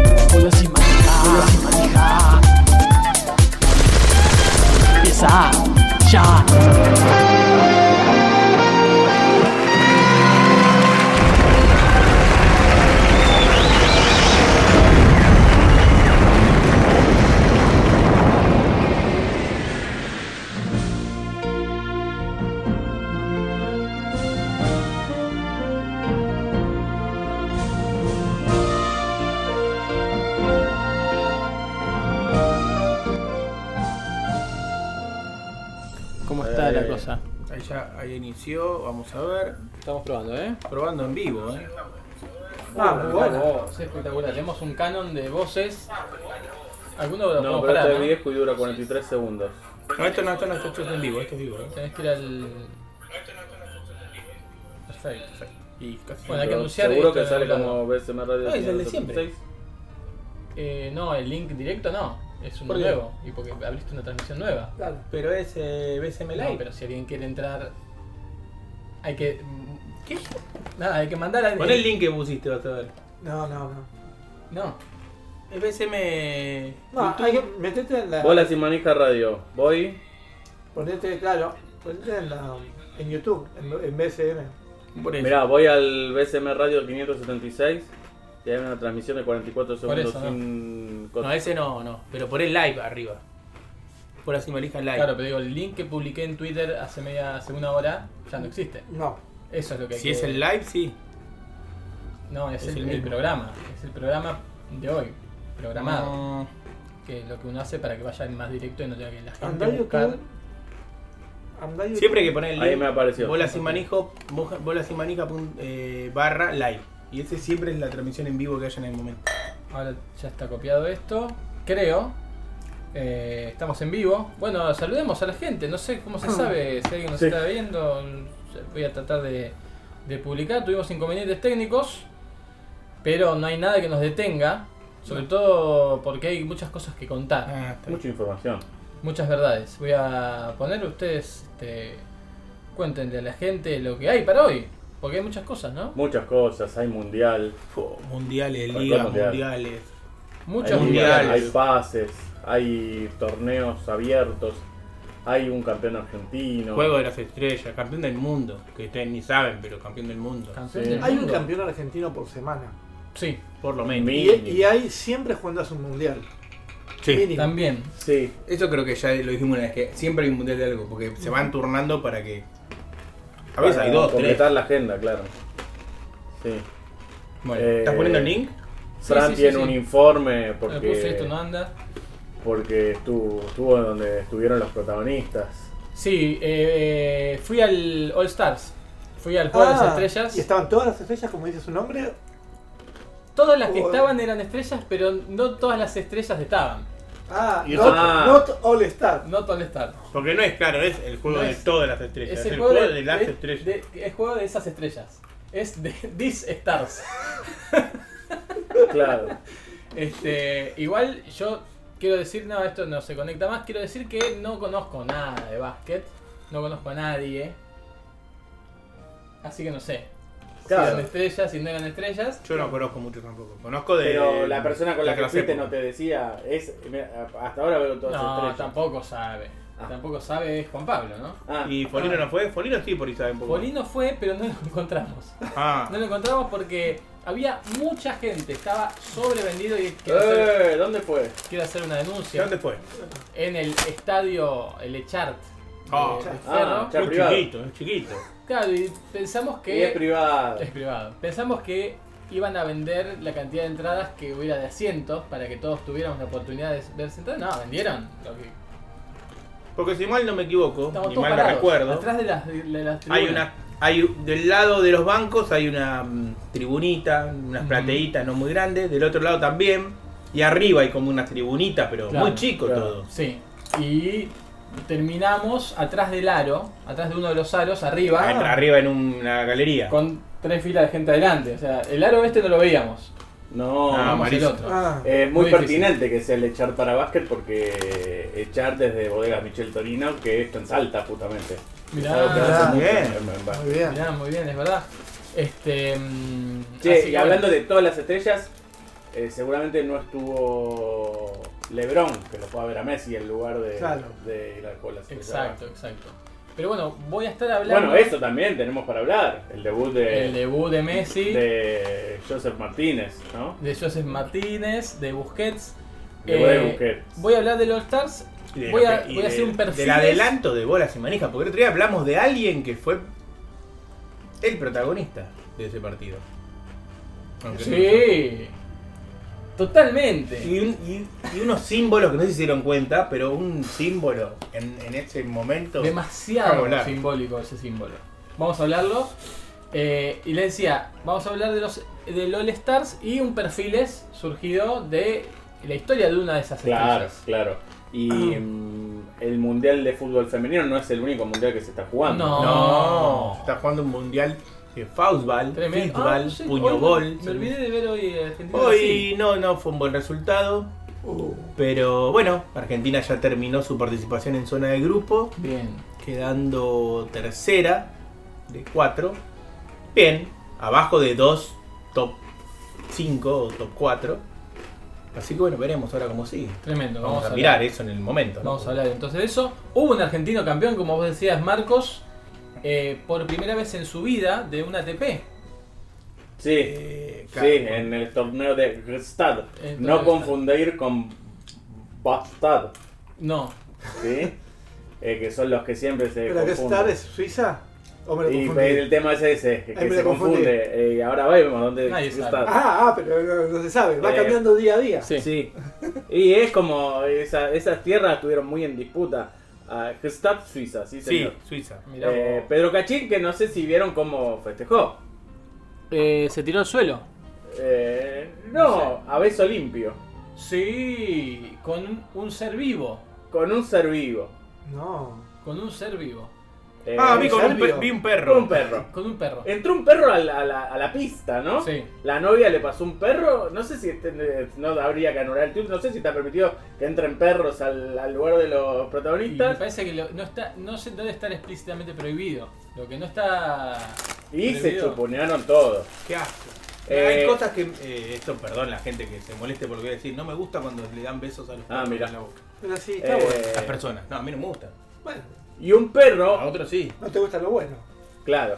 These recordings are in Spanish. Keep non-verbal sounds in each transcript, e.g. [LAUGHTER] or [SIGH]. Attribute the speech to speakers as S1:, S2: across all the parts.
S1: y manija, bolos y manija. Empieza ya. ¿Cómo está la
S2: Eh,
S1: cosa?
S2: Ahí ya ahí inició, vamos a ver.
S1: Estamos probando, ¿eh?
S2: Probando en vivo, ¿eh?
S1: Ah, muy bueno. Es espectacular. Tenemos un canon de voces. Alguno lo
S3: No,
S1: podemos
S3: pero
S1: parar,
S3: este es
S1: ¿no?
S3: viejo y dura 43 segundos.
S2: No, esto no, esto no, esto, esto es en vivo, esto es vivo, ¿eh?
S1: Tenés que ir al. Perfecto.
S2: Y casi
S1: Bueno, hay que
S3: Pero
S1: anunciar
S3: Seguro
S1: esto
S3: que
S1: en
S3: sale
S1: algún
S3: como BSM Radio.
S2: No, es el de siempre.
S3: 176.
S1: Eh, no, el link directo no. Es uno
S2: ¿Por qué?
S1: nuevo. Y porque abriste una transmisión nueva.
S2: Claro, pero es eh, BSM
S1: No,
S2: Live.
S1: pero si alguien quiere entrar. Hay que. ¿Qué? Nada, hay que mandar a.
S2: Pon el link que pusiste, vas a ver.
S4: No, no, no.
S1: No.
S2: Es BSM.
S4: No, hay que meterte en la.
S3: Bolas y manija radio. Voy.
S4: Ponete, claro, ponete en la. En YouTube, en, en BSM.
S2: Por eso.
S3: Mirá, voy al BSM Radio 576. Y hay una transmisión de 44
S1: Por
S3: segundos
S1: eso, no.
S3: sin
S2: No, ese no, no. Pero por el live arriba. Por así manija live.
S1: Claro, pero digo, el link que publiqué en Twitter hace media, hace una hora ya no existe.
S4: No.
S1: Eso es lo que hay
S2: si
S1: que-
S2: es el live, sí.
S1: No, es,
S2: es
S1: el,
S2: el
S1: el
S2: mismo.
S1: programa. Es el programa de hoy. Programado.
S2: No. Ah.
S1: Que es lo que uno hace para que vaya más directo y no tenga que la gente
S4: Andá a
S1: buscar.
S4: YouTube. Andá a YouTube.
S2: Siempre hay que poner el
S3: Ahí me
S2: link.
S3: apareció.
S2: Bolas sin manijo, boja- bolas sin manija pun- eh, barra live. Y ese siempre es la transmisión en vivo que haya en el momento.
S1: Ahora ya está copiado esto. Creo. Eh, estamos en vivo. Bueno, saludemos a la gente. No sé cómo se sabe si alguien nos
S3: Sí.
S1: está viendo. Voy a tratar de, de publicar. Tuvimos inconvenientes técnicos. Pero no hay nada que nos detenga. Sobre todo porque hay muchas cosas que contar.
S2: Ah, está bien.
S3: Mucha información.
S1: Muchas verdades. Voy a poner ustedes. Este, cuéntenle a la gente lo que hay para hoy. Porque hay muchas cosas, ¿no?
S3: Muchas cosas. Hay mundial.
S2: Fo, mundiales,
S3: Recuerdo
S2: ligas
S3: mundial.
S2: mundiales.
S1: Muchas
S3: hay
S2: mundiales.
S3: Hay pases. Hay torneos abiertos. Hay un campeón argentino.
S2: Juego de las estrellas, campeón del mundo, que ustedes ni saben, pero campeón del mundo.
S1: Campeón
S3: Sí.
S1: del
S4: Hay un
S1: mundo.
S4: campeón argentino por semana.
S1: Sí,
S2: Por lo menos.
S4: Y, y hay siempre jugando a su mundial.
S2: Sí.
S4: Mínimo.
S1: también.
S3: Sí.
S2: Eso creo que ya lo dijimos una vez, que siempre hay un mundial de algo, porque se van turnando para que... A veces
S3: Para
S2: hay dos, tres.
S3: completar la agenda, claro. Sí.
S2: Bueno,
S3: Eh,
S2: ¿estás poniendo el link?
S1: Sí,
S3: Fran
S1: sí, sí,
S3: tiene
S1: sí.
S3: un informe
S1: Le puse esto no
S3: porque,
S1: anda.
S3: porque estuvo, estuvo donde estuvieron los protagonistas.
S1: Sí, eh, fui al All Stars. Fui al Juego de las
S4: Ah,
S1: Estrellas.
S4: Y estaban todas las estrellas, como dice su nombre.
S1: Todas las que
S4: Joder.
S1: estaban eran estrellas, pero no todas las estrellas estaban.
S4: Ah,
S3: Y-
S4: not,
S3: Ah.
S4: not All Star.
S1: No All Stars.
S2: Porque no es claro, es el juego
S1: No
S2: de
S1: es-
S2: todas las estrellas, es
S1: Es
S2: el
S1: el
S2: juego de,
S1: de-
S2: las
S1: de-
S2: estrellas.
S1: de- es juego de esas estrellas. Es de [LAUGHS] These Stars.
S3: Claro.
S1: Este, igual yo quiero decir, no, esto no se conecta más. Quiero decir que no conozco nada de básquet. No conozco a nadie. Así que no sé. Si eran
S3: Claro.
S1: estrellas, si no eran estrellas.
S2: Yo no conozco mucho tampoco, conozco de...
S3: [LAUGHS] Pero la persona con Eh, la, que
S2: las
S3: fuiste no
S2: épocas.
S3: te decía, es mira, hasta ahora veo todas
S1: No,
S3: estrellas.
S1: tampoco sabe.
S3: Ah.
S1: Tampoco sabe Juan Pablo, ¿no?
S3: Ah,
S2: ¿Y Folino no fue? Folino sí, por ahí sabe un poco.
S1: Polino fue, pero no lo encontramos.
S2: Ah,
S1: No lo encontramos porque había mucha gente, estaba sobrevendido y quiero hacer,
S3: eh, ¿dónde fue?
S1: quiero hacer una denuncia.
S2: ¿dónde fue?
S1: En el estadio El Echart de,
S2: Ah.
S1: de
S3: Ah,
S1: Ferro.
S3: Ya
S2: Es
S3: privado.
S2: chiquito, es chiquito.
S1: Claro, y pensamos
S3: Y es
S1: que.
S3: privado.
S1: Es privado. Pensamos que iban a vender la cantidad de entradas que hubiera de asientos para que todos tuviéramos la oportunidad de verse entradas. No, vendieron. lo que-
S2: Porque si mal no me equivoco,
S1: Estamos
S2: ni
S1: todos
S2: mal no
S1: parados.
S2: recuerdo,
S1: Atrás de las, de las
S2: Hay
S1: tribunas.
S2: una, hay del lado de los bancos hay una mm, tribunita, unas
S1: Ujú.
S2: plateitas no muy grandes, del otro lado también, y arriba hay como unas tribunitas, pero
S1: Claro,
S2: muy chico
S3: claro.
S2: todo.
S1: Sí. Y terminamos atrás del aro, atrás de uno de los aros, arriba.
S2: Ar- Arriba en una galería.
S1: Con tres filas de gente adelante. O sea, el aro este no lo veíamos.
S3: No,
S2: Ah,
S1: Vamos el
S2: malísimo.
S1: otro.
S4: Ah,
S3: Eh, muy,
S1: Muy difícil.
S3: pertinente que sea el echar para básquet porque echar desde bodegas Michel Torino, que está en Salta justamente.
S1: Mirá.
S3: Algo que hace mucho
S2: Bien.
S3: en- en básquet.
S4: muy bien.
S1: Mirá, muy bien, es verdad. Este. mm,
S3: Che,
S1: así
S3: y
S1: que
S3: hablando
S1: bueno.
S3: de todas las estrellas, eh, seguramente no estuvo Lebron, que lo fue a ver a Messi en lugar de,
S2: Claro.
S3: de ir al cola. si
S1: Exacto, exacto. Pero bueno, voy a estar
S3: pensaba.
S1: hablando
S3: Bueno, eso también tenemos para hablar. El debut de,
S1: del debut de Messi, de,
S3: de Joseph Martínez, ¿no?
S1: Joseph Martínez, de Busquets.
S3: Debut de
S1: Eh,
S3: Busquets.
S1: Voy a hablar de los Stars.
S2: Y de
S1: Voy
S2: la
S1: a-
S2: pe- y
S1: voy a hacer un perfil
S2: Del adelanto de bolas y manija, porque el otro día hablamos de alguien que fue el protagonista de ese partido. Aunque
S1: Sí. Totalmente.
S2: Y, un- y- y unos símbolos que no se hicieron cuenta, pero un símbolo en, en ese momento.
S1: Demasiado
S2: Volar.
S1: simbólico ese símbolo. Vamos a hablarlo. Eh, y le decía, vamos a hablar de los del All Stars y un perfiles surgido de la historia de una de esas
S3: Claro,
S1: estrellas.
S3: claro. Y
S2: Ah.
S3: mm, el Mundial de Fútbol Femenino no es el único Mundial que se está jugando.
S1: No.
S2: No, está jugando un mundial de Faustball,
S1: Tremendo. Ah,
S2: Fistball,
S1: sí, hoy
S2: Puñobol.
S1: Me, me olvidé de ver hoy Argentina.
S2: Hoy no, no fue un buen resultado,
S4: Uh,
S2: pero bueno, Argentina ya terminó su participación en zona de grupo,
S1: Bien.
S2: quedando tercera de cuatro. Bien, abajo de dos top 5 o top 4. Así que bueno, veremos ahora cómo sigue.
S1: Tremendo.
S2: Vamos, a,
S1: hablar.
S2: mirar eso en el momento. ¿no?
S1: Vamos a hablar entonces de eso. Hubo un argentino campeón, como vos decías, Marcos, eh, por primera vez en su vida de un ATP.
S3: Sí,
S2: Eh,
S3: sí,
S2: claro.
S3: en el torneo de Gestad.
S1: El torneo
S3: No
S1: de
S3: confundir con Bastad,
S1: No,
S3: ¿sí? Eh, que son los que siempre se
S4: ¿Pero qué
S3: confunden.
S4: estar es Suiza? ¿O me lo
S3: Y
S4: confundí?
S3: el tema es ese, que,
S4: Ahí me
S3: se
S4: lo confundí.
S3: confunde. Y ahora vemos dónde
S1: Nadie
S3: está.
S1: sabe.
S4: Ah, ah, pero no, no se sabe, va
S3: Eh,
S4: cambiando día a día.
S1: sí.
S3: Sí. Y es como esa- esas tierras estuvieron muy en disputa. Ah, Gestad Suiza, sí
S2: Sí,
S3: señor.
S2: Suiza.
S1: mirá vos.
S3: Eh, Pedro Cachín, que no sé si vieron cómo festejó.
S1: Eh, se tiró al suelo.
S3: Eh, no, a beso limpio.
S1: Sí, con un, un ser vivo.
S3: Con un ser vivo.
S4: No.
S1: Con un ser vivo.
S3: Eh,
S2: Ah, vi, con un
S4: Serbio.
S2: per- vi un
S3: con
S2: perro.
S3: un perro.
S1: Con un perro.
S3: Entró un perro a la, a la- a la pista, ¿no?
S1: Sí.
S3: La novia le pasó un perro. No sé si este- no habría que anular el tuit. No sé si está permitido que entren perros al, al lugar de los
S1: Y me
S3: protagonistas.
S1: parece que lo- no está, no sé, debe estar explícitamente prohibido. Lo que no está.
S3: Y se
S1: prohibido-
S3: chuponearon todos.
S2: Qué asco.
S3: Eh,
S2: Hay cosas que. eh, esto, perdón, la gente que se moleste porque voy a decir, no me gusta cuando le dan besos a los
S3: Ah,
S2: perros
S3: mira.
S2: en la boca.
S4: Pero sí, está
S3: Eh,
S4: bueno.
S2: Las personas. No, a mí no me gusta.
S4: Bueno,
S3: Y un
S2: A
S3: perro,
S2: otros sí.
S4: no te gusta lo bueno.
S3: claro.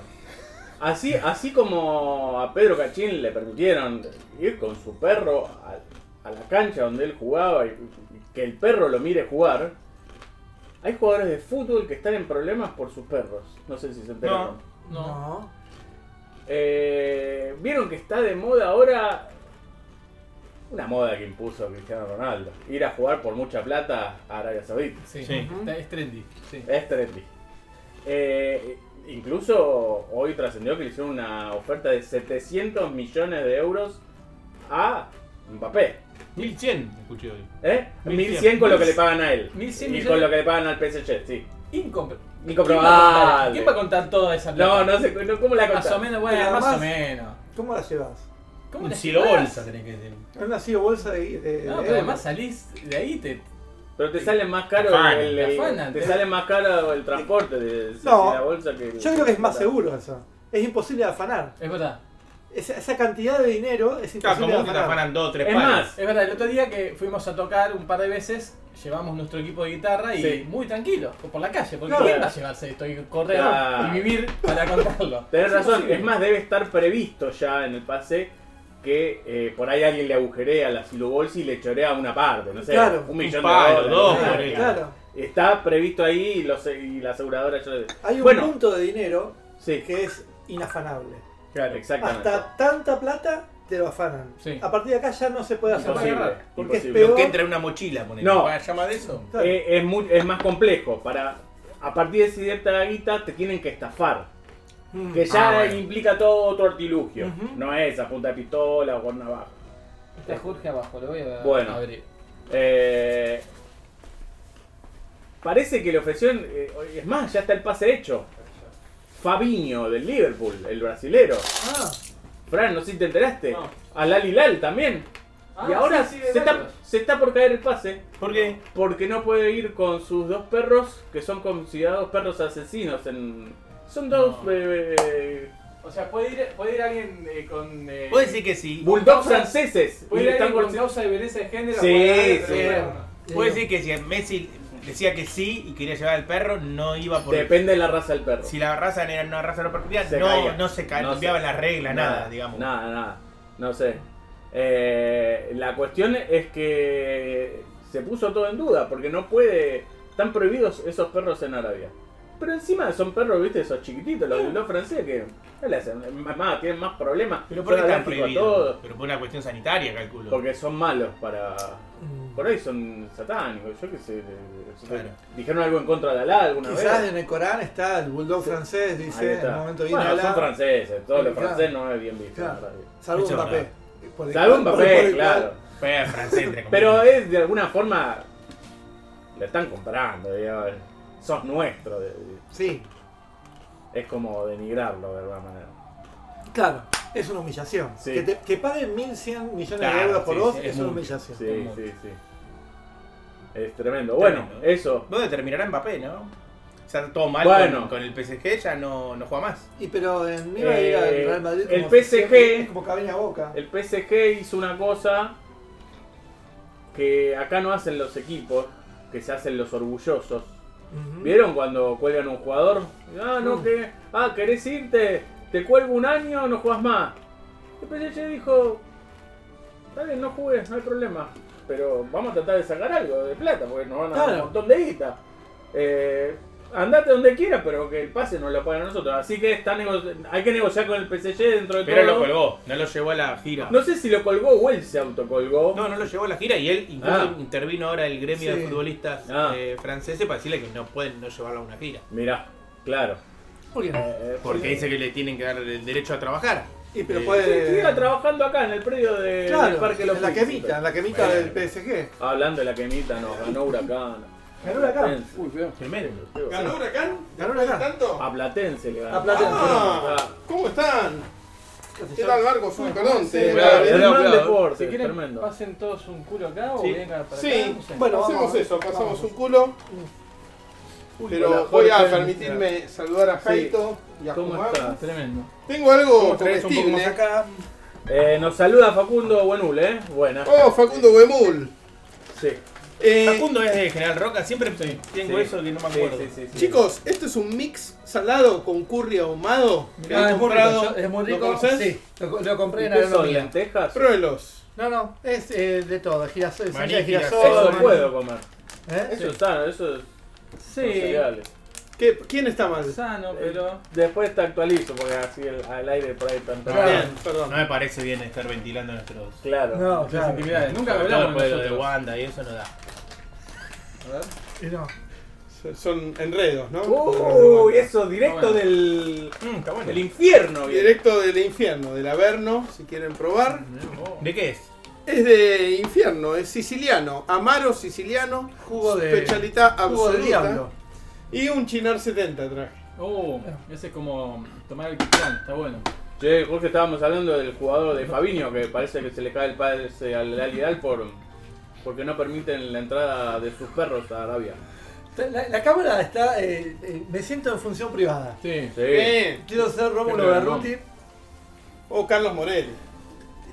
S3: Así, así como a Pedro Cachín le permitieron ir con su perro a, a la cancha donde él jugaba y, y que el perro lo mire jugar, hay jugadores de fútbol que están en problemas por sus perros. No sé si se enteraron.
S1: No.
S3: Eh, Vieron que está de moda ahora una moda que impuso Cristiano Ronaldo. Ir a jugar por mucha plata a Arabia Saudita.
S1: Sí.
S2: Sí.
S1: Está- es trendy. Sí.
S3: Es trendy. Eh, incluso hoy trascendió que le hicieron una oferta de 700 millones de euros a Mbappé.
S2: 1100 escuché hoy.
S3: ¿eh?
S2: 1100.
S3: 1100 con lo que le pagan a él.
S1: 1100
S3: y
S1: millones.
S3: con lo que le pagan al PSG, sí.
S1: Incompre- ¿Quién, va a contar,
S3: Incomprobable.
S1: quién va a contar toda esa plata?
S3: No, no sé, no, ¿cómo la
S1: Más o
S3: contás?
S1: menos, bueno,
S4: Pero
S1: más,
S4: más-
S1: o menos.
S4: ¿Cómo la llevas?
S1: ¿Cómo
S2: un
S1: la
S2: cielo
S1: llevás?
S2: bolsa tenés que decir.
S4: Es una sido bolsa de. de-
S1: No,
S4: de
S1: pero
S4: euros.
S1: además salís de ahí te.
S3: Pero te sale más caro
S2: Te afanan,
S3: el,
S1: te
S3: el-
S1: afanan,
S3: te
S1: te-
S3: sale más caro el transporte de, de
S4: No,
S3: la bolsa que el-
S4: Yo creo que es más seguro eso. Es imposible de afanar.
S1: Es verdad.
S4: Esa, esa cantidad de dinero es
S2: Claro,
S4: imposible
S2: como que
S4: de
S2: te
S4: afanar.
S2: afanan dos o tres
S3: Es
S2: palos.
S3: más,
S1: Es verdad, el otro día que fuimos a tocar un par de veces, llevamos nuestro equipo de guitarra y
S3: Sí.
S1: muy tranquilo, por la calle, porque
S3: Claro.
S1: ¿quién va a llevarse esto y correr
S3: Claro.
S1: y vivir para contarlo?
S3: [LAUGHS] Tenés
S1: Es
S3: razón,
S1: imposible.
S3: es más, debe estar previsto ya en el pase que eh, por ahí alguien le agujerea la silobolsa y le chorea una parte, no sé,
S4: Claro,
S3: un
S2: un
S3: millón
S2: palo,
S3: de dólares.
S2: dos,
S3: una
S2: por
S3: verga.
S2: ahí.
S4: Claro.
S3: Está previsto ahí y, los- y la aseguradora ya le-
S4: Hay un
S3: Bueno,
S4: punto de dinero
S3: sí,
S4: que es inafanable.
S3: claro, exactamente.
S4: Hasta tanta plata te lo afanan.
S1: Sí.
S4: A partir de acá ya no se puede hacer
S1: Imposible.
S4: nada. Porque es
S3: imposible.
S4: peor.
S2: Lo que entra en una mochila, ponele.
S3: No.
S2: ¿Se llama de eso?
S4: Claro.
S3: Eh, es, mu- es más complejo. Para, a partir de cierta guita te tienen que estafar.
S4: Mm.
S3: Que ya
S2: Ah, bueno.
S3: implica todo otro artilugio.
S2: Ujú.
S3: No es a punta de pistola o con navaja.
S1: Está Jorge abajo, lo voy a
S3: Bueno.
S1: abrir.
S3: Eh, parece que le ofrecieron. eh, es más, ya está el pase hecho. Fabinho del Liverpool, el brasilero.
S4: Ah,
S3: Fran, no sé si te enteraste.
S1: No.
S3: Al Alilal también.
S2: Ah,
S3: y ahora se, está, se está por caer el pase
S2: ¿Por qué?
S3: porque no puede ir con sus dos perros que son considerados perros asesinos. En, son dos
S1: No.
S3: eh,
S2: O sea, puede ir, puede ir alguien eh, con. eh,
S5: Puedo decir que sí.
S3: Bulldogs franceses.
S2: puede ir
S3: Y
S2: alguien
S3: están
S2: con
S3: por-
S2: causa de violencia de género.
S3: Sí,
S2: puede ir-
S3: sí.
S2: bueno.
S4: Mm.
S5: Puedo decir que si Messi decía que sí y quería llevar al perro, no iba por.
S3: Depende de la raza del perro.
S5: Si la raza era una raza no partida,
S3: Se
S5: no,
S3: caía.
S5: no se
S3: No
S5: cambiaba
S3: se-
S5: la regla, nada, digamos.
S3: Nada, nada. No sé. Eh, la cuestión es que se puso todo en duda, porque no puede. Están prohibidos esos perros en Arabia. Pero encima son perros, viste, esos chiquititos, los bulldogs franceses que. ¿qué le hacen? Más, más, tienen más problemas.
S5: Pero por qué
S3: Son
S5: están
S3: alérgicos a
S5: prohibidos.
S3: todo,
S5: Pero por una cuestión sanitaria, calculo.
S3: Porque son malos para.
S4: Mm.
S3: Por ahí son satánicos, yo qué sé. eh,
S5: Claro.
S3: Dijeron algo en contra de Alá alguna
S4: Quizás
S3: vez.
S4: en el Corán está el bulldog francés,
S3: Ahí
S4: dice, en
S3: está.
S4: el momento viene
S3: bueno,
S4: a
S3: son
S4: la...
S3: franceses, todos los
S4: Claro.
S3: franceses no es bien visto. en
S4: Claro.
S3: Arabia.
S4: Salvo
S5: Eso
S4: un
S5: es
S4: papel. Por el
S3: Salvo un
S4: cual- por el
S3: papel,
S4: cual-
S3: claro.
S5: Fue francés, entre
S3: Pero eh,
S5: comillas.
S3: es de alguna forma. La están comprando, digamos. Sos nuestro. de- de-
S4: Sí,
S3: Es como denigrarlo de alguna manera.
S4: claro. Es una humillación.
S3: Sí.
S4: Que, te, que paguen 1.100 millones de
S5: Claro,
S4: euros por
S5: sí,
S4: vos
S5: sí,
S4: es,
S5: es
S4: una
S5: mucho.
S4: humillación.
S3: Sí,
S1: como-
S3: sí, sí. Es tremendo. Bueno,
S5: Tremendo.
S3: eso.
S5: Vos determinará Mbappé, ¿no? O sea, todo mal
S3: Bueno.
S5: con, con el PSG, ya no, no juega más.
S4: Y pero en iba a ir al
S3: Eh,
S4: Real Madrid
S3: el
S4: como
S3: PSG
S4: siempre, es como cabeña boca.
S3: El PSG hizo una cosa que acá no hacen los equipos, que se hacen los orgullosos.
S4: Ujú.
S3: ¿Vieron cuando cuelgan un jugador? Ah, no,
S4: Mm.
S3: que. Ah, ¿querés irte? Te cuelgo un año, no jugás más. El PSG dijo: Está bien, no jugues, no hay problema. Pero vamos a tratar de sacar algo de plata, porque nos van a dar
S4: Claro.
S3: un montón de guita. Eh, andate donde quieras, pero que el pase nos lo paguen a nosotros. Así que está nego- hay que negociar con el PSG dentro de
S5: Pero
S3: todo.
S5: lo colgó, no lo llevó a la gira.
S3: No sé si lo colgó o él se autocolgó.
S5: No, no lo llevó a la gira y él incluso
S3: Ah.
S5: intervino ahora el gremio de
S4: Sí.
S5: futbolistas
S3: Ah.
S5: eh, franceses para decirle que no pueden no llevarlo a una gira.
S3: Mirá, claro.
S4: ¿Por qué no?
S3: Eh,
S5: Porque dice que le tienen que dar el derecho a trabajar.
S4: Y pero
S5: eh,
S4: puede...
S3: Sí, siga trabajando acá en el predio de- del
S4: Claro,
S3: Parque Los
S4: en la
S3: Príncipes.
S4: quemita, en la quemita
S5: Bueno.
S4: del PSG.
S3: Hablando de la quemita, nos ganó Huracán.
S4: Ganó Huracán.
S3: Platense.
S2: Uy, cuidado.
S5: Primero.
S6: ¿Ganó Huracán?
S4: Ganó Huracán.
S6: ¿Tanto?
S3: A Platense le ganó.
S4: A Platense.
S6: Ah, ¿Cómo están? ¿Qué tal, Largo? Soy Colón.
S2: Sí,
S6: te-
S3: claro,
S6: la-
S3: es
S1: Cuidado,
S3: mal
S1: cuidado.
S3: deporte,
S2: Si quieren,
S3: tremendo.
S2: pasen todos un culo acá o
S5: Sí.
S2: vengan para
S6: Sí.
S2: acá. no sé.
S4: Bueno,
S6: Hacemos
S4: vamos,
S6: eso, pasamos
S4: vamos.
S6: un culo,
S3: Uy, con la
S6: pero voy a
S3: Jorge.
S6: permitirme saludar a
S3: Sí.
S6: Jaito y a
S3: ¿Cómo
S6: Jumar.
S3: estás?
S1: Ah, Tremendo.
S6: Tengo algo comestible.
S4: acá.
S3: Eh, nos saluda Facundo Buenul, ¿eh? Buena.
S6: Oh, Facundo Guemul.
S3: Sí,
S6: Eh,
S5: Facundo es de General Roca, siempre tengo
S3: Sí.
S5: eso que no me
S3: sí,
S5: acuerdo.
S3: sí, sí, sí.
S6: chicos, esto es un mix salado con curry ahumado que
S1: Ah,
S6: he
S1: es muy rico,
S6: comprado.
S1: yo- es muy
S6: ¿Lo
S1: rico.
S6: conocés?
S1: sí, lo, lo compré
S3: ¿Y
S1: en
S3: qué son
S1: agronomía.
S3: lentejas?
S6: Pruébelos.
S1: No, no, es eh, de todo, girasol,
S5: Maní,
S1: ensalada de
S5: girasol,
S1: girasol,
S3: Eso
S1: maní.
S3: puedo comer.
S1: ¿Eh?
S3: Eso es sano, eso es son
S2: Sí,
S3: cereales. Eh,
S6: ¿Qué- ¿Quién está mal?
S2: sano, pero.
S3: Después te actualizo porque así el- al aire por ahí tanto.
S1: Claro.
S6: Bien, perdón.
S5: No me parece bien estar ventilando nuestros.
S3: Claro.
S1: No,
S2: Las
S1: claro.
S2: intimidades. Nunca
S5: Sobre todo
S2: hablamos
S5: después de lo
S2: nosotros.
S5: de Wanda y eso no da.
S4: Y no.
S6: Son enredos, ¿no?
S3: Oh. Uy, eso directo
S2: Bueno.
S3: del,
S5: Mm, está bueno.
S3: del infierno. viene.
S6: Directo del infierno, del Averno, si quieren probar.
S2: Oh.
S5: ¿De qué es?
S6: Es de infierno, es siciliano, amaro siciliano,
S4: Jugo de-
S6: especialidad
S4: Jugo de
S6: absoluta.
S4: diablo.
S6: Y un chinar 70 traje.
S2: Uh, ese es como tomar el quitrán, está bueno.
S3: Che, Jorge, estábamos hablando del jugador de Fabinho que parece que se le cae el pase al al ideal por porque no permiten la entrada de sus perros a Arabia.
S4: La, la cámara está. eh, eh, me siento en función privada.
S2: Sí.
S3: Sí.
S6: Eh,
S4: Quiero ser Rómulo
S2: Qué
S4: Berruti.
S6: O Carlos Morelli.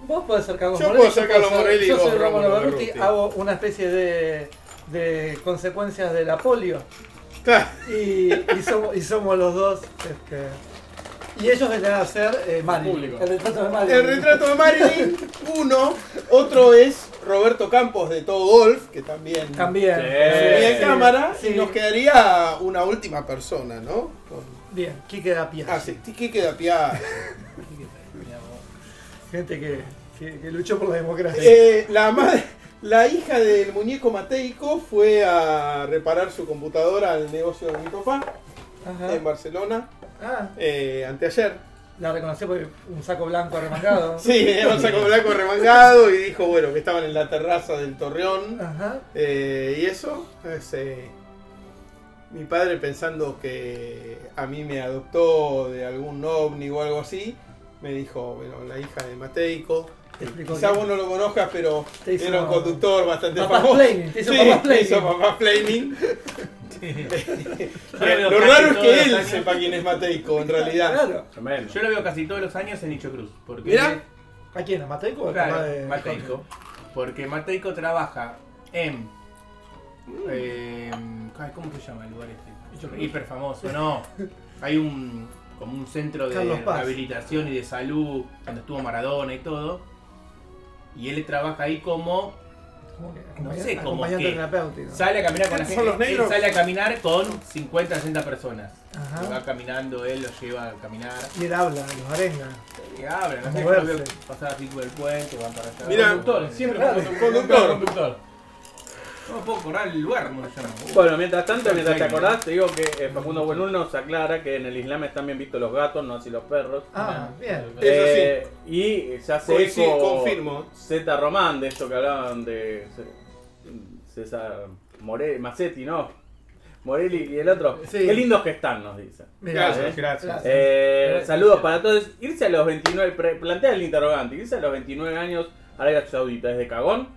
S4: Vos podés ser Carlos
S6: Yo
S4: Morelli.
S6: puedo ser Carlos
S4: puedo ser-
S6: Morelli y
S4: Yo
S6: vos
S4: soy Rómulo
S6: Rómulo
S4: Berruti.
S6: Berruti.
S4: Hago una especie de, de consecuencias de la polio.
S6: Claro,
S4: Y, y somos, y somos los dos. este, y ellos vendrán a ser eh, Mario.
S2: Público.
S4: El retrato de Mario.
S6: [LAUGHS] El retrato de Marilyn, uno. Otro es Roberto Campos de Todo Golf, que también,
S4: También.
S3: Sí.
S6: subí en
S3: Sí.
S6: cámara.
S4: Sí.
S6: Y nos quedaría una última persona, ¿no? Con-
S4: Bien, Quique da pie.
S6: Ah, sí, ¿qué queda piada?
S4: Gente que, que- que luchó por la democracia.
S6: Eh, la, madre, la hija del muñeco Mateico fue a reparar su computadora al negocio de mi papá
S4: Ajá.
S6: en Barcelona
S4: Ah,
S6: eh, anteayer.
S4: la reconocí por un saco blanco arremangado.
S6: Sí, era un saco blanco remangado y dijo, bueno, que estaban en la terraza del Torreón.
S4: Ajá.
S6: Eh, y eso, es, eh, mi padre pensando que a mí me adoptó de algún ovni o algo así, me dijo, bueno, la hija de Mateico.
S4: Te explico
S6: Quizá
S4: que-
S6: vos no lo conozcas, pero
S4: Te hizo-
S6: era un conductor bastante
S4: Papá
S6: famoso.
S4: Flaming, te hizo papá
S6: te hizo
S4: [LAUGHS] Flaming.
S6: papá Flaming. Lo raro es que él sepa quién es Mateico, en realidad.
S4: Claro. Eh,
S3: Tremendo.
S2: Yo lo veo casi todos los años en Nicho Cruz. Porque
S6: Mirá.
S4: ¿A quién? ¿A Mateico? o al papá de-
S2: Claro, Mateico. Porque Mateico trabaja en.
S6: Mm.
S2: eh, ay, ¿Cómo se llama el lugar este? Hiper famoso,
S6: [LAUGHS]
S2: no. Hay un. como un centro de
S4: Carlos Paz.
S2: rehabilitación y de salud, donde estuvo Maradona y todo. Y él trabaja ahí como.
S4: Como que
S2: No
S4: acompañante-
S2: sé, como
S4: acompañante
S2: que-
S4: terapéutico.
S2: Sale a caminar con la
S6: ¿Son
S2: gente.
S6: los negros? Ah.
S2: Él sale a caminar con 50, 60 personas. Va
S4: Ajá.
S2: caminando, él los lleva a caminar.
S4: Y él habla, los arenga.
S2: Y hablan, no sé,
S4: Moverse.
S2: yo lo veo pasar así por el puente, van para allá.
S6: Mirá.
S7: Conductor, siempre
S4: Claro.
S7: como
S6: Conductor.
S7: conductor.
S2: No puedo correr el lugar, no yo no.
S3: Bueno, mientras tanto, mientras te acordás, te digo que eh, Facundo Buenul nos aclara que en el Islam están bien vistos los gatos, no así los perros.
S4: Ah, bien.
S6: Eso
S3: Eh, Y se hace
S6: Hoy sí,
S3: eco
S6: confirmo.
S3: Z Román, de esto que hablaban de C- César Morelli, Massetti, ¿no? Morelli y el otro.
S4: Sí.
S3: Qué lindos que están, nos dice.
S4: Mirá,
S6: Gracias,
S4: eh.
S6: gracias.
S3: Eh,
S7: Gracias.
S3: saludos para todos. Irse a los 29, pre- plantea el interrogante, irse a los 29 años a Arabia Saudita, ¿es de cagón?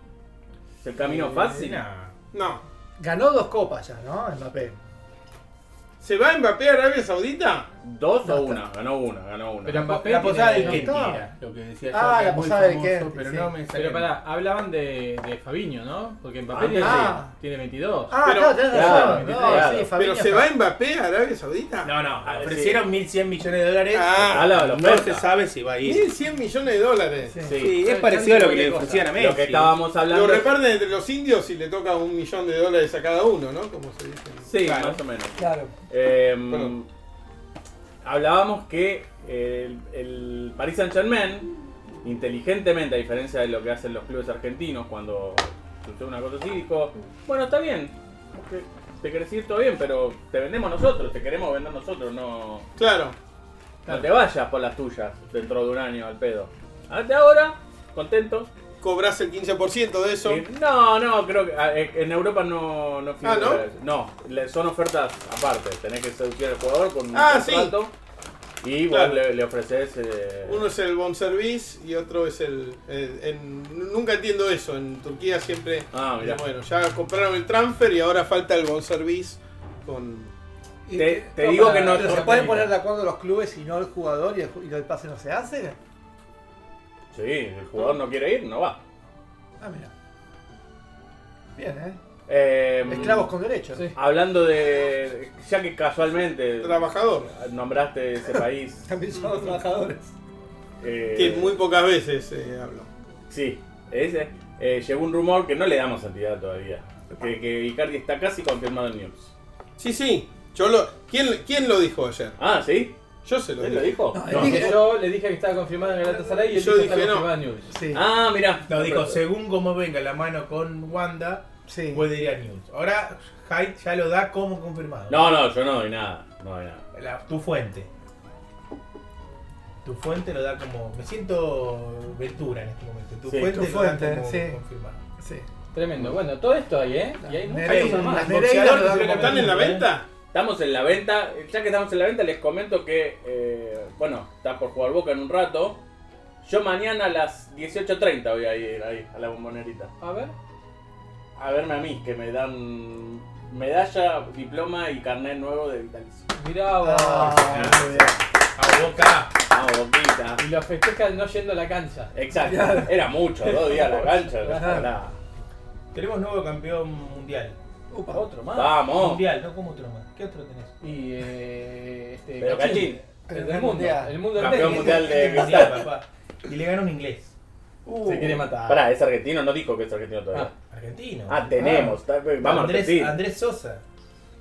S3: ¿Es el camino fácil?
S6: No.
S4: Ganó dos copas ya, ¿no? Mbappé.
S6: ¿Se va Mbappé a Arabia Saudita?
S3: ¿Dos
S4: No,
S3: o una? Ganó una, ganó una.
S1: Pero Mbappé
S2: La posada del
S1: tiene-
S2: Kenti
S4: Kenti está.
S2: era lo que decía yo.
S4: Ah,
S2: que
S4: la
S2: es muy
S4: posada del
S2: famoso,
S4: Kenti,
S2: Pero
S4: sí.
S2: no me sale.
S1: Pero pará, hablaban de, de Fabiño, ¿no? Porque Mbappé
S3: Ah,
S1: tiene,
S4: ah.
S1: tiene 22.
S4: Ah,
S6: Pero-
S4: claro, tenés
S3: claro,
S4: razón. No,
S3: claro.
S4: sí,
S6: ¿Pero
S4: Fabinho
S6: se
S4: está-
S6: va Mbappé a Arabia Saudita?
S2: No, no,
S3: Ah,
S2: ofrecieron 1.100 millones de dólares.
S6: Ah,
S3: la- la
S2: no
S3: oferta.
S2: se sabe si va a ir.
S6: 1.100 millones de dólares.
S4: Sí.
S2: Sí, es parecido a lo que le ofrecían a Messi.
S3: Lo que estábamos hablando.
S6: Lo reparten entre los indios y le toca un millón de dólares a cada uno, ¿no? Como se dice.
S3: Sí,
S2: Claro.
S3: más o menos.
S4: Claro.
S3: Eh,
S6: Perdón.
S3: hablábamos que el, el Paris Saint Germain, inteligentemente, a diferencia de lo que hacen los clubes argentinos cuando sucede una cosa así, dijo, bueno, está bien, te- te querés ir todo bien, pero te vendemos nosotros, te queremos vender nosotros, no,
S6: Claro.
S3: no te vayas por las tuyas dentro de un año al pedo. Hasta ahora, contentos.
S6: Cobras el 15% de eso.
S3: Eh, No, no, creo que ah, eh, en Europa no, no figura
S6: Ah, ¿no?
S3: eso. No, le- son ofertas aparte. Tenés que seducir al jugador con un
S6: Ah,
S3: contrato y vos
S6: Claro.
S3: le, le ofreces. eh,
S6: Uno es el bon service y otro es el. el- en- nunca entiendo eso. En Turquía siempre.
S3: Ah, mirá.
S6: Bueno, ya compraron el transfer y ahora falta el bon service con.
S4: Y-
S3: Te- te digo
S4: para-
S3: que no-
S4: ¿pero ¿Se pueden poner de acuerdo los clubes y no el jugador y el, ju- y el pase no se hace?
S3: Sí, el jugador no quiere ir, no va.
S4: Ah, mira. Bien, ¿eh?
S3: Eh,
S4: Esclavos con derechos.
S1: Sí.
S3: Hablando de. Ya que casualmente
S6: Trabajador.
S3: nombraste ese país.
S4: También son los trabajadores.
S3: eh,
S6: [LAUGHS] Que muy pocas veces eh, hablo.
S3: Sí, ese. eh, llegó un rumor que no le damos entidad todavía. Que, que Icardi está casi confirmado en News.
S6: Sí, sí. Yo lo, ¿quién, ¿Quién lo dijo ayer?
S3: Ah, ¿sí?
S6: Yo se lo
S3: ¿Él lo
S6: dije.
S3: dijo?
S4: No, él
S3: No.
S4: dijo-
S1: Yo le dije que estaba confirmado en el Galatasaray y él dijo
S6: Yo
S1: que está
S6: dije no.
S1: confirmado en News.
S4: Sí.
S3: Ah, mirá.
S2: No, dijo, según cómo venga la mano con Wanda,
S4: sí.
S2: puede ir a News. Ahora Hyde ya lo da como confirmado.
S3: No, no, yo no doy nada. No doy nada.
S2: La- tu fuente. Tu fuente lo da como. Me siento Ventura en este momento. Tu
S3: Sí.
S2: fuente
S4: Tu
S2: lo
S4: fuente,
S2: da como
S4: sí.
S2: confirmado.
S4: sí.
S1: Tremendo. Bueno, todo esto hay, ¿eh? Y hay muchas
S4: Nereida,
S1: cosas más.
S4: las Nereidas lo dan
S2: Boxeador,
S4: como-
S6: ¿Están en la venta?
S3: Estamos en la venta. Ya que estamos en la venta, les comento que, eh, bueno, está por jugar Boca en un rato. Yo mañana a las 18.30 voy a ir ahí, a la bombonerita.
S1: A ver.
S3: A verme a mí, que me dan medalla, diploma y carnet nuevo de vitalicio.
S1: Mirá vos.
S4: Ah, muy bien.
S2: A boca.
S3: Ah, Boquita.
S1: Y lo festejan no yendo a la cancha. [LAUGHS]
S3: Exacto. Era mucho, dos días a la cancha. la verdad.
S2: Tenemos nuevo campeón mundial.
S4: Upa.
S1: Otro más.
S3: Vamos.
S2: Mundial, ¿no? ¿Cómo otro más? ¿Qué otro tenés?
S1: Y eh, este,
S3: Pero Cachín,
S1: El del mundo. El mundo del
S3: Campeón
S1: tenis.
S3: mundial de
S2: Este Mundial,
S3: Qatar.
S2: papá. Y le ganó un inglés.
S4: Uh,
S1: Se quiere matar.
S3: Pará, es argentino, no dijo que es argentino todavía.
S2: Argentino.
S3: Ah, tenemos. está- Vamos,
S2: Andrés,
S3: Argentina.
S2: Andrés Sosa.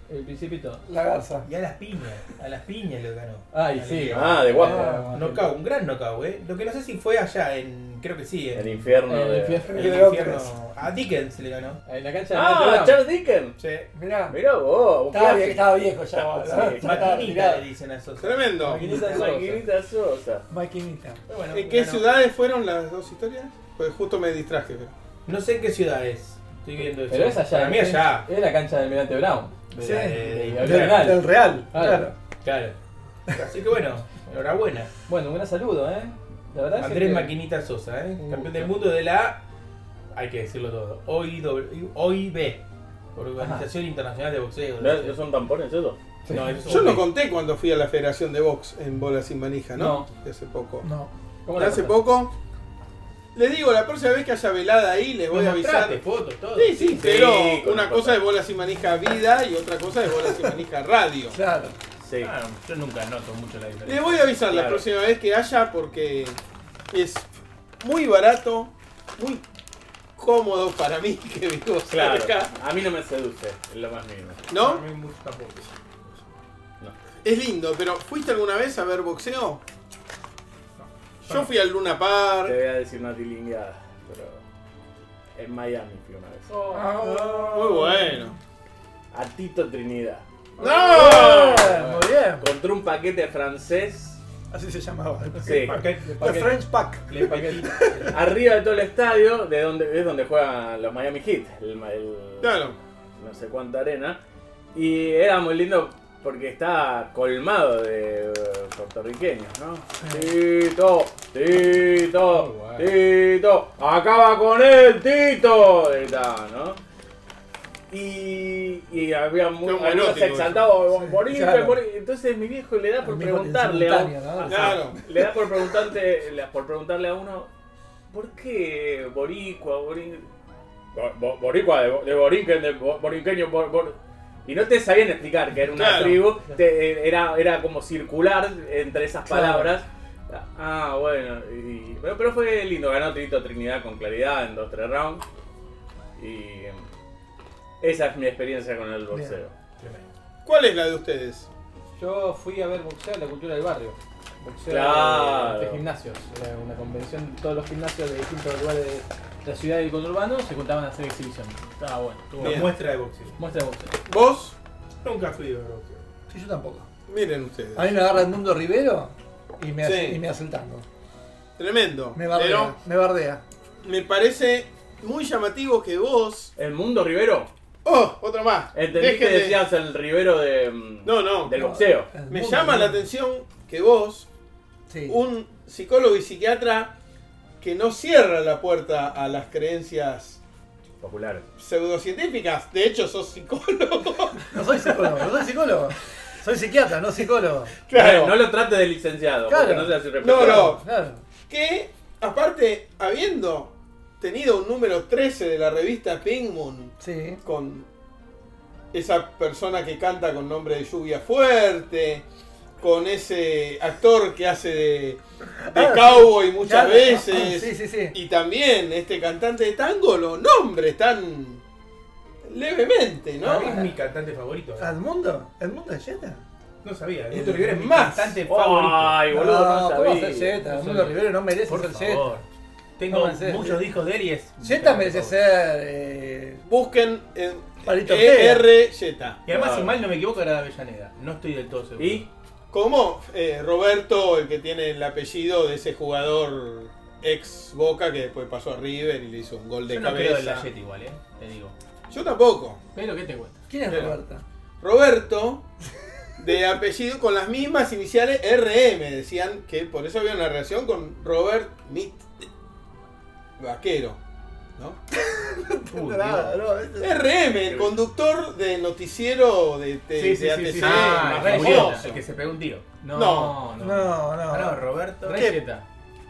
S1: El principito.
S4: La garza.
S2: Y a las piñas. A las piñas lo ganó.
S1: Ay,
S2: Al
S1: sí.
S2: inglés.
S3: Ah, de guapo.
S1: Ah,
S2: Knockout, un gran knockout, eh. Lo que no sé si fue allá en. Creo que sí, en.
S3: El infierno
S1: El
S3: de.
S1: infierno.
S2: en
S4: de
S2: el
S4: Londres.
S2: infierno. A Dickens le ganó.
S1: En la cancha de
S3: Ah,
S1: Notre Dame.
S3: Charles Dickens.
S2: Sí.
S4: Mirá.
S3: Mirá vos, un
S4: Estaba, vie-
S3: clásico.
S4: estaba viejo ya. boludo.
S3: Sí,
S4: Ya estaba
S2: Ah, Maquinita
S4: retirado.
S2: le dicen a Sosa.
S6: Tremendo.
S1: Maquinita Sosa.
S3: Maquinita Sosa.
S4: Maquinita.
S2: Pero bueno,
S6: ¿En qué
S2: ganó.
S6: ciudades fueron las dos historias? Pues justo me distraje. pero-
S2: No sé en qué ciudad es. Estoy viendo eso.
S1: Pero es allá.
S2: Para mí allá.
S1: Es la cancha del Mirante Brown.
S2: De-
S4: Sí.
S2: de-
S1: Del-
S2: de-
S1: Real.
S4: Del Real.
S1: Claro.
S4: Claro.
S2: Claro. Así que bueno, enhorabuena.
S1: Bueno, un gran saludo, ¿eh? La verdad es
S2: Andrés
S1: que-
S2: Maquinita Sosa, ¿eh?
S1: Un
S2: campeón
S1: gusto.
S2: del mundo de la. Hay que decirlo todo. OIB.
S5: Organización Internacional de Boxeo.
S3: ¿No, no son tampones esos?
S5: No, eso es
S6: Yo
S5: un-
S6: lo conté cuando fui a la Federación de Box en Bola Sin Manija, ¿no?
S2: No.
S6: De hace poco.
S4: No.
S2: ¿Cómo
S6: De
S2: la
S6: hace
S2: pasaste?
S6: poco. Les digo, la próxima vez que haya velada ahí, les voy a
S5: Nos
S6: avisar.
S5: mostraste fotos, todo.
S6: Sí, sí, pero
S3: con
S6: una
S3: la
S6: cosa
S3: foto.
S6: es Bola Sin Manija Vida y otra cosa es Bola Sin Manija Radio.
S4: [LAUGHS] Claro.
S3: Sí.
S2: Ah, yo nunca noto mucho la diferencia.
S6: Les voy a avisar la
S3: Claro.
S6: próxima vez que haya porque es muy barato, muy cómodo para mí [LAUGHS] que vivo
S3: Claro,
S6: cerca,
S3: a mí no me seduce, en lo más mínimo.
S6: ¿no?
S2: A mí mucho tampoco.
S6: Es lindo, pero ¿fuiste alguna vez a ver boxeo? Yo fui al Luna
S3: Te
S6: Park.
S3: voy a decir una tilingueada, pero en Miami fui una vez.
S4: Ah,
S6: Muy bueno.
S3: A Tito Trinidad.
S6: ¡No!
S4: Muy bien.
S3: Encontré un paquete francés.
S4: Así se llamaba.
S3: Sí.
S2: Paquete,
S4: The
S2: paquete,
S4: French Pack.
S2: le paquete.
S3: Arriba de todo el estadio, de donde, es donde juegan los Miami Heat. El, el-
S6: Claro.
S3: no sé cuánta arena. Y era muy lindo porque estaba colmado de eh, puertorriqueños, ¿no? Tito, Tito, Tito, acaba con él, Tito, gritaban, ¿no? Y, y había mu-
S6: Qué
S3: algunos
S6: homoerótico
S3: exaltados,
S4: Sí,
S3: morir,
S4: claro.
S3: Entonces mi viejo le da por
S4: El mismo-
S3: preguntarle a,
S4: simultáneo, ¿no?
S3: a-
S6: Claro.
S3: le da por preguntarte, le- por preguntarle a uno, ¿por qué boricua, bori- bo- bo- boricua de, bo- de borinquen, de bo- borinqueño, bor- bor- y no te sabían explicar que era una
S6: Claro.
S3: tribu, te- era, era como circular entre esas
S4: Claro.
S3: palabras. Ah, bueno, y- pero, pero fue lindo, ganó Tito Trinidad con claridad en 2-3 rounds. Y em, esa es mi experiencia con el boxeo.
S6: ¿Cuál es la de ustedes?
S1: Yo fui a ver boxeo en la cultura del barrio. Boxeo
S3: Claro.
S1: de gimnasios. Era una convención, todos los gimnasios de distintos lugares de la ciudad y del conurbano se juntaban a hacer exhibición. Estaba bueno, estuvo
S6: Bien.
S1: bueno.
S5: muestra de boxeo.
S1: Muestra de boxeo.
S6: ¿Vos?
S5: Nunca fui de boxeo.
S4: Sí, yo tampoco.
S6: Miren ustedes.
S4: A mí me agarra Edmundo Rivero y me, hace-
S6: Sí.
S4: y me hace el tango.
S6: Tremendo.
S4: Me bardea.
S6: pero
S4: Me bardea.
S6: me parece muy llamativo que vos.
S3: ¿El mundo Rivero?
S6: ¡Oh! Otro más.
S3: ¿Entendí que
S6: Dejen de-
S3: decías el Rivero de, em,
S6: No, no.
S3: del boxeo?
S6: Me
S4: Edmundo,
S6: llama la
S4: ¿no?
S6: atención que vos,
S4: Sí.
S6: un psicólogo y psiquiatra que no cierra la puerta a las creencias
S3: Popular.
S6: pseudocientíficas, de hecho
S4: [LAUGHS]
S6: sos psicólogo.
S4: No soy psicólogo, no soy psicólogo. Soy psiquiatra, no psicólogo.
S3: No, no lo trate de licenciado, porque
S4: Claro.
S3: no se hace
S6: No, no.
S4: Claro.
S6: que aparte, habiendo tenido un número 13 de la revista Pink Moon
S4: Sí.
S6: con esa persona que canta con nombre de lluvia fuerte, con ese actor que hace de, de
S4: Ah,
S6: cowboy muchas
S4: Claro.
S6: veces,
S4: Sí, sí, sí.
S6: y también este cantante de tango, los nombres tan levemente,
S5: No,
S6: ¿no?
S5: es Ah, mi cantante favorito.
S4: Ah. ¿Edmundo? ¿Edmundo es Jetta?
S5: No sabía. Víctor Rivera es mi
S6: Más.
S5: cantante
S2: Ah,
S5: favorito.
S3: Ay, boludo, no,
S4: ¿cómo va a
S3: sabía.
S4: ser Jetta?
S5: No
S4: Edmundo
S5: sabía.
S4: Rivero no merece
S5: Por
S4: ser Jetta.
S5: favor. Tengo
S4: ¿Cómo es?
S5: muchos discos de él y es. mi
S4: Jetta
S5: cantante
S4: merece
S5: favorito.
S4: ser. eh,
S6: Busquen en
S4: Palito
S6: ER Zeta.
S5: Y además,
S3: Claro.
S5: si mal no me equivoco, era de Avellaneda. No estoy del todo seguro.
S3: ¿Y?
S6: Como eh, Roberto, el que tiene el apellido de ese jugador ex Boca que después pasó a River y le hizo un gol de
S5: Yo no creo en la
S6: cabeza.
S5: Jet igual, eh. Te digo.
S6: Yo tampoco.
S1: Pero ¿qué te cuesta?
S4: ¿Quién es
S6: Claro.
S4: Roberta?
S6: Roberto, de apellido con las mismas iniciales RM, decían que por eso había una relación con Robert Mit Vaquero. ¿no?
S5: Uy,
S4: Nada,
S5: Dios.
S4: no, es-
S6: RM, el conductor de noticiero de, de,
S1: Sí, sí,
S6: de
S1: sí,
S6: ATC,
S1: sí.
S5: Ah,
S6: más
S5: el que
S1: Reyes.
S5: murió,
S6: famoso.
S5: el que se pegó un tiro.
S1: No,
S6: No.
S1: no.
S4: No, no.
S5: Ah, no, Roberto.
S1: Re
S5: Que
S1: Jetta.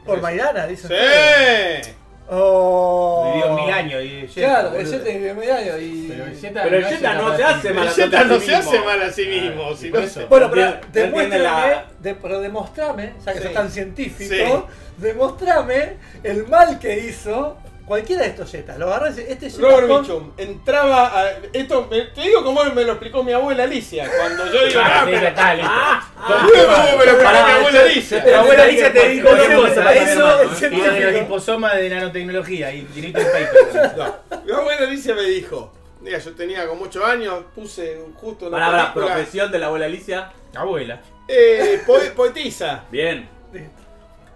S4: Por Maidana, dice.
S6: Sí.
S4: Oh.
S5: Vivió mil años. Y
S4: Claro,
S5: boludo.
S4: el Jetta vivió mil años y.
S1: Pero el Jetta
S3: Pero el
S1: no es
S3: Jetta
S1: una
S3: no se
S1: persona.
S3: hace mal.
S6: Zeta no se hace mal a sí mismo,
S5: Ah,
S6: si
S5: y
S6: no
S5: por eso.
S6: se-
S4: Bueno,
S3: No
S4: pero
S3: entiende- no entiende
S4: demuéstrame,
S3: la-
S4: de- pero demostrame, ya que
S6: Sí.
S4: sos tan científico, demostrame el mal que hizo cualquiera de estos yetas. Lo agarrás y este yeta
S6: Robert
S4: con-
S6: Mitchum entraba a. Esto me- te digo como me lo explicó mi abuela Alicia. Cuando yo digo.
S5: Ah,
S6: ¡Ah,
S5: sí,
S6: pero,
S5: está listo.
S6: ah, ¿cómo me lo explicó
S3: pará,
S6: mi abuela Alicia!
S5: La abuela
S3: Alicia
S5: Alicia te dijo
S3: cualquier
S5: una
S3: cosa,
S5: cosa,
S4: eso
S5: eso Y
S4: es
S5: de los
S4: científico.
S5: liposomas de nanotecnología y grito en paper.
S6: No, mi abuela Alicia me dijo. Mira, yo tenía como 8 años, puse justo una
S3: Palabra,
S6: película,
S3: profesión de la abuela Alicia.
S5: Abuela.
S6: eh, po- poetisa.
S3: Bien.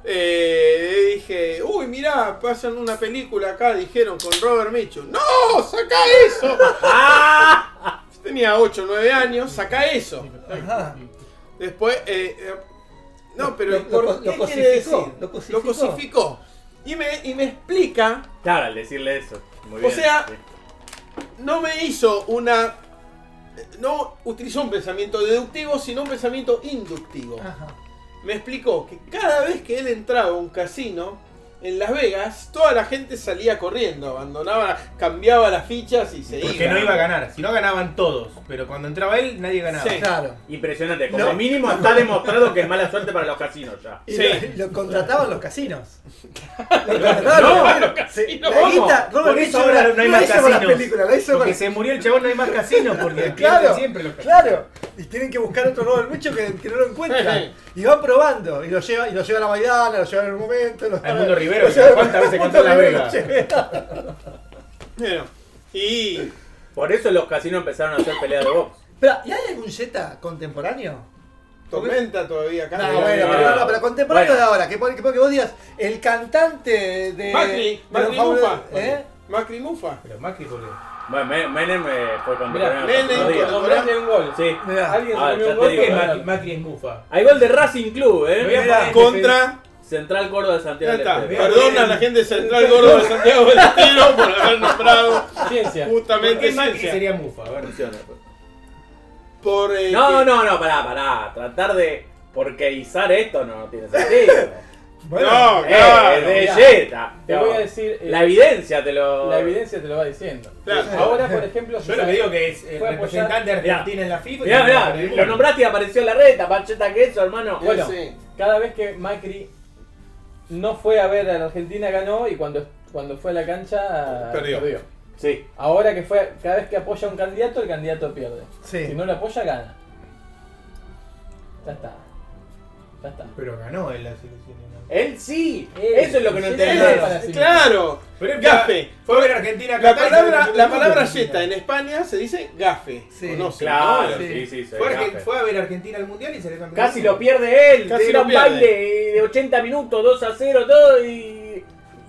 S6: Eh, dije, uy, mirá, pasan una película acá, dijeron, con Robert Mitchum. ¡No! ¡Saca eso! Yo tenía 8 o 9 años, saca eso.
S4: Ajá.
S6: Después, eh, eh, no, pero
S4: Lo- lo-
S6: ¿por
S4: lo
S6: qué
S4: cosificó,
S6: quiere decir?
S4: lo cosificó.
S6: cosificó. Y me, y me explica
S3: Claro, al decirle eso. Muy
S6: O
S3: bien.
S6: sea,
S3: Sí.
S6: no me hizo una. No utilizó un pensamiento deductivo, sino un pensamiento inductivo.
S4: Ajá.
S6: Me explicó que cada vez que él entraba a un casino en Las Vegas, toda la gente salía corriendo, abandonaba, cambiaba las fichas y se
S2: Porque no iba a ganar. Si no ganaban todos. Pero cuando entraba él, nadie ganaba.
S6: Sí.
S4: Claro.
S3: Impresionante. Como
S4: No.
S3: mínimo está demostrado que es mala suerte para los casinos ya.
S4: Y
S6: Sí.
S4: lo, lo contrataban los casinos. Lo contrataban
S3: No,
S4: los casinos. Sí, la
S2: ¿cómo?
S4: guita, Robert
S2: Por eso
S4: hizo
S2: ahora
S4: la-
S2: no hay
S4: la
S2: más
S4: hizo con las
S2: casinos.
S4: películas, la hizo con
S2: Porque se murió el chabón, no hay más casinos. Porque
S4: Claro,
S2: pierden siempre los casinos.
S4: claro. Y tienen que buscar otro Robert Mucho que, que no lo encuentran. Y va probando. Y lo lleva, y lo lleva a la Maidana, lo lleva en el momento. Lo
S2: Al mundo Rivero,
S4: lo lleva-
S2: ¿cuántas veces
S4: al
S2: contó
S4: mundo
S2: la
S4: Rivero
S2: Vega?
S4: lo lleva.
S6: Bueno, y
S3: Por eso los casinos empezaron a hacer pelea de box.
S4: Pero, ¿y hay algún Jetta contemporáneo?
S6: tormenta todavía Ah. acá.
S4: No, bueno,
S3: no,
S4: pero,
S3: no.
S4: no, pero contemporáneo
S3: Bueno.
S4: de ahora, que, pone- que, pone que vos digas, el cantante de.
S6: Macri,
S4: de
S6: Macri
S4: los
S6: Mufa.
S4: fabulosos- ¿eh?
S6: Macri Mufa.
S2: Pero Macri, porque.
S3: Bueno, Men- Menem eh, fue
S1: Mirá,
S3: contemporáneo.
S6: Menem,
S3: Menem,
S6: contra-
S1: Nombraste un gol.
S3: Sí.
S4: Mirá.
S2: Alguien
S3: Ah,
S2: se comió
S3: ya
S2: un
S3: te
S2: gol
S3: digo,
S2: que
S3: bueno.
S2: Macri, Macri es mufa.
S3: Hay gol de Racing Club, ¿eh?
S2: Voy a
S6: Mira,
S2: poner
S6: contra.
S3: Central Córdoba de
S6: Ya
S3: Santiago del
S6: está.
S3: Este.
S2: Vea,
S6: Perdona a
S2: bien.
S6: la gente de Central Gordo de Santiago del Estero por haber nombrado
S1: Ciencia.
S2: ¿Por
S6: justamente
S2: qué Macri
S6: Ciencia.
S2: sería mufa? A ver.
S3: Funciona, pues.
S6: Por, eh,
S3: No,
S6: que-
S3: no, no, pará, pará. Tratar de porqueizar esto no tiene sentido.
S4: Bueno,
S6: No,
S3: eh,
S6: claro.
S3: de
S1: mirá.
S3: Jetta.
S1: Te voy a decir. eh,
S3: La evidencia te lo.
S1: la evidencia te lo va diciendo.
S6: Claro.
S1: Ahora, por ejemplo,
S2: Yo lo que digo que es el
S1: Fue a
S2: representante de
S3: Mirá.
S2: Argentina en la FIFA. y
S3: Mirá,
S2: campeón
S3: mirá,
S2: del
S3: lo
S2: mundo.
S3: nombraste y apareció la reta, pacheta queso, hermano.
S1: Bueno.
S6: Sí.
S1: cada vez que Macri no fue a ver a la Argentina ganó y cuando, cuando fue a la cancha
S6: Perdió.
S3: Sí.
S1: Ahora que fue, cada vez que apoya a un candidato, el candidato pierde.
S4: Sí.
S1: Si no lo apoya, gana. Ya está. Ya está.
S2: Pero ganó él la selección. ¿no?
S3: Él sí.
S1: Él.
S3: Eso es lo que no
S1: Sí,
S3: entendés.
S1: para sí mismo.
S6: Claro.
S2: Pero él
S6: Gafe.
S2: Fue a ver a Argentina. a
S6: La
S2: Qatar y se
S6: palabra, la
S2: lo ganó
S6: palabra
S2: Argentina.
S6: yeta en España se dice gafe.
S4: Sí.
S6: ¿o no?
S3: Claro,
S4: Sí.
S3: sí, sí. soy
S2: Fue, a Argen-
S3: gafe.
S2: fue a ver a Argentina al mundial y se le cambió.
S3: Casi lo pierde él.
S6: Casi
S3: Era
S6: lo
S3: un
S6: pierde.
S3: baile de 80 minutos, 2 a 0, todo y.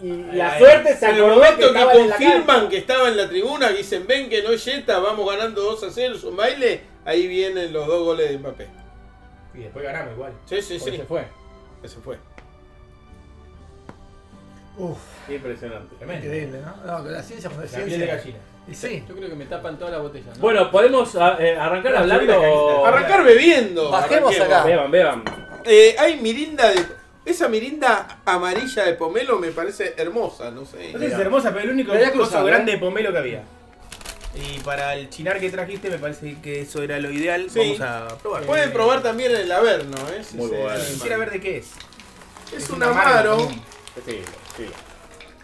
S3: Y la
S2: Ay,
S3: suerte se
S6: En el
S3: acordó que
S6: momento que
S3: estaba en la cancha.
S6: confirman que estaba en la tribuna, que dicen ven que no es Jetta, vamos ganando 2 a 0, es un baile, ahí vienen los dos goles de Mbappé.
S2: Y después ganamos igual.
S6: Sí, sí,
S1: Porque Pues
S6: sí.
S1: se fue.
S6: Se fue.
S4: Uf,
S3: Impresionante.
S2: Tremendo.
S4: increíble, ¿no? No, pero la ciencia fue
S2: La piel de
S4: ciencia.
S2: gallina.
S4: Y sí.
S1: Yo creo que me tapan toda la botella. ¿no?
S3: Bueno, podemos a- eh, arrancar
S2: Vamos a subir la
S3: hablando.
S2: cajita.
S6: Arrancar bebiendo.
S4: Bajemos acá.
S3: Beban, beban.
S6: Eh, hay mirinda de. Esa mirinda amarilla de pomelo me parece hermosa, no sé.
S2: No sé si es hermosa, pero el único
S4: Me había
S2: coso
S4: cruzado,
S2: grande de pomelo que había. Y para el chinar que trajiste, me parece que eso era lo ideal.
S6: Sí.
S2: Vamos a probar.
S6: Pueden probar también el Averno, ¿eh? Si
S3: Eh, Muy
S6: se
S3: bueno.
S6: animan.
S2: Quisiera ver de qué es.
S6: Es un amaro.
S3: Sí, sí.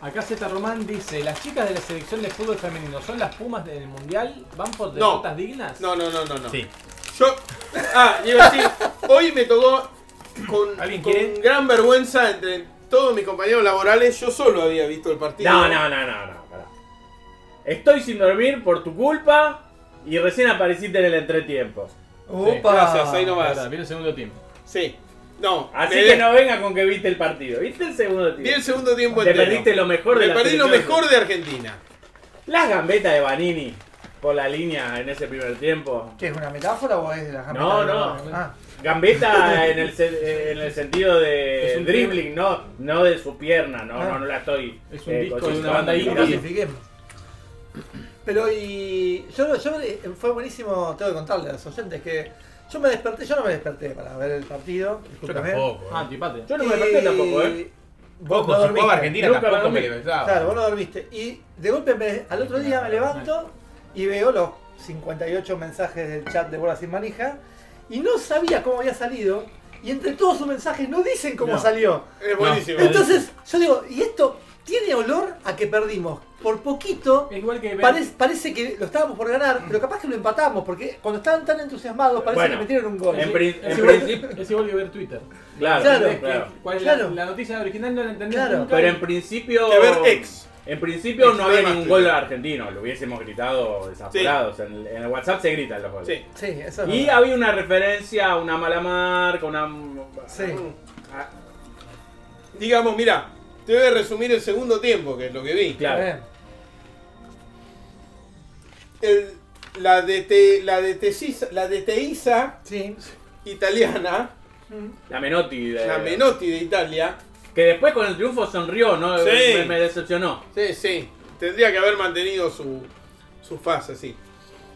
S1: acá Z Román dice, las chicas de la selección de fútbol femenino son las pumas del mundial, van por
S6: No.
S1: derrotas dignas.
S6: No, no, no, no. no.
S2: Sí.
S6: Yo. Ah, iba a decir. hoy me tocó con,
S2: ¿Alguien quiere?
S6: con gran vergüenza entre todos mis compañeros laborales. Yo solo había visto el partido.
S3: No, no, no, no, no. pará. Estoy sin dormir por tu culpa y recién apareciste en el entretiempo.
S4: Opa.
S6: gracias, ahí nomás.
S1: Ahora, viene Ah, el segundo tiempo.
S6: Sí. No.
S3: Así
S6: me
S3: que
S6: de-
S3: no venga con que viste el partido. ¿Viste el segundo
S6: Vi
S3: tiempo?
S6: el segundo tiempo
S3: Te
S6: entero.
S3: perdiste lo mejor de
S6: Me
S3: la
S6: perdí lo
S3: selección.
S6: mejor de Argentina.
S3: Las gambetas de Banini por la línea en ese primer tiempo.
S4: ¿Qué es una metáfora o es de la
S3: No,
S4: gambeta?
S3: no.
S4: Ah,
S6: [LAUGHS]
S3: Gambeta en el, se- eh, en el sentido de
S1: Es un
S3: dribbling, no, no de su pierna. No,
S4: Ah.
S3: no, no la estoy. eh,
S1: Es un disco de
S3: cocinando.
S1: una banda
S4: lo
S1: indie.
S3: Gracias.
S4: clasifiquemos. Pero y yo, yo eh, fue buenísimo, tengo que contarle a los oyentes que yo me desperté, yo no me desperté para ver el partido,
S2: Yo
S4: discúlpame.
S2: tampoco.
S1: Ah, antipate.
S3: Yo no me desperté
S4: Y-
S3: tampoco, ¿eh?
S4: Vos
S2: Poco,
S4: no
S2: si jugaba
S4: dormiste.
S2: Argentina
S3: Nunca
S2: tampoco
S3: dormí.
S2: me levantaba.
S4: Claro, vos no dormiste. Y de golpe me- al otro día me levanto y veo los 58 mensajes del chat de Bola Sin Manija y no sabía cómo había salido. Y entre todos sus mensajes no dicen cómo
S2: No.
S4: salió.
S6: Es buenísimo.
S4: Entonces, yo digo, y esto tiene olor a que perdimos. Por poquito,
S1: Es igual que...
S4: parece, parece que lo estábamos por ganar, pero capaz que lo empatamos, porque cuando estaban tan entusiasmados parece
S3: Bueno,
S4: que metieron un gol.
S3: en pri-
S1: es,
S3: en
S1: igual,
S3: principio-
S1: es igual que ver Twitter.
S3: Claro,
S4: Claro.
S3: claro.
S1: ¿Cuál es
S4: Claro.
S1: La, la noticia original no la entendés
S4: Claro.
S1: nunca.
S3: Pero en principio.
S6: Que ver ex.
S3: En principio
S6: Ex
S3: no había
S6: Remastered.
S3: ningún gol argentino, lo hubiésemos gritado desaforados. En, el, en el WhatsApp se gritan los goles.
S6: Sí.
S4: Sí, eso es
S3: Y
S4: verdad.
S3: había una referencia a una mala marca, una.
S4: Sí.
S3: Ah,
S6: Digamos, mira, te voy a resumir el segundo tiempo, que es lo que vi.
S3: claro.
S6: El- la DT, la DTiza la DTiza
S4: Sí. Mm,
S6: italiana,
S3: La Menotti. de-
S6: la Menotti de Italia.
S3: Que después con el triunfo sonrió, ¿no?
S6: Sí.
S3: Me, me decepcionó.
S6: Sí, sí. Tendría que haber mantenido su, su fase, sí.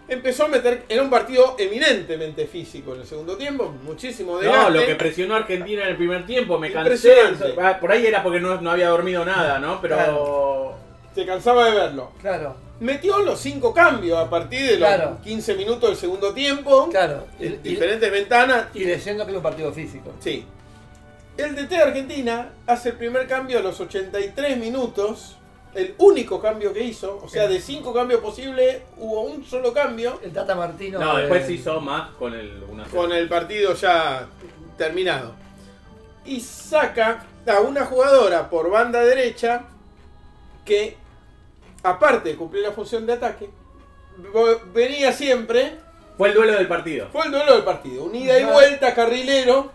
S6: Empezó a meter, era un partido eminentemente físico en el segundo tiempo, muchísimo de
S3: No, lo que presionó a Argentina en el primer tiempo, me cansé.
S6: Impresionante.
S3: Ah, Por ahí era porque no, no había dormido nada, ¿no? Pero.
S6: se cansaba de verlo.
S4: Claro,
S6: Metió los cinco cambios a partir de los
S4: Claro.
S6: 15 minutos del segundo tiempo,
S4: claro. Y,
S6: en
S4: y-
S6: diferentes ventanas.
S4: y leyendo que es un partido físico.
S6: Sí. El DT de Argentina hace el primer cambio a los 83 minutos. El único cambio que hizo, o sea, de cinco cambios posibles, hubo un solo cambio
S4: El Tata Martino.
S3: No, después
S4: eh,
S3: hizo más con el. Una
S6: con el partido ya terminado. Y saca a una jugadora por banda derecha que, aparte de cumplir la función de ataque, vo- venía siempre
S3: Fue el duelo del partido.
S6: Fue el duelo del partido. Unida y
S4: Ajá.
S6: vuelta, carrilero.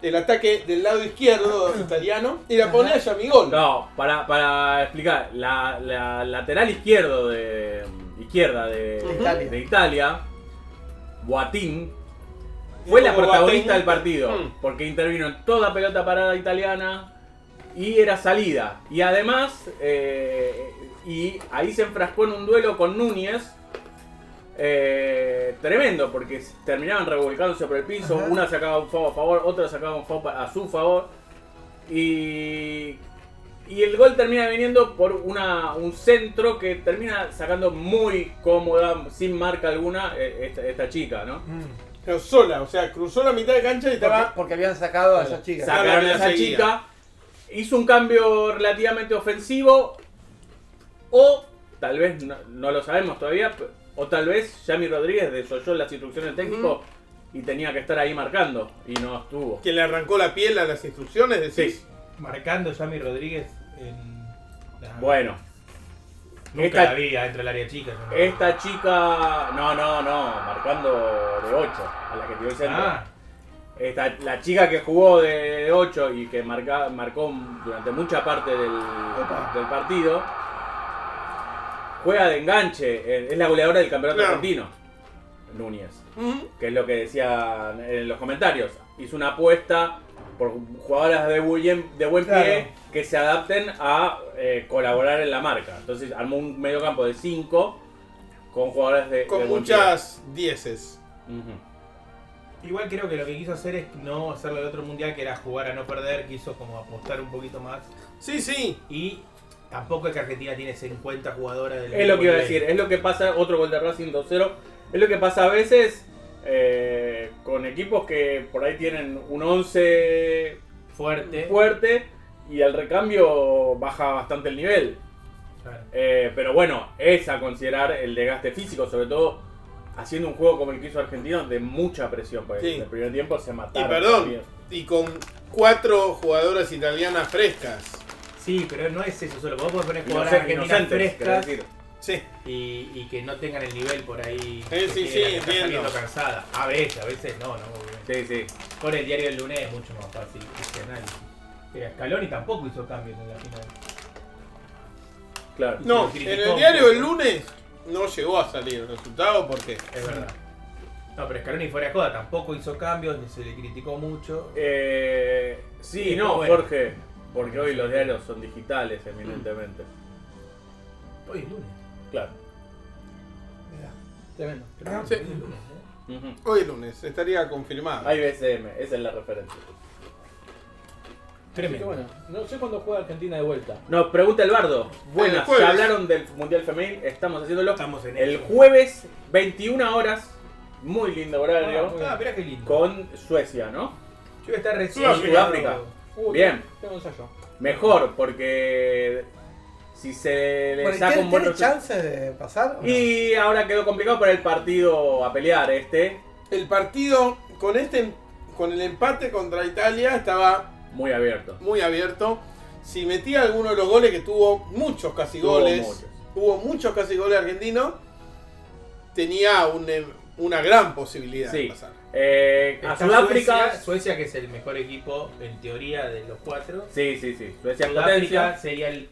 S6: El ataque del lado izquierdo italiano. Y la pone a Yamigol.
S3: No, para, para explicar, la, la lateral izquierdo de. izquierda de,
S6: De
S4: Italia.
S3: de Italia, Boatín, fue la
S6: Diego
S3: protagonista
S6: Boateng.
S3: del partido.
S6: Mm.
S3: Porque intervino en toda pelota parada italiana y era salida. Y además, eh, y ahí se enfrascó en un duelo con Núñez. eh, tremendo, porque s- terminaban revolcándose por el piso.
S4: Ajá.
S3: Una sacaba un foul a favor, otra sacaba un foul pa- a su favor. Y, y el gol termina viniendo por una, un centro que termina sacando muy cómoda, sin marca alguna, eh, esta, esta chica, ¿no?
S4: mm,
S6: Pero sola, o sea, cruzó la mitad de cancha y
S4: Porque,
S6: estaba.
S4: porque habían sacado a esas chicas.
S6: Saca-
S3: Sacaron a esa
S6: seguía.
S3: chica, hizo un cambio relativamente ofensivo, o tal vez no, no lo sabemos todavía, p- o tal vez Yami Rodríguez desoyó las instrucciones del técnico y tenía que estar ahí marcando, y no estuvo.
S6: Que le arrancó la piel a las instrucciones. Decís.
S3: Sí,
S2: Marcando Yami Rodríguez en. la-
S3: bueno.
S2: Nunca
S3: Esta-
S2: la vi dentro del área chica. yo no-
S3: Esta chica. No, no, no. Marcando de 8. A la que tiró el centro.
S2: Ah,
S3: Esta, la chica que jugó de 8 y que marca, marcó durante mucha parte del, del partido. Juega de enganche. eh, Es la goleadora del campeonato
S6: Claro.
S3: argentino. Núñez.
S6: Ujú.
S3: Que es lo que decían en los comentarios. Hizo una apuesta por jugadoras de buen, de buen
S4: Claro.
S3: pie que se adapten a eh, colaborar en la marca. Entonces armó un medio campo de 5 con jugadores de, de
S6: Con
S3: buen
S6: muchas dieces.
S3: pie. Ujú.
S2: igual creo que lo que quiso hacer es no hacer lo de otro mundial, que era jugar a no perder, quiso como apostar un poquito más.
S6: Sí, sí.
S2: Y tampoco es que Argentina tiene 50 jugadoras del
S3: Es lo que iba a
S2: nivel.
S3: decir, es lo que pasa, otro gol de Racing 2-0, es lo que pasa a veces eh, con equipos que por ahí tienen un 11
S2: Fuerte.
S3: fuerte y el recambio baja bastante el nivel.
S2: Claro.
S3: Eh, pero bueno, es a considerar el desgaste físico, sobre todo haciendo un juego como el que hizo Argentino de mucha presión, porque
S6: Sí.
S3: en el primer tiempo se
S6: Y
S3: mataron.
S6: perdón.
S3: también.
S6: Y con cuatro jugadoras italianas frescas.
S2: Sí, pero no es eso solo. Vos podés poner jugadoras
S3: Inocentes,
S2: argentinas
S3: inocentes, quiero
S2: frescas
S3: decir.
S6: Sí.
S2: y, y que no tengan el nivel por ahí.
S6: Eh, sí,
S2: que
S6: sí,
S2: la que está
S6: entiendo.
S2: saliendo cansada. A veces, a veces no, no. obviamente.
S3: Sí, sí.
S2: Con el diario del lunes es mucho más fácil ese análisis. Eh, Scaloni tampoco hizo cambios en la final.
S3: Claro.
S6: No,
S2: Lo
S6: en
S2: criticó
S6: el
S2: un
S6: diario
S2: poco.
S6: el lunes no llegó a salir el resultado porque.
S2: Es verdad. No, pero Scaloni fuera de joda tampoco hizo cambios, ni se le criticó mucho.
S3: Eh, sí,
S2: Sí,
S3: no,
S2: bueno.
S3: Jorge, porque hoy los diarios son digitales, eminentemente.
S2: Hoy es lunes.
S3: Claro.
S4: Mirá, Tremendo.
S3: Ah,
S2: Creo que
S6: Sí.
S2: hoy es lunes, ¿eh?
S3: Ujú.
S6: Hoy el lunes estaría confirmado.
S3: Hay BSM, esa es la referencia.
S1: Así que
S2: Tremendo.
S1: bueno, no sé cuándo juega Argentina de vuelta.
S3: Nos pregunta el bardo. Buenas,
S6: jueves.
S3: ya hablaron del Mundial Femenil, estamos haciéndolo.
S2: Eh, Estamos en
S3: El
S2: eso.
S3: jueves, 21 horas, muy lindo
S2: Ah,
S3: horario,
S2: ah, mirá qué lindo.
S3: con Suecia, ¿no?
S2: Yo voy a estar recién.
S3: Sudáfrica. Sudáfrica.
S1: Uy,
S3: Bien.
S1: Tengo ensayo.
S3: Mejor, porque si se le
S4: Bueno, ¿y
S3: saca
S4: ¿Tiene,
S3: un buen
S4: tiene
S3: resultado.
S4: chances de pasar? o no?
S3: Y ahora quedó complicado para el partido a pelear este.
S6: El partido con este con el empate contra Italia estaba
S3: Muy abierto.
S6: muy abierto. Si metía alguno de los goles que tuvo muchos casi
S3: Tuvo
S6: goles,
S3: muchos.
S6: hubo muchos casi goles argentinos, tenía un, eh, una gran posibilidad de
S3: Sí.
S6: pasar.
S3: Eh, a
S2: Está
S3: Sudáfrica.
S2: Suecia, Suecia, que es el mejor equipo en teoría de los cuatro.
S3: Sí, sí, sí. Suecia en
S2: Sudáfrica
S3: potencia.
S2: sería el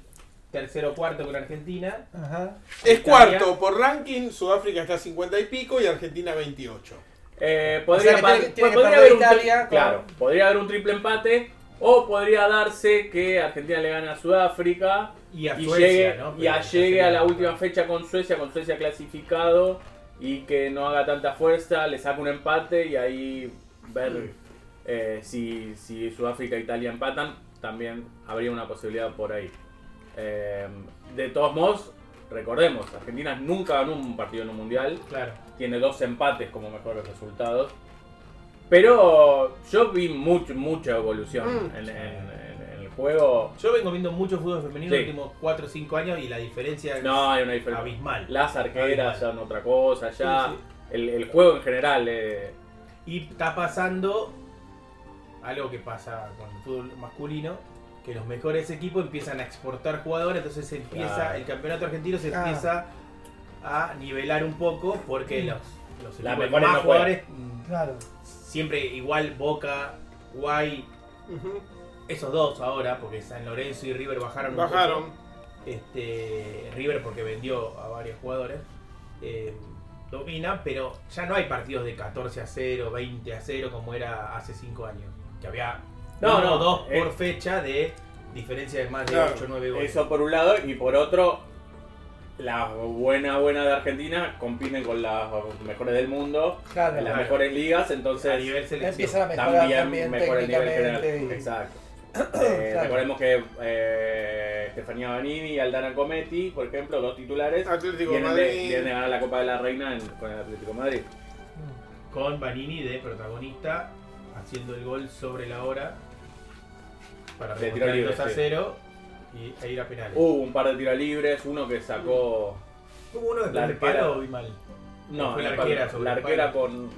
S2: tercero o cuarto con Argentina.
S4: Ajá.
S6: Es
S2: Italia.
S6: cuarto por ranking, Sudáfrica está a 50 y pico y Argentina 28.
S3: Eh,
S4: O
S3: podría
S4: sea que
S3: pa-
S4: tiene que- tiene que
S3: Eh, podría
S4: perder
S3: haber un tri-
S4: Italia con-
S3: Claro, podría haber un triple empate O podría darse que Argentina le gane a Sudáfrica
S2: Y a
S3: y
S2: Suecia,
S3: llegue,
S2: ¿no?
S3: y
S2: Pero
S3: a-
S2: ya
S3: llegue
S2: sería
S3: a la
S2: otro.
S3: última fecha con Suecia, con Suecia clasificado y que no haga tanta fuerza, le saca un empate y ahí ver eh, si, si Sudáfrica e Italia empatan, también habría una posibilidad por ahí. Eh, de todos modos, recordemos, Argentina nunca ganó un partido en un mundial
S2: Claro.
S3: tiene dos empates como mejores resultados. Pero yo vi mucho, mucha evolución
S6: Mm.
S3: en, en- en- en el juego.
S2: Yo vengo viendo mucho fútbol femenino
S3: Sí.
S2: los últimos 4 o 5 años y la diferencia
S3: No, hay una
S2: es
S3: diferencia.
S2: abismal.
S3: Las arqueras
S2: Abismal.
S3: son otra cosa, ya.
S2: Sí, sí.
S3: El, el juego en general. eh,
S2: Y está pasando algo que pasa con el fútbol masculino, que los mejores equipos empiezan a exportar jugadores, entonces se empieza,
S3: Claro.
S2: el campeonato argentino se
S4: Ah.
S2: empieza a nivelar un poco porque los, los
S3: Las
S2: equipos
S3: mejores
S2: más
S3: no
S2: jugadores mm,
S4: Claro.
S2: siempre igual Boca, Guay,
S6: Ujú.
S2: esos dos ahora, porque San Lorenzo y River bajaron un poco.
S6: Bajaron.
S2: este, River porque vendió a varios jugadores, eh, domina, pero ya no hay partidos de 14 a 0, 20 a 0 como era hace 5 años, que había
S3: No,
S2: uno
S3: no,
S2: o dos
S3: eh.
S2: por fecha de diferencia de más de
S6: Claro,
S2: 8 o 9 goles.
S3: Eso por un lado. Y por otro, la buena, buena de Argentina compiten con las mejores del mundo,
S4: Claro.
S3: en las
S2: Claro.
S3: mejores ligas.
S2: a
S3: Entonces,
S2: nivel selección.
S4: Empiezan a mejorar
S3: también
S4: también,
S3: mejora el nivel
S4: técnicamente.
S3: general.
S4: y-
S3: Exacto. Eh,
S4: Claro.
S3: Recordemos que eh, Estefanía Banini y Aldana Cometti, por ejemplo, dos titulares,
S6: Atlético de
S3: vienen de, vienen de
S6: Madrid.
S3: ganar la Copa de la Reina en- con el Atlético de Madrid.
S2: Con Banini de protagonista, haciendo el gol sobre la hora para
S3: De tiro
S2: remontar el
S3: libre,
S2: 2 a
S3: sí.
S2: 0 y, e ir a penales.
S3: Hubo un par de tiros libres, uno que sacó.
S2: ¿Hubo uno
S3: la
S2: que fue de
S3: arquera-
S2: palo o vi mal?
S3: No,
S2: Fue la
S3: el-
S2: arquera sobre
S3: la
S2: el
S3: arquera
S2: palo.
S3: con.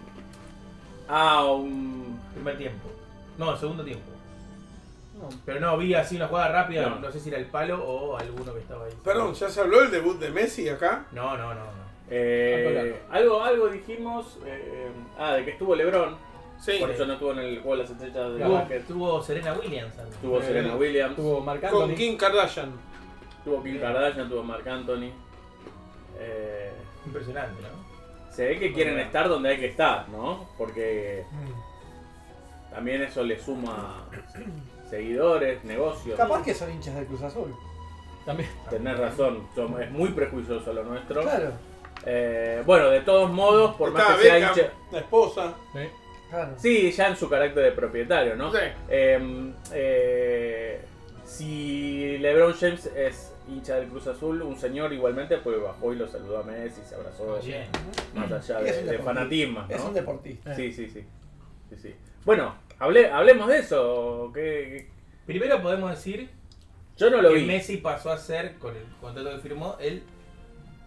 S3: Ah, un.
S2: Primer tiempo. No, segundo tiempo.
S4: No.
S2: Pero no, vi así una jugada rápida,
S3: No.
S2: no, sé si era el palo o alguno que estaba ahí.
S6: Perdón, ¿ya se habló el debut de Messi acá?
S2: No, no, no, no.
S3: eh, algo, algo dijimos. eh, ah, de que estuvo Lebron.
S6: Sí.
S3: Por eso no estuvo en el juego de las estrellas de
S2: Tuvo,
S3: básquet.
S2: tuvo Serena Williams algo.
S3: Estuvo
S6: Eh,
S3: Serena Williams.
S1: Estuvo marcando.
S6: Con Kim Kardashian.
S3: Tuvo Kim Kardashian, tuvo Marc Anthony. Eh,
S2: Impresionante, ¿no?
S3: se ve que quieren
S2: Bueno.
S3: estar donde hay que estar, ¿no? Porque
S4: Mm.
S3: también eso le
S6: [CLEARS THROAT]
S3: suma seguidores, negocios.
S4: Capaz que son hinchas del Cruz Azul.
S1: También. [LAUGHS]
S3: Tenés razón, somos- es muy prejuicioso lo nuestro.
S4: Claro,
S3: Eh, bueno, de todos modos, por
S6: Está
S3: más que sea
S6: Beckham,
S3: hincha-
S6: la esposa.
S1: ¿eh?
S4: claro.
S3: Sí, ya en su carácter de propietario, ¿no?
S6: Sí.
S3: Eh, eh, si LeBron James es hincha del Cruz Azul, un señor igualmente, pues bajó y lo saludó a Messi, se abrazó,
S2: Bien.
S3: más allá
S4: Y es
S3: de,
S4: un
S3: de
S4: deportista.
S3: fanatismo.
S4: Es
S3: ¿no?
S4: un deportista.
S2: Eh.
S3: Sí, sí, sí. sí, sí. Bueno, hable, hablemos de eso. que- que-
S2: Primero podemos decir
S3: Yo no lo
S2: que
S3: vi.
S2: Messi pasó a ser, con el contrato que firmó, el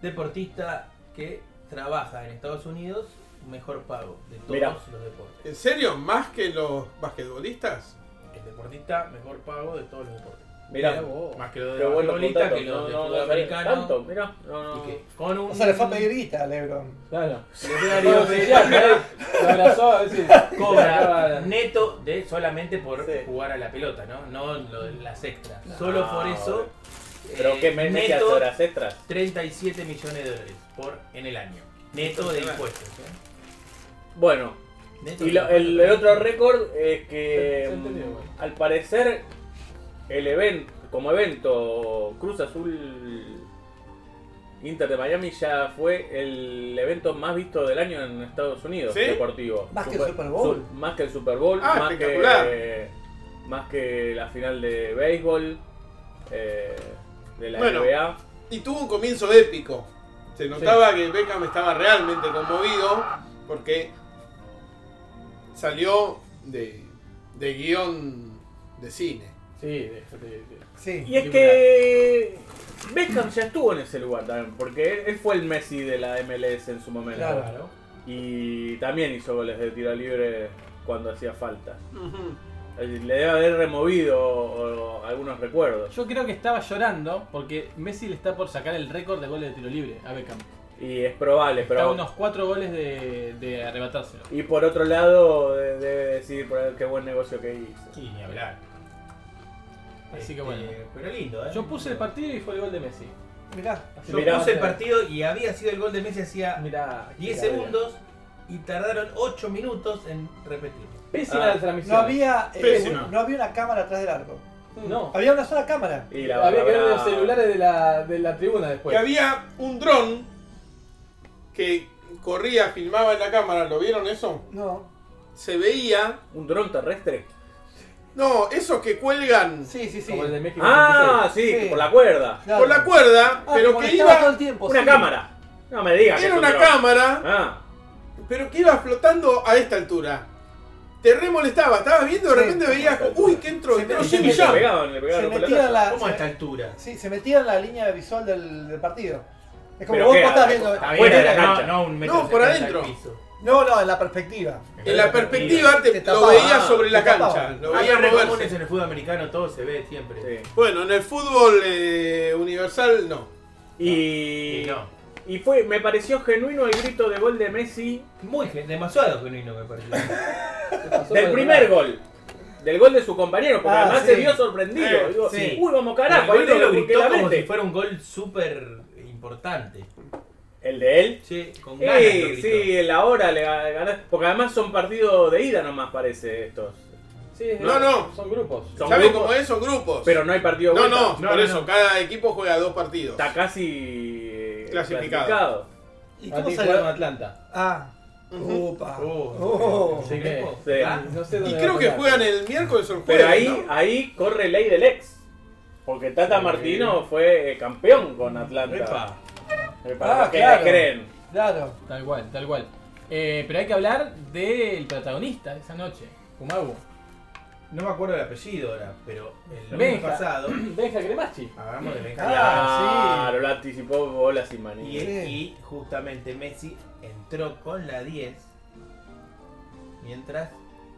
S2: deportista que trabaja en Estados Unidos mejor pago de todos
S3: Mirá.
S2: los deportes.
S6: ¿En serio? ¿Más que los basquetbolistas?
S2: El deportista mejor pago de todos los deportes.
S3: Mirá,
S2: Más que los
S3: qué
S2: de
S3: bueno
S2: basquetbolista, que los
S3: no,
S2: de
S3: no,
S2: fútbol
S3: no, tanto,
S2: americano.
S3: mirá, no, no.
S2: y que con un
S4: O sea, le fue a pedir guita a Lebron.
S1: Claro.
S2: [LAUGHS]
S3: [LAUGHS]
S2: salario de-
S3: ¿eh?
S2: [LAUGHS]
S1: Lo abrazó a ver si.
S2: cobra neto de solamente por
S3: Sí.
S2: jugar a la pelota, ¿no? No lo de las extras. Solo por eso.
S3: Pero
S2: eh,
S3: qué me Messi hace
S2: neto
S3: horas extras.
S2: 37 millones de dólares por en el año. Neto de impuestos. ¿eh?
S3: Bueno,
S2: Neto
S3: y
S2: de
S3: lo- el,
S2: impuestos.
S3: el otro récord es que
S1: Se- se entendió,
S3: mm,
S1: bueno.
S3: al parecer el evento, como evento Cruz Azul Inter de Miami ya fue el evento más visto del año en Estados Unidos
S6: ¿Sí?
S3: deportivo.
S4: Más que el Super Bowl.
S3: su- más que el Super Bowl,
S6: Ah,
S3: más
S6: espectacular.
S3: que más que la final de béisbol eh, de la
S6: Bueno.
S3: NBA.
S6: Y tuvo un comienzo épico. Se notaba que Beckham estaba realmente conmovido porque salió de, de guión de cine.
S1: Sí, déjate. de-
S4: Sí.
S3: Y es que Beckham ya estuvo en ese lugar también, porque él, él fue el Messi de la MLS en su momento.
S4: Claro.
S2: Claro.
S3: Y también hizo goles de tiro libre cuando hacía falta. Le debe haber removido o- o algunos recuerdos.
S1: Yo creo que estaba llorando porque Messi le está por sacar el récord de goles de tiro libre a Beckham.
S3: Y es probable,
S1: Está a
S3: pero...
S1: unos cuatro goles de, de arrebatárselo.
S3: Y por otro lado, de- debe decir por ahí, qué buen negocio que hizo.
S2: Y ni hablar.
S1: Así
S2: Este,
S1: que bueno.
S2: Pero lindo, ¿eh?
S1: Yo puse el partido y fue el gol de Messi.
S4: Mirá.
S1: Así
S2: Yo
S1: que-
S3: Mirá.
S2: puse el partido y había sido el gol de Messi hacía
S1: Mirá.
S2: 10
S1: mirá,
S2: segundos y tardaron 8 minutos en repetirlo.
S3: Pésima
S1: Ah,
S3: la transmisión.
S4: No había, eh,
S6: Pésima.
S4: no había una cámara atrás del arco.
S1: No,
S4: Había una sola cámara.
S3: Y la
S1: había que ver
S3: barra
S1: los
S3: brava.
S1: celulares de la, de la tribuna después.
S6: Que había un dron que corría, filmaba en la cámara, ¿lo vieron eso?
S4: No.
S6: Se veía.
S3: ¿Un dron terrestre?
S6: No, esos que cuelgan
S4: Sí, sí, sí.
S1: Como el de México.
S3: Ah,
S1: 86.
S3: sí,
S4: Sí.
S3: por la cuerda.
S4: Claro.
S6: por la cuerda,
S4: Ah,
S6: pero
S4: como
S6: que
S4: estaba todo
S6: iba.
S4: el tiempo.
S3: Una
S4: sí.
S3: cámara. No me digas. que
S6: Era
S3: es un
S6: una
S3: dron.
S6: cámara,
S3: Ah,
S6: pero que iba flotando a esta altura. Te re molestaba, estabas viendo, de
S4: Sí,
S6: repente veías,
S3: esta altura.
S6: uy, que entró,
S4: Se
S6: entró
S4: me-
S6: Jimmy
S3: le
S6: Jam.
S3: pegaban, le pegaban
S4: Se
S3: los
S4: metía
S3: pelotazos.
S4: la,
S2: ¿Cómo a esta
S4: se,
S2: altura?
S4: sí, se metía en la línea visual del, del partido. Es como
S3: Pero
S4: vos
S3: qué, ah,
S4: estás
S3: a-
S4: viendo.
S3: a- Afuera de la
S2: no,
S3: cancha.
S2: no, un metro
S6: No, por
S2: 70 al
S6: adentro.
S2: piso.
S4: No, no, en la perspectiva.
S6: En la perspectiva te,
S4: Te
S6: lo
S4: tapaba.
S6: veías sobre
S4: Te
S6: la
S4: tapaba.
S6: cancha, lo
S2: Hay
S6: veías
S2: errores
S6: moverse.
S2: comunes en el fútbol americano, todo se ve siempre.
S3: Sí.
S6: Bueno, en el fútbol eh, universal no.
S2: Y
S3: Y,
S2: no.
S3: y fue, me pareció genuino el grito de gol de Messi
S2: Muy gen- demasiado genuino me pareció.
S3: del primer gol. Del gol de su compañero, porque
S4: Ah,
S3: además
S4: sí.
S3: se vio sorprendido.
S6: Eh,
S3: Digo,
S2: sí.
S3: Uy, vamos carajo,
S2: Pero
S3: ahí
S2: el gol
S3: lo
S2: lo gritó como si
S3: tranquilamente.
S2: fuera un gol súper importante.
S3: El de él.
S2: Sí, con ganas lo
S3: Sí,
S2: gritó.
S3: sí, en la hora le ganás. Porque además son partidos de ida nomás parece estos.
S1: Sí, es-
S6: No, no.
S1: Son grupos.
S3: Son
S6: ¿Saben
S3: grupos,
S6: cómo es? Son grupos.
S3: Pero no hay partido de
S6: no,
S3: vuelta.
S6: no,
S2: No,
S6: por
S2: no,
S6: eso,
S2: no.
S6: cada equipo juega dos partidos.
S3: Está casi eh,
S6: Clasificado.
S4: ¿Y
S1: A
S4: cómo
S1: ti
S4: salió? Uh,
S1: jugaron Atlanta.
S4: Ah.
S6: Ujú.
S4: Opa.
S2: Oh,
S4: Oh.
S1: Sí, que-
S2: ¿Grupo?
S3: Sí.
S2: Ah,
S1: No sé dónde
S6: Y
S1: va
S6: creo
S1: a
S6: que
S1: parar.
S6: juegan el miércoles o el jueves.
S3: Pero ahí,
S6: ¿no?
S3: ahí corre ley del ex. Porque Tata Martino fue eh, campeón con Atlanta.
S2: Epa.
S3: Eh, Para
S4: Ah,
S3: los que
S4: claro.
S3: la creen.
S4: Claro.
S1: Tal cual, tal cual. Eh, pero hay que hablar del protagonista de esa noche, Kumagu.
S2: No me acuerdo el apellido ahora, pero el domingo
S1: Benja.
S2: pasado
S1: Benja Cremachi.
S2: hablamos de Benja.
S4: Ah,
S3: Claro, lo anticipó bolas y
S2: Y,
S3: maní.
S2: y justamente Messi entró con la 10. Mientras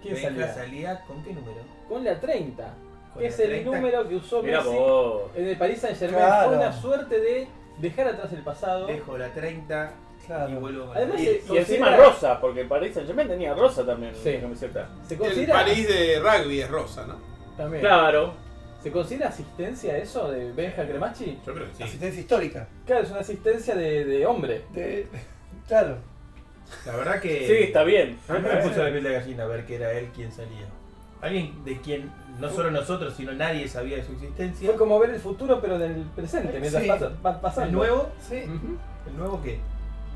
S1: ¿Quién
S2: Benja
S1: salía?
S2: con qué número?
S1: Con la 30.
S2: Con
S1: Es
S2: la
S1: el
S2: 30.
S1: número que usó
S3: Mira
S1: Messi
S3: vos.
S1: en el Paris Saint Germain.
S4: Claro.
S1: Fue una suerte de dejar atrás el pasado.
S2: Dejo la 30 y
S4: Claro.
S2: vuelvo con
S1: Además,
S2: la
S3: Y,
S2: 10.
S1: se
S3: y encima
S1: considera-
S3: rosa, porque el Paris Saint Germain tenía rosa también en
S1: Sí.
S3: la camiseta.
S1: Se
S6: El
S1: considera.
S6: París de rugby es rosa, ¿no?
S1: También.
S3: Claro.
S1: ¿Se considera asistencia eso de Benja Cremachi?
S2: Yo creo que sí.
S4: Asistencia histórica.
S1: Claro, es una asistencia de, de hombre.
S4: De... Claro.
S2: La verdad que.
S3: Sí, está bien. Eh,
S2: A mí me puso la piel de gallina a ver que era él quien salía. Alguien de quien no solo nosotros, sino nadie sabía de su existencia.
S1: Fue como ver el futuro, pero en el presente, mientras
S4: Sí.
S1: pasa- va pasando.
S2: ¿El nuevo?
S4: Sí.
S1: Ujú.
S2: ¿El nuevo qué?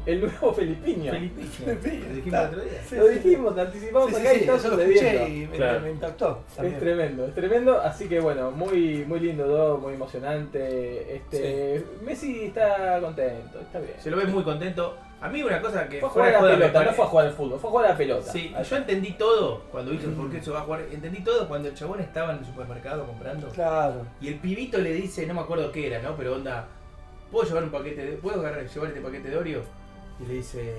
S1: El nuevo Felipiño.
S2: Felipe. [LAUGHS] Lo dijimos
S4: Está.
S2: el otro día.
S4: Sí,
S1: lo
S4: sí.
S1: dijimos, lo anticipamos
S4: Sí, sí,
S1: acá y
S4: sí,
S1: está
S4: eso lo escuché
S1: sucediendo.
S4: y me,
S3: Claro.
S4: me impactó.
S1: Es
S4: También.
S1: tremendo, es tremendo, así que bueno, muy muy lindo todo, muy emocionante. Este Messi está contento, está bien.
S2: Se lo ve muy contento. A mí una cosa que
S1: Fue a
S2: fuera
S1: jugar a
S2: de
S1: la
S2: joda me
S1: pelota, no
S2: pare-
S1: fue a jugar al fútbol, fue a jugar a la pelota. Mm.
S2: Sí,
S1: Ahí.
S2: yo entendí todo cuando hizo el por qué se va a jugar. Entendí todo cuando el chabón estaba en el supermercado comprando.
S4: Claro.
S2: Y el pibito le dice, no me acuerdo qué era, ¿no? Pero onda, ¿puedo llevar un paquete de, ¿puedo agarrar- llevar este paquete de Oreo? Y le dice,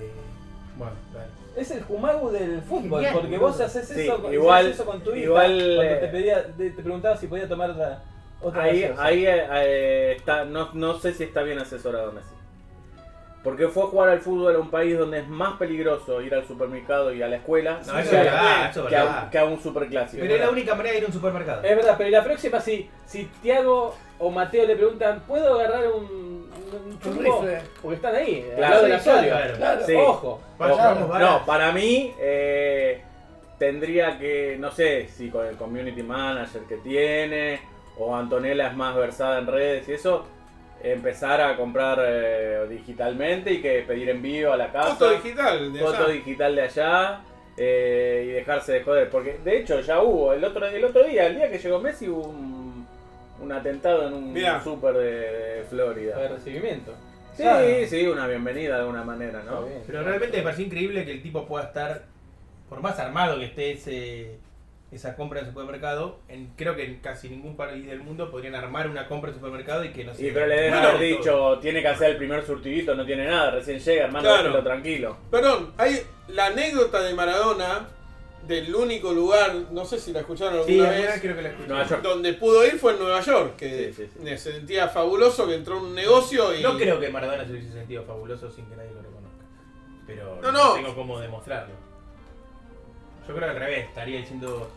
S2: bueno, dale.
S1: Es el jumagu del fútbol,
S2: Genial,
S1: porque
S2: boludo.
S1: vos haces eso,
S3: Sí,
S1: con,
S3: igual-
S1: haces eso con tu hija.
S3: igual,
S1: cuando
S3: eh,
S1: te, pedía, te, te preguntaba si podía tomar otra, otra
S3: Ahí,
S1: gaseosa.
S3: ahí eh, eh, está, no, no sé si está bien asesorado Messi. Porque fue a jugar al fútbol a un país donde es más peligroso ir al supermercado y a la escuela
S2: No, eso
S3: que,
S2: es
S3: a-
S2: verdad, eso es
S3: que a-
S2: verdad.
S3: que a un superclásico.
S2: Pero es la única manera de ir a un supermercado.
S3: Eh,
S1: Es verdad, pero y la próxima si, si Tiago o Mateo le preguntan, ¿puedo agarrar un, un chumbo?"
S4: rifle.
S1: Porque están ahí, al
S3: Claro,
S1: lado de la
S3: sí,
S1: Soria.
S2: claro.
S4: Claro.
S3: Sí.
S1: Ojo.
S2: Vaya,
S3: Ojo.
S2: vamos, vaya.
S3: no, para mí eh, tendría que, no sé, si con el community manager que tiene o Antonella es más versada en redes y eso, empezar a comprar eh, digitalmente y que pedir envío a la casa.
S6: Foto digital. De
S3: foto
S6: allá.
S3: digital de allá eh, y dejarse de joder. Porque de hecho ya hubo, el otro, el otro día, el día que llegó Messi, hubo un, un atentado en un
S6: Mirá.
S3: súper de, de
S1: De
S3: Florida.
S1: recibimiento.
S3: Sí,
S4: Claro.
S3: sí, una bienvenida de alguna manera,
S1: Está
S3: ¿no?
S1: bien.
S2: Pero realmente me pareció increíble que el tipo pueda estar, por más armado que esté ese, esa compra en supermercado, en, creo que en casi ningún país del mundo podrían armar una compra en supermercado y que no se...
S3: Y pero le deben
S2: Bueno,
S3: haber
S2: todo.
S3: dicho, tiene que hacer el primer surtidito, no tiene nada, recién llega, hermano,
S6: Claro.
S3: déjelo tranquilo.
S6: Perdón, hay la anécdota de Maradona del único lugar, no sé si la escucharon
S2: Sí,
S6: alguna
S2: alguna
S6: vez,
S2: creo que la escuché.
S3: Nueva York.
S6: donde pudo ir fue en Nueva York,
S3: Sí,
S6: que
S3: sí, sí.
S6: me sentía fabuloso que entró en un negocio y...
S2: No creo que Maradona se hubiese sentido fabuloso sin que nadie lo reconozca. Pero
S6: No,
S2: no,
S6: no.
S2: tengo cómo demostrarlo. Yo creo que al revés, estaría diciendo.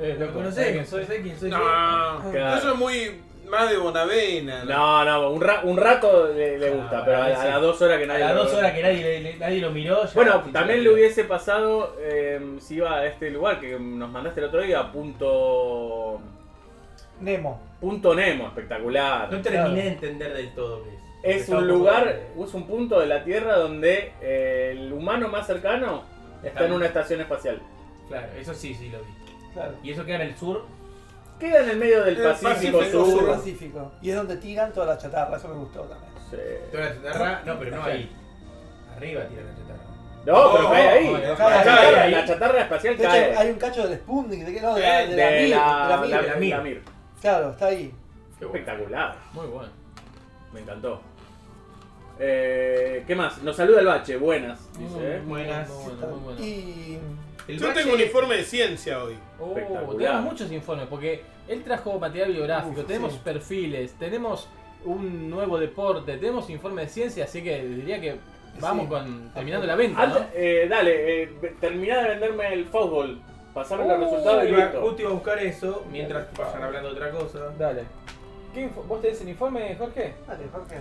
S1: Eh,
S2: No
S1: loco,
S2: conocés,
S1: ¿sabés quién soy?
S2: ¿Sabés quién soy? yo?
S6: No,
S3: Claro.
S6: eso es muy más de Bonavena.
S3: No, no, un, ra- un rato le, le
S2: Ah,
S3: gusta,
S2: bueno,
S3: pero a,
S2: ahí
S3: a
S2: sí.
S3: las dos horas que
S2: A
S3: nadie
S2: las
S3: lo-
S2: dos horas que nadie, le- le- nadie lo miró. ya
S3: Bueno,
S2: sí,
S3: también
S2: sí.
S3: le hubiese pasado eh, si iba a este lugar que nos mandaste el otro día, a punto.
S4: Nemo.
S3: Punto Nemo, espectacular.
S2: No terminé de entender del todo qué es.
S3: Es
S2: Estaba
S3: un
S2: poco-
S3: lugar, es un punto de la Tierra donde eh, el humano más cercano está en una estación espacial.
S2: Claro, eso sí, sí lo vi.
S4: Claro.
S2: Y eso queda en el sur.
S3: Queda en el medio del
S6: El
S3: Pacífico,
S6: Pacífico
S4: Es el
S3: Sur.
S6: Sur.
S4: Pacífico. Y es donde tiran toda la chatarra, eso me gustó también.
S3: Sí.
S2: Toda la chatarra. No, pero no ahí. Arriba tira la chatarra.
S3: No, pero
S6: No,
S3: cae ahí.
S6: no,
S3: la,
S6: no,
S4: cae
S3: chatarra,
S2: ahí.
S3: la chatarra espacial
S4: De hecho,
S3: cae.
S4: hay un cacho de Sputnik, ¿de qué no? De,
S6: Eh,
S4: la, de la
S3: de
S4: Mir,
S3: la,
S4: de la
S3: la-
S4: Mir.
S3: la
S2: Mir.
S3: Mir.
S4: Claro, está ahí.
S1: Qué bueno.
S3: Espectacular.
S1: Muy bueno.
S3: Me encantó. Eh, ¿Qué más? Nos saluda el bache. Buenas.
S1: Muy
S3: Dice. eh.
S1: muy
S2: Buenas.
S1: Muy bueno, muy bueno.
S4: Y.
S2: El
S6: Yo
S2: valle-
S6: tengo un informe de ciencia hoy.
S1: Oh,
S3: Espectacular.
S1: tenemos muchos informes, porque él trajo material biográfico,
S4: Uf,
S1: tenemos
S4: sí.
S1: perfiles, tenemos un nuevo deporte, tenemos informe de ciencia, así que diría que vamos
S4: Sí.
S1: con terminando la venta,
S3: Antes-
S1: ¿no?
S3: eh, dale, eh, ve- terminá de venderme el fútbol. Pasarme los
S2: Uh,
S3: resultados y
S2: iba-
S3: listo.
S2: Justo iba a buscar eso mientras vayan hablando de otra cosa.
S1: Dale. ¿Qué info- ¿Vos tenés el informe, Jorge?
S4: Dale, Jorge.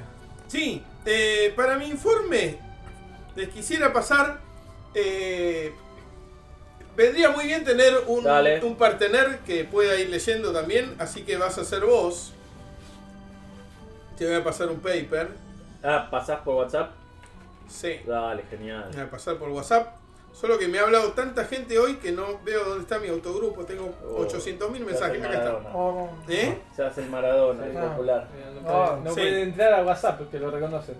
S6: Sí, eh, para mi informe les quisiera pasar. eh, vendría muy bien tener un,
S3: Dale.
S6: un partener que pueda ir leyendo también, así que vas a ser vos. Te voy a pasar un paper.
S3: Ah, pasás por WhatsApp.
S6: Sí,
S3: Dale, genial.
S6: voy a pasar por WhatsApp. Solo que me ha hablado tanta gente hoy que no veo dónde está mi autogrupo. Tengo
S3: Oh,
S6: 800.000
S3: Se hace
S6: mensajes.
S3: el
S6: Acá está.
S3: Maradona.
S4: Oh,
S6: ¿Eh?
S3: Se hace el Maradona, el
S4: Ah.
S3: popular.
S1: Eh,
S4: Ah,
S1: no
S6: sí.
S1: pueden entrar a WhatsApp, que lo reconocen.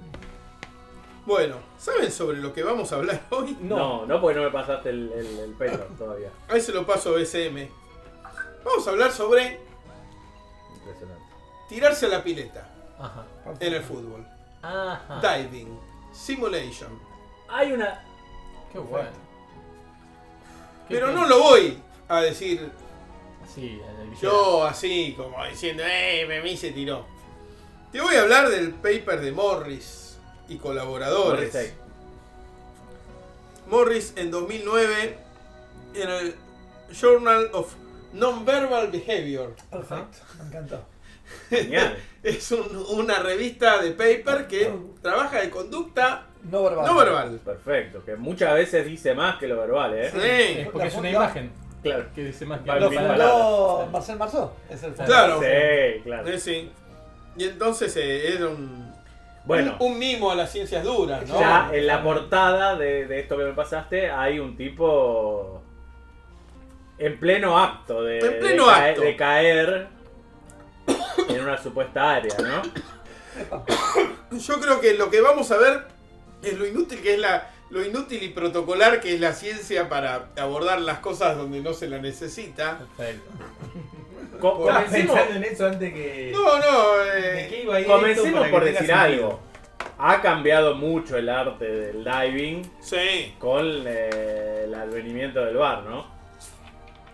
S6: Bueno, ¿saben sobre lo que vamos a hablar hoy?
S1: No.
S3: No, no, porque no me pasaste el, el, el paper todavía.
S6: Ahí se lo paso a BCM. Vamos a hablar sobre
S3: Impresionante.
S6: tirarse a la pileta.
S1: Ajá.
S6: en el fútbol.
S1: Ajá.
S6: Diving, simulation.
S3: Hay una.
S1: Qué bueno. Qué
S6: Pero
S1: bien.
S6: no lo voy a decir
S1: Sí, en el
S6: yo así, como diciendo, ¡eh, me me se tiró! Te voy a hablar del paper de Morris y colaboradores.
S3: Morrissey.
S6: [LAUGHS] Morris en 2009 en el Journal of Nonverbal Behavior.
S4: perfecto.
S6: Ah.
S4: Me encantó.
S3: Genial.
S6: Es un- una revista de paper que
S1: Ah.
S6: trabaja de conducta
S4: No verbal.
S6: no verbal.
S3: Perfecto. Que muchas veces dice más que lo verbal, ¿eh?
S1: Es
S6: Sí,
S1: porque es una
S4: La-
S1: imagen
S3: Claro.
S1: que dice más que
S3: Lo
S4: Lo
S3: Mil
S4: fundó
S3: palabras.
S4: Marcel Marceau. Es el fundador.
S6: Claro.
S3: Sí, claro.
S6: Eh, sí. Y entonces eh, era un,
S3: Bueno,
S6: un, un mimo a las ciencias duras, ¿no?
S3: ya en la portada de, de esto que me pasaste hay un tipo. En pleno acto de,
S6: En pleno
S3: de, cae-
S6: acto.
S3: de caer en una supuesta área, ¿no?
S6: Yo creo que lo que vamos a ver es lo inútil que es la lo inútil y protocolar que es la ciencia para abordar las cosas donde no se la necesita.
S1: Perfecto.
S3: Co-
S6: Por-
S2: Estaba
S3: comencemos-
S2: pensando en eso antes que.
S6: No, no,
S2: ¿De
S6: eh,
S2: qué iba a ir esto
S3: Comencemos
S2: para
S3: por
S2: que tenga
S3: decir
S2: sentido?
S3: algo. Ha cambiado mucho el arte del diving
S6: sí.
S3: con eh, el advenimiento del bar, ¿no?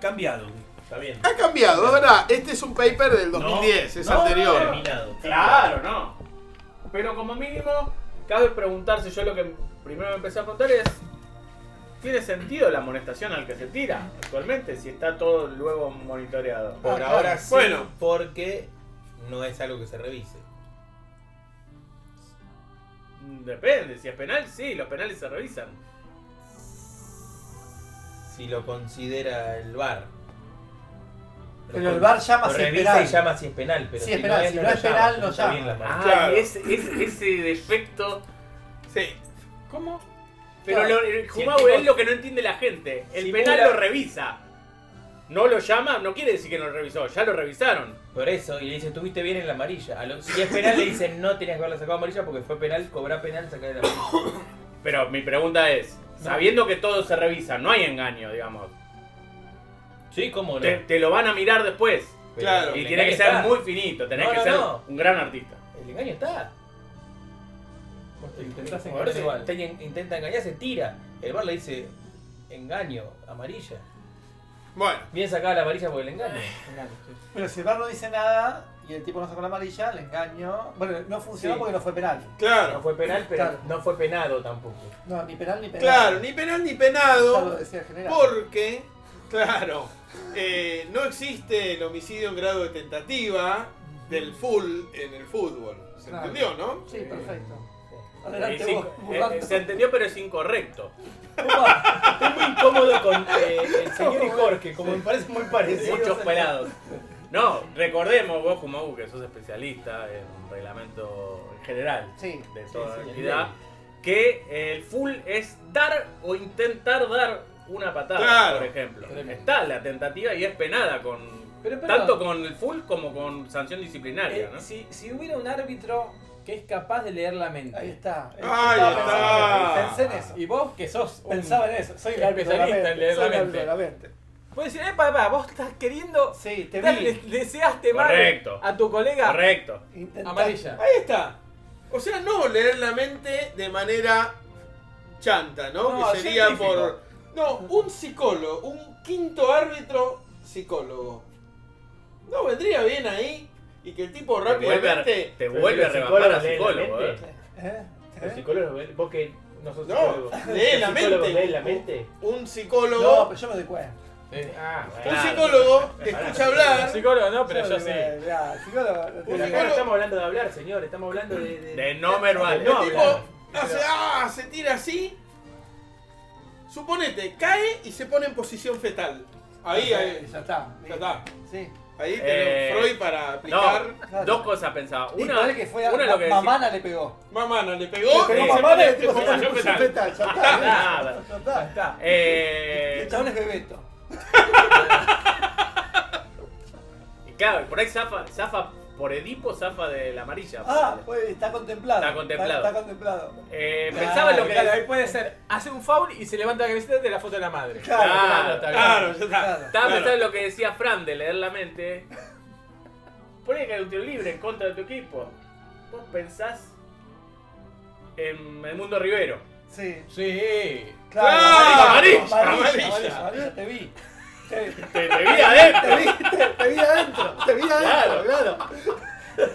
S2: Cambiado. Está bien.
S6: Ha cambiado, es verdad. Este es un paper del 2010, es
S3: no,
S6: anterior.
S2: Terminado.
S3: Claro, no. Pero como mínimo, cabe preguntarse, yo lo que primero me empecé a preguntar es, ¿tiene sentido la amonestación al que se tira actualmente si está todo luego monitoreado?
S2: Por
S4: Ah,
S2: ahora
S4: claro.
S2: sí.
S6: Bueno.
S2: Porque no es algo que se revise.
S3: Depende, si es penal, sí, los penales se revisan.
S2: Si lo considera el VAR.
S4: Pero el VAR llama
S2: lo
S4: si es
S2: revisa
S4: penal.
S2: y llama si es penal. Pero
S4: Si es penal, si no es penal, no
S2: está
S4: llama.
S2: bien la mano.
S6: Claro.
S3: y ese, ese- ese defecto...
S6: Sí.
S1: ¿Cómo?
S3: Pero
S4: Claro.
S3: lo, el
S2: Si el
S3: Jumau
S2: tipo-
S3: es lo que no entiende la gente. El
S2: Simula-
S3: penal lo revisa. No lo llama, no quiere decir que no lo revisó, ya lo revisaron.
S2: Por eso, y le dice, tuviste bien en la amarilla. A lo- si es penal, le dicen, no tenías que haberla sacado amarilla porque fue penal, cobrar penal, sacar la amarilla.
S3: Pero mi pregunta es, sabiendo que todo se revisa, no hay engaño, digamos.
S2: Sí, cómo no.
S3: Te, te lo van a mirar después.
S2: Pero
S6: Claro.
S2: el
S3: Y tiene que
S2: engaño
S3: ser
S2: está.
S3: muy finito, tenés
S2: No,
S3: que
S2: no,
S3: ser
S2: no.
S3: un gran artista.
S2: El engaño está.
S1: Vos te intentás
S2: El jugador
S1: engañar
S2: se-
S1: igual.
S2: te- intenta engañar, se tira. El VAR le dice, engaño, amarilla.
S6: Bueno,
S2: Bien sacada la amarilla por el engaño.
S4: Pero si el bar no dice nada y el tipo no sacó la amarilla, le engaño. Bueno, no funcionó
S2: Sí.
S4: porque no fue penal.
S2: No
S6: claro.
S2: fue penal, pero
S4: Claro.
S2: no fue penado tampoco.
S4: No, ni penal ni penal.
S6: Claro, ni penal ni
S4: Ya lo
S6: penado.
S4: decía el general.
S6: Porque, claro, eh, no existe el homicidio en grado de tentativa. del full en el fútbol. ¿Se
S4: Claro.
S6: entendió, no?
S4: Sí, perfecto.
S3: Eh,
S4: Adelante
S3: sí,
S4: vos,
S3: eh,
S4: Burrato.
S3: eh, se entendió, pero es incorrecto.
S4: Upa,
S3: Estoy muy incómodo con eh, el señor y Jorge, como me parece muy parecido. Muchos
S2: ¿Eh?
S3: pelados. No, recordemos vos, Jumagu, que sos especialista en reglamento en general
S4: Sí.
S3: de toda
S2: sí,
S3: actividad, que el full es dar o intentar dar una patada,
S6: Claro.
S3: por ejemplo.
S1: Tremendo.
S3: Está la tentativa y es penada con
S1: Pero, perdón.
S3: tanto con el full como con sanción disciplinaria,
S1: Eh,
S3: ¿no?
S1: si, si hubiera un árbitro que es capaz de leer la mente.
S4: Ahí está.
S6: Ahí
S4: Estaba
S6: está. Ah.
S4: pensando, Pensé en eso.
S1: Y vos que sos un
S4: Pensaba en eso. Soy el árbitro de la
S1: especialista en
S4: mente.
S1: leer
S4: Soy
S1: la
S4: el árbitro de
S1: mente.
S4: la mente.
S1: Puedes decir, epa, epa, vos estás queriendo.
S4: Sí, te
S1: estás- le-
S4: vi.
S1: deseaste mal
S3: Correcto.
S1: a tu colega
S3: Correcto.
S4: Intentá-
S1: amarilla.
S4: ¿eh?
S6: Ahí está. O sea, no leer la mente de manera chanta, ¿no?
S3: No,
S6: que sería
S3: científico.
S6: por. No, un psicólogo, un quinto árbitro psicólogo. ¿No vendría bien ahí? Y que el tipo
S3: Te vuelve a,
S6: rápidamente.
S3: te vuelve a
S8: el
S3: rebajar
S8: psicólogo
S3: al
S8: lee la
S3: psicólogo, ¿eh?
S8: mente.
S4: ¿Eh?
S8: El
S4: ¿Eh?
S8: psicólogo, ve- vos que no sos
S6: No,
S8: psicólogo.
S6: lee
S8: ¿El
S6: la
S8: psicólogo
S6: mente.
S8: lee la mente?
S6: Un
S4: No,
S6: psicólogo.
S4: pero yo me doy cuenta.
S8: Ah,
S6: un
S3: claro.
S6: psicólogo te escucha hablar.
S1: Psicólogo no, pero yo sí.
S4: Mirá, psicólogo.
S6: Un
S8: Pero acá no
S6: psicólogo-
S8: estamos hablando de hablar, señor, estamos hablando de. de-
S3: De no verbal.
S8: No,
S6: el tipo
S8: claro.
S6: hace, ah, se tira así. Suponete, cae y se pone en posición fetal. Ahí, ahí.
S4: Ya está.
S6: Ya está.
S4: Sí.
S6: Ahí tenemos
S3: Eh,
S6: Freud para
S3: No,
S6: aplicar.
S4: Claro.
S3: dos cosas pensaba.
S4: Y
S3: Una,
S4: parece que fue a
S3: una
S4: la
S3: lo que
S4: mamana le pegó.
S6: Mamana le
S4: Le
S6: pegó.
S4: pegó
S3: sí,
S6: y se
S4: mamana y el
S6: pone-
S4: tipo se
S3: pone
S4: pone en
S3: fetal.
S4: su fetal. Ya
S3: [LAUGHS] decís-
S4: está.
S3: Nada.
S4: Ya está.
S3: Eh,
S4: El chabón es Bebeto.
S3: y claro, por ahí zafa, zafa por Edipo, zafa de la amarilla.
S4: Ah, pues está contemplado.
S3: Está contemplado.
S4: Está, está contemplado.
S3: Eh, pensaba en lo que.
S1: Ah, Claro, ahí puede ser. Hace un foul y se levanta la camiseta de la foto de la madre.
S4: Claro,
S3: Claro, tal cual.
S6: Claro, ya está.
S4: Claro.
S3: Estaba
S6: Claro.
S3: pensando en lo que decía Fran de leer la mente. Ponés que hay un tiro libre en contra de tu equipo. Vos pensás en el mundo Rivero.
S4: Sí.
S1: Sí.
S6: Claro,
S4: amarilla,
S6: amarilla,
S4: amarilla,
S6: amarilla.
S4: amarilla, te vi. Te,
S3: Te debía adentro.
S4: te vi, te, te vi adentro, te vi adentro, claro.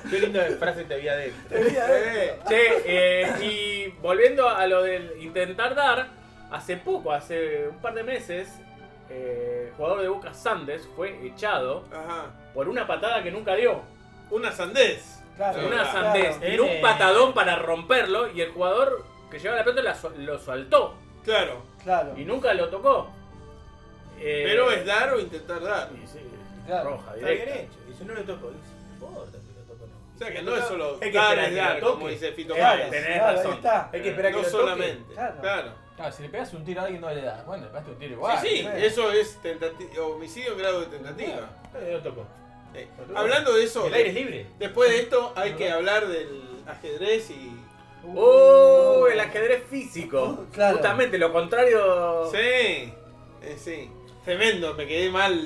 S8: Qué linda frase te había de.
S4: Te vi
S6: Eh.
S4: adentro.
S3: Che, eh, y volviendo a lo del intentar dar, hace poco, hace un par de meses, eh, el jugador de Boca Sandes fue echado
S6: Ajá.
S3: por una patada que nunca dio.
S6: Una sandez.
S4: Claro,
S3: Una
S6: claro.
S3: sandez.
S4: Claro.
S3: Tiró un patadón para romperlo y el jugador que llevaba la pelota la su- lo saltó
S6: Claro.
S4: Claro,
S3: y nunca lo tocó. Eh,
S6: Pero es dar o intentar dar.
S3: y sí,
S4: claro.
S3: roja,
S2: Está bien
S3: directa.
S2: hecho. Y yo no lo toco. Dice, no importa si lo toco o no.
S6: O sea que no es solo
S2: Hay que
S6: dar
S2: esperar
S6: es
S2: que
S6: dar,
S2: lo toque.
S6: como dice Fito
S3: Claro,
S6: Páez.
S3: Eh, tenés
S4: Claro,
S3: razón.
S4: ahí está.
S2: Hay que esperar que
S6: No
S2: lo toque.
S6: solamente.
S4: Claro.
S6: Claro.
S1: Claro, si le pegas un tiro a alguien no le das. Bueno, le pegaste un tiro igual.
S6: sí, sí,
S4: bueno.
S6: eso es tentati- homicidio en grado de tentativa.
S2: No, yo lo toco.
S6: Eh,
S2: Boludo.
S6: hablando de eso,
S2: El aire es libre.
S6: después de esto hay que hablar del ajedrez y.
S3: ¡Oh! El ajedrez físico.
S4: Claro.
S3: Justamente lo contrario.
S6: Sí, eh, sí. Tremendo, me quedé mal.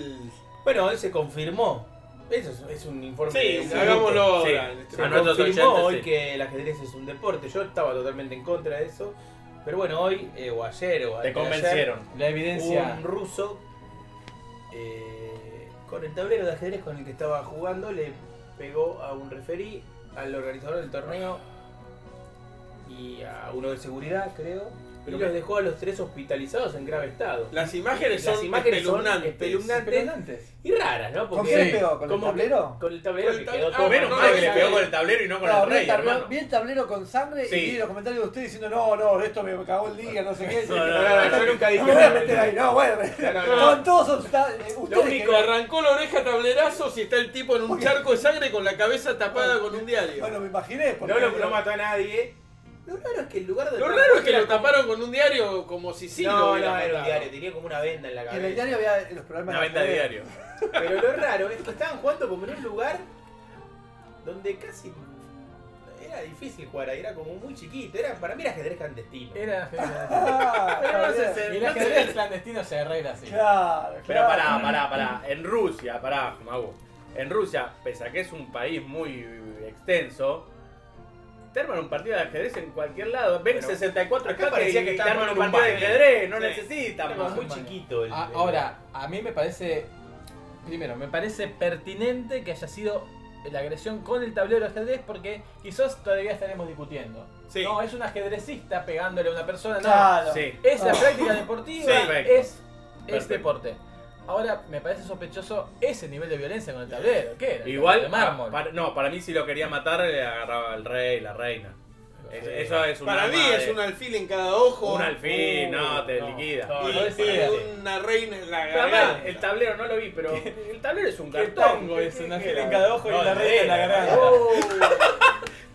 S2: Bueno, él se confirmó. Eso es, es un informe. de
S6: Sí,
S2: un
S6: hagámoslo
S2: minuto.
S3: Sí.
S6: ahora. en este
S2: Se
S3: A
S6: momento.
S3: nuestros
S2: confirmó
S3: oyentes,
S2: hoy
S3: sí.
S2: que el ajedrez es un deporte. Yo estaba totalmente en contra de eso. Pero bueno, hoy, eh, o ayer, o
S3: Te
S2: anteayer,
S3: convencieron.
S1: La
S2: hubo
S1: evidencia.
S2: un ruso eh, con el tablero de ajedrez con el que estaba jugando le pegó a un referí, al organizador del torneo y a uno de seguridad, creo. Pero
S6: Pero-
S2: los dejó a los tres hospitalizados en grave estado.
S6: Las imágenes
S2: Las
S6: son
S2: imágenes son
S6: espeluznantes.
S2: espeluznantes.
S1: Pero antes.
S2: Y raras, ¿no?
S4: ¿Con
S2: Porque
S4: qué le pegó? ¿Con el
S2: como que-
S4: tablero?
S2: Con el tablero
S6: Con el
S2: que
S6: tablero.
S2: quedó
S6: Ah,
S2: todo.
S3: Menos
S6: no,
S3: mal que
S6: no,
S3: le
S6: no,
S3: pegó
S6: no.
S3: con el tablero y no con
S4: Claro,
S3: el
S4: vi el
S3: rey,
S4: tablero-
S3: hermano.
S4: vi el tablero con sangre
S3: Sí.
S4: y vi los comentarios de ustedes diciendo no, no, esto me cagó el día, no sé qué.
S3: No, no, no,
S6: no, yo nunca dije
S2: [LAUGHS]
S4: No me voy a
S6: nada.
S4: meter ahí, no, bueno. [LAUGHS]
S6: no, no.
S4: Con todos los obsta- eh,
S6: Lo
S4: ustedes. que-
S6: único, arrancó la oreja a tablerazos y está el tipo en un
S4: Porque-
S6: charco de sangre con la cabeza tapada con un diario.
S4: Bueno, me imaginé. porque-
S2: No, lo- no mató a nadie. Lo raro es que el lugar de
S6: Lo raro es que lo taparon con un diario como si sí lo
S2: no,
S6: hubiera
S2: no, era un
S6: matado.
S2: diario, tenía como una venda en la
S4: Y en el
S2: cabeza.
S4: diario había los programas
S3: Una venta de
S4: ajedrez.
S3: diario.
S2: Pero lo raro es que estaban jugando como en un lugar donde casi era difícil jugar ahí, era como muy chiquito. Era, para mí era ajedrez clandestino.
S1: Era [LAUGHS] ajedrez clandestino.
S4: [LAUGHS] Ah, está bien.
S1: Y el ajedrez clandestino se arregla así.
S4: Claro,
S3: Pero
S4: claro.
S3: pará, pará, pará. En Rusia, pará, Mago. En Rusia, pese a que es un país muy extenso, te arman un partido de ajedrez en cualquier lado. Ven
S2: Bueno,
S3: 64
S2: acá
S3: acá
S2: parecía que
S3: que te
S2: estábamos
S3: arman un
S2: en un
S3: partido de
S2: baile.
S3: ajedrez. No
S6: Sí.
S2: Era
S3: necesitan
S2: como
S3: más.
S2: muy chiquito el,
S1: A-
S2: el-
S1: Ah, Ahora, a mí me parece. Primero, me parece pertinente que haya sido la agresión con el tablero de ajedrez porque quizás todavía estaremos discutiendo.
S6: Sí.
S1: No, es un ajedrecista pegándole a una persona. No.
S4: Claro.
S3: Sí.
S1: Es la
S4: Ah.
S1: práctica deportiva,
S3: Sí.
S1: es, es
S3: Perfecto.
S1: deporte. Ahora me parece sospechoso ese nivel de violencia con el tablero. ¿Qué era? De
S3: Igual, ah,
S1: mármol.
S3: para- no, para mí si lo quería matar, le agarraba al rey, la reina. Es-
S1: Sí.
S3: Eso es un
S6: Para
S3: arma
S6: mí
S3: de-
S6: es un alfil en cada ojo.
S3: un alfil, no, te
S1: no.
S3: liquida.
S1: No,
S6: Y
S1: no
S6: y
S1: decía.
S6: una reina en la
S3: Pero además,
S6: garganta.
S3: el tablero no lo vi, pero el tablero es un
S9: ¿Qué
S3: cartón.
S9: tango es? Una
S3: ¿Qué
S9: fila en
S3: era?
S9: cada ojo y
S3: No,
S9: una
S3: de
S9: reina en la
S3: arena,
S9: garganta.
S3: de arena.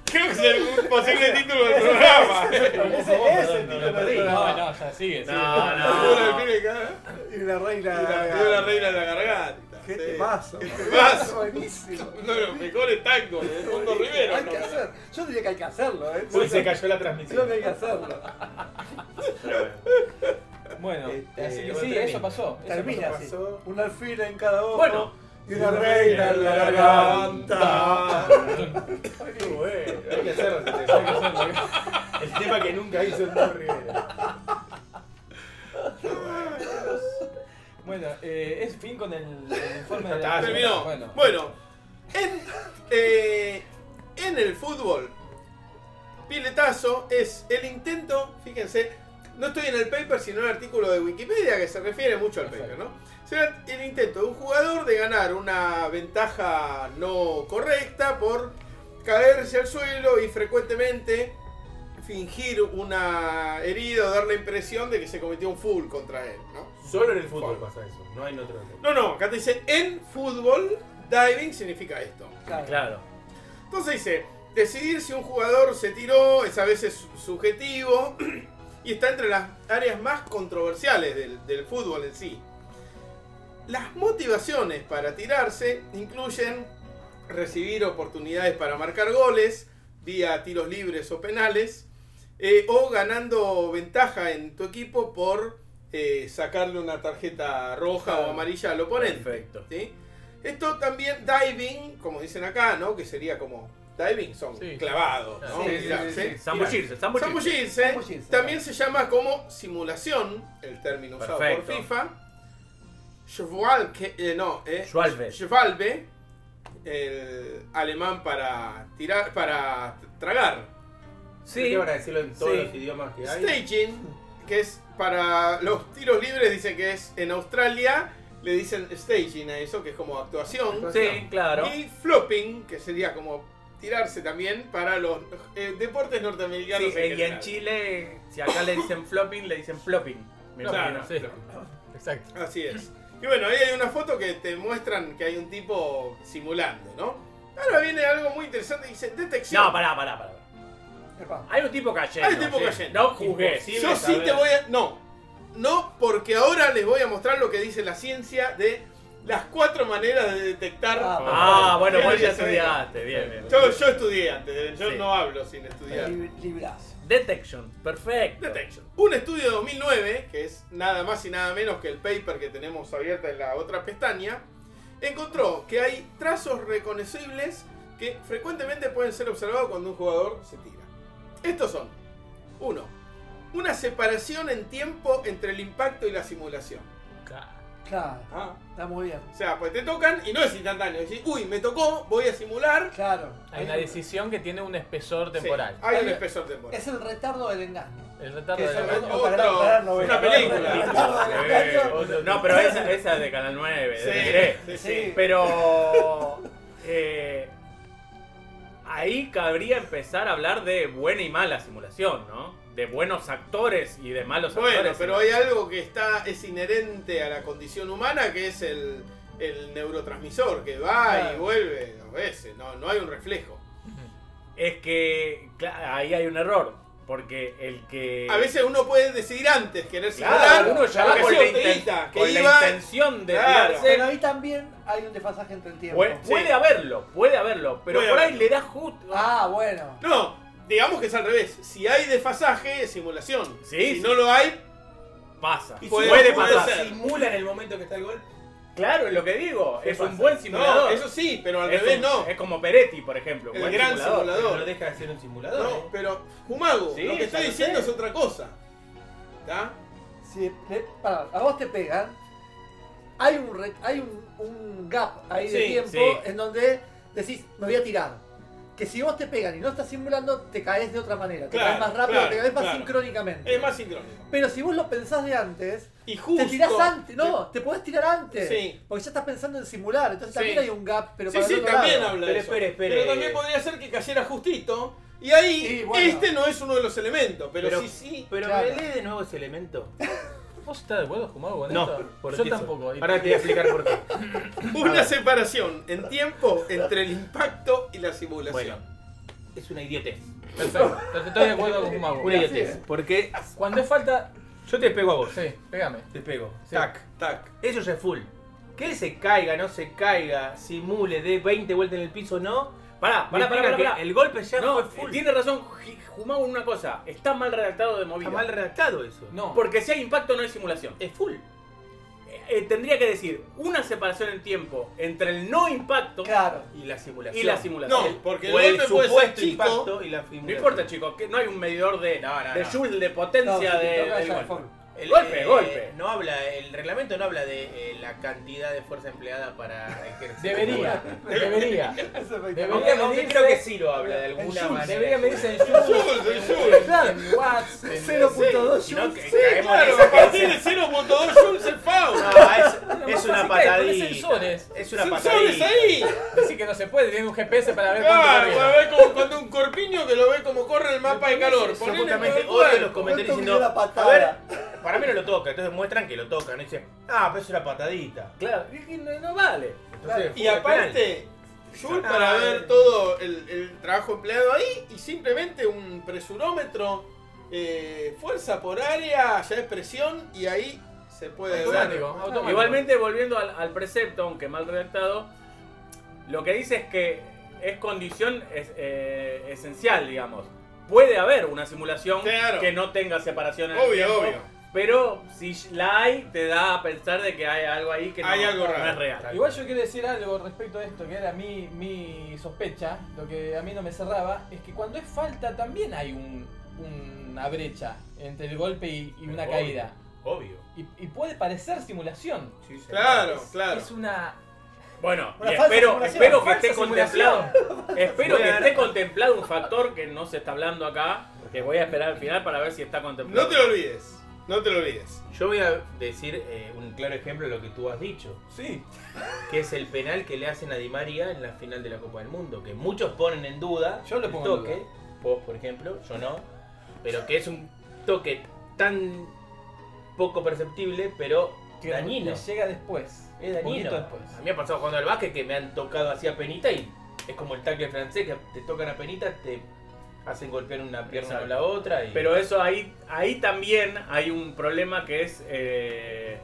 S6: Creo que [LAUGHS] es el posible título del programa.
S4: Ese es el título
S3: lo perdí.
S4: del
S1: No,
S4: programa.
S1: no, ya sigue, sigue.
S3: No,
S6: [LAUGHS] Un
S3: no.
S6: alfil en cada
S4: Y la reina.
S6: y una reina en la garganta.
S4: Qué
S6: Sí.
S4: temazo.
S6: Qué
S4: [LAUGHS]
S6: temazo.
S4: Buenísimo.
S6: Uno de los mejores tangos de Mundo Rivero.
S4: Hay que hacer. Yo diría que hay que hacerlo, ¿eh?
S2: Uy, se cayó la transmisión.
S4: Creo que hay que hacerlo.
S1: Bueno,
S6: Este,
S1: así que
S6: bueno,
S1: sí,
S6: termina.
S1: eso pasó. eso
S4: Termina
S1: pasó.
S4: así.
S6: pasó.
S4: Un alfil en cada ojo.
S3: Bueno.
S4: Y una reina en la garganta.
S2: eh, Hay que hacer, hay que hacer. [LAUGHS] El tema que nunca hizo el Mundo Rivero.
S1: Bueno, eh, es fin con el, el informe
S6: [LAUGHS]
S1: de la
S6: Ah, terminó.
S1: Bueno,
S6: Bueno, en, eh, en el fútbol, piletazo es el intento, fíjense, no estoy en el paper, sino en el artículo de Wikipedia que se refiere mucho al paper, ¿no? Será el intento de un jugador de ganar una ventaja no correcta por caerse al suelo y frecuentemente fingir una herida o dar la impresión de que se cometió un full contra él, ¿no?
S2: Solo en el fútbol pasa eso, no hay en otro. deporte.
S6: No, no, acá te dice en fútbol, diving significa esto.
S3: Claro.
S6: Entonces dice, decidir si un jugador se tiró es a veces su- subjetivo [CLEARS THROAT] y está entre las áreas más controversiales del, del fútbol en sí. Las motivaciones para tirarse incluyen recibir oportunidades para marcar goles vía tiros libres o penales eh, o ganando ventaja en tu equipo por eh, sacarle una tarjeta roja o amarilla al oponente.
S3: Perfecto.
S6: ¿sí? Esto también, diving, como dicen acá, ¿no? Que sería como. Diving son
S1: Sí.
S6: clavados, ¿no?
S4: Sí, sí,
S6: Tirarse.
S4: sí, sí.
S3: Zambullirse, zambullirse.
S6: Zambullirse.
S4: Zambullirse.
S6: ¿eh? También se llama como simulación, el término usado
S3: Perfecto.
S6: por FIFA. Schwalke, eh, no, eh,
S3: Schwalbe.
S6: Schwalbe, el alemán para tirar, para tragar.
S2: Creo
S3: Sí,
S2: que van a decirlo en todos
S3: Sí.
S2: los idiomas que hay?
S6: Staging, que es para los tiros libres, dicen que es en Australia, le dicen staging a eso, que es como actuación.
S3: sí, claro.
S6: Y flopping, que sería como tirarse también para los eh, deportes norteamericanos.
S3: Sí, y en
S6: general.
S3: Chile, si acá le dicen flopping, le dicen flopping. Me
S6: Claro,
S3: imagino.
S1: sí. Exacto.
S6: Así es. Y bueno, ahí hay una foto que te muestran que hay un tipo simulando, ¿no? Ahora viene algo muy interesante, dice detección.
S3: No, pará, pará, pará.
S4: Epa.
S3: Hay un tipo cayendo.
S6: Hay un tipo
S3: sí.
S6: cayendo.
S3: No juzgues.
S2: Imposible
S6: Yo sí
S2: saber.
S6: te voy a... No, no porque ahora les voy a mostrar lo que dice la ciencia de las cuatro maneras de detectar...
S4: Ah,
S3: Ah, bueno,
S6: Bien,
S3: vos ya
S6: bien, bien.
S3: estudiaste. Bien, bien.
S6: Yo, yo estudié antes, yo
S3: Sí.
S6: no hablo sin estudiar.
S4: Lib- Librazo.
S3: Detection. Perfecto.
S6: Detection. Un estudio de 2009, que es nada más y nada menos que el paper que tenemos abierta en la otra pestaña, encontró que hay trazos reconocibles que frecuentemente pueden ser observados cuando un jugador se tira. Estos son 1. Una separación en tiempo entre el impacto y la simulación.
S4: Claro,
S6: Ah.
S4: está muy bien.
S6: O sea, pues te tocan y no es instantáneo. Decís, uy, me tocó, voy a simular.
S4: Claro.
S1: Hay una decisión que tiene un espesor temporal.
S6: Sí, hay un espesor temporal.
S4: Es el retardo del engaño.
S1: El retardo
S4: Que
S1: de
S4: es el
S1: la
S4: retardo
S6: Otro-
S4: para no- para no ver.
S6: una película.
S4: El retardo del engaño.
S3: Eh, No, pero esa, esa es de Canal 9,
S6: Sí,
S3: de Diré.
S6: sí, sí.
S4: Sí.
S3: Pero. eh, ahí cabría empezar a hablar de buena y mala simulación, ¿no? De buenos actores y de malos
S6: Bueno,
S3: actores.
S6: pero hay algo que está es inherente a la condición humana, que es el, el neurotransmisor, que va y
S4: Claro.
S6: vuelve a veces, no, no hay un reflejo.
S3: Es que cla- ahí hay un error. Porque el que.
S6: A veces uno puede decidir antes querer simular,
S3: Eh. Claro, uno ya va
S6: porque
S3: con,
S6: sí,
S3: la,
S6: Orteguita,
S3: inten-
S6: que
S3: con la
S6: iba-
S3: intención de
S6: Claro.
S3: tirarse.
S4: Pero ahí también hay un desfasaje entre el tiempo.
S3: Pu- Puede haberlo, puede haberlo. Pero
S6: Puede
S3: por ahí
S6: haberlo.
S3: le da justo.
S4: Ah, bueno.
S6: No, digamos que es al revés. Si hay desfasaje, es simulación.
S3: Sí,
S6: si
S3: sí.
S6: no lo hay,
S3: Pasa.
S6: Y si
S3: puede,
S6: puede
S3: pasar.
S6: ser.
S2: Simula en el momento que está el gol.
S3: Claro, es lo que digo. Es
S2: pasa?
S3: un buen
S6: no,
S3: simulador.
S6: eso sí, pero al
S3: Es
S6: revés
S3: un-
S6: no.
S3: Es como Peretti, por ejemplo.
S6: El
S3: buen
S6: gran simulador.
S2: Pero No deja de ser un simulador.
S6: No,
S2: ¿eh?
S6: pero Jumago,
S3: Sí,
S6: lo que
S3: ya
S6: estoy
S3: lo
S6: diciendo
S3: sé.
S6: es otra cosa. ¿Está?
S4: Si le- pará, a vos te pegan, hay un, re- hay un, un gap ahí de
S6: Sí,
S4: tiempo
S3: sí.
S4: en donde decís, me voy a tirar. que si vos te pegan y no estás simulando, te caes de otra manera. Te
S6: Claro,
S4: caes más rápido,
S6: claro,
S4: te caes más
S6: claro.
S4: sincrónicamente.
S6: Es más sincrónico.
S4: Pero si vos lo pensás de antes,
S6: Y justo.
S4: te tirás antes, no, te podés tirar antes.
S6: Sí.
S4: Porque ya estás pensando en simular, entonces
S6: Sí.
S4: también hay un gap, pero
S6: Sí,
S4: para el
S6: sí,
S4: otro
S6: también
S4: lado.
S6: habla
S3: Pero
S6: de eso.
S3: espere, espere.
S6: Pero también podría ser que cayera justito. Y ahí,
S4: Y bueno.
S6: este no es uno de los elementos, pero,
S2: Pero- [LAUGHS]
S6: sí, sí.
S2: Pero
S4: Claro.
S2: me lee de nuevo ese elemento.
S1: ¿Vos estás de acuerdo, Jumago, con
S2: No,
S1: esto?
S2: por
S1: Yo
S2: eso.
S1: tampoco. Y-
S2: Ahora te voy a explicar por qué.
S6: Una separación en tiempo entre el impacto y la simulación.
S2: Es una idiotez.
S1: Perfecto, perfecto, estoy de acuerdo con Jumago.
S2: Una idiotez. Porque
S1: Cuando es falta.
S2: yo te pego a vos.
S1: Sí, pégame.
S2: Te pego.
S1: Sí.
S2: Tac.
S6: Tac.
S2: Eso ya es full. Que él se caiga, no se caiga, simule, dé 20 vueltas en el piso, no.
S3: Pará, pará,
S2: Me
S3: pará,
S2: explica
S3: pará,
S2: que
S3: pará.
S2: El golpe ya
S3: No,
S2: fue full.
S3: tiene razón Ji- Jumago en una cosa. Está mal redactado de movida.
S2: Está mal redactado eso.
S1: No.
S3: Porque si hay impacto no hay simulación.
S2: Es full.
S3: Eh, eh, tendría que decir una separación en tiempo entre el no impacto
S4: Claro.
S2: Y la simulación.
S3: y la simulación.
S6: No, porque el
S2: o el
S6: golpe puede ser
S2: supuesto
S6: chico.
S2: impacto y la simulación.
S3: No importa, chicos, que no hay un medidor de,
S2: No, no,
S3: de
S2: no.
S3: joules de
S4: No, si
S3: potencia
S4: te
S3: de,
S4: toca,
S3: del
S4: ya
S3: golpe.
S4: fue.
S2: El
S3: Golpe,
S2: eh,
S3: golpe.
S2: No habla, el reglamento no habla de eh, la cantidad de fuerza empleada para ejercer.
S1: Debería, debería.
S4: Eso es
S1: Debería
S2: Aunque, aunque
S1: medirse-
S2: creo que sí lo habla de
S1: En
S2: alguna
S1: joules,
S2: manera.
S1: Debería medirse en joules.
S6: Joule,
S1: en-
S6: joule.
S1: claro, en watts. en-
S2: Si no, que
S6: Sí,
S2: caemos en esa
S6: claro, a
S2: que es-
S6: partir de 0.2 joules el [LAUGHS] foul.
S2: No, es, es
S1: Más fácil
S2: una
S1: caer, ponés
S2: patadita.
S1: sensores.
S2: Ah, Es una
S6: ¡Sensores
S2: patadita.
S6: ahí!
S1: Decir que no se puede, tiene un GPS para ver cuánto
S6: Claro, para
S1: camina.
S6: ver como cuando un corpiño que lo ve como corre el mapa de calor.
S2: Yo
S6: Ponele
S2: justamente odio
S6: el
S2: los comentarios
S6: cuerpo.
S4: ¿Cuánto
S2: diciendo.
S4: midió la
S2: A
S4: patada?
S2: ver, para mí no lo toca. Entonces muestran que lo tocan. Y dicen, ah, pero es una patadita.
S3: Claro, es que no, no vale.
S2: Entonces,
S6: Y
S2: fue penal.
S6: aparte, Joule para
S2: Ah,
S6: ver
S2: eh.
S6: todo el, el trabajo empleado ahí y simplemente un presurómetro, eh, fuerza por área, ya es presión y ahí se puede
S1: Automático,
S6: ver.
S1: automático.
S3: Igualmente, volviendo al, al precepto, aunque mal redactado, lo que dice es que es condición es- eh, esencial, digamos. Puede haber una simulación
S6: Claro.
S3: que no tenga separación en el
S6: Obvio,
S3: tiempo,
S6: obvio.
S3: Pero si la hay, te da a pensar de que hay algo ahí que no,
S6: Hay algo
S3: no
S6: raro.
S3: es real.
S1: Igual yo quiero decir algo respecto a esto, que era mi, mi sospecha, lo que a mí no me cerraba, es que cuando es falta también hay un, una brecha entre el golpe y, y una
S2: Obvio.
S1: caída.
S2: Obvio.
S1: Y, y puede parecer simulación.
S2: Sí, sí.
S6: Claro, claro.
S1: Es una...
S3: Bueno,
S4: Una
S3: y
S4: falsa
S3: espero,
S4: simulación,
S3: espero que
S1: falsa
S3: esté
S1: simulación.
S3: contemplado. Espero que
S2: Bueno.
S3: esté contemplado un factor que no se está hablando acá, que voy a esperar al final para ver si está contemplado.
S6: No te lo olvides, no te lo olvides.
S2: Yo voy a decir eh, un claro ejemplo de lo que tú has dicho.
S1: Sí.
S2: que es el penal que le hacen a Di María en la final de la Copa del Mundo, que muchos ponen en duda.
S1: Yo lo
S2: el
S1: pongo en
S2: toque, vos por ejemplo, yo no, pero que es un toque tan poco perceptible, pero
S1: Que
S2: dañino.
S1: le llega después.
S2: Es
S1: poquito
S2: dañino.
S1: después.
S2: A mí me ha pasado jugando al básquet que me han tocado así a penita y es como el tackle francés que te tocan a penita, te hacen golpear una pierna
S3: Exacto.
S2: o la otra y
S3: Pero eso ahí, ahí también hay un problema que es eh,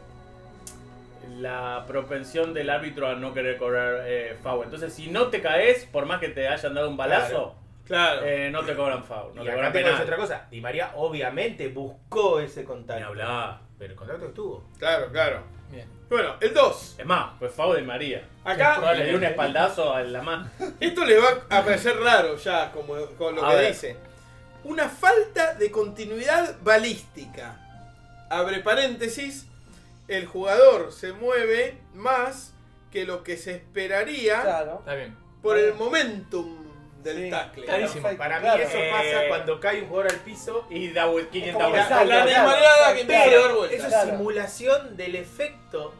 S3: la propensión del árbitro a no querer cobrar eh, foul. Entonces, si no te caes, por más que te hayan dado un balazo,
S6: Claro.
S3: eh, no te cobran foul. No
S2: y
S3: te
S2: acá
S3: cobran
S2: tengo que
S3: penal.
S2: decir otra cosa, Di María obviamente buscó ese
S3: Ni
S2: contacto.
S3: hablar.
S2: Pero el contacto estuvo.
S6: Claro, claro.
S1: Bien.
S6: Bueno, el 2.
S3: Es más, fue foul de María. No,
S6: Acá,
S3: le dio un espaldazo a la mano.
S6: esto le va a parecer raro ya, como con lo
S3: A
S6: que
S3: ver.
S6: dice. Una falta de continuidad balística. Abre paréntesis, el jugador se mueve más que lo que se esperaría
S4: Claro.
S1: Está bien.
S6: por el momentum del
S4: Sí,
S6: tackle.
S4: clarísimo.
S2: Para mí
S4: Claro.
S2: eso
S3: Eh,
S2: pasa cuando cae un jugador al piso.
S3: Y da vuel- 500
S4: como
S6: La,
S3: vueltas.
S4: Exacto,
S6: la
S4: claro.
S6: desmadrada que empieza a dar
S4: Claro.
S2: Eso
S6: vueltas.
S2: es simulación del efecto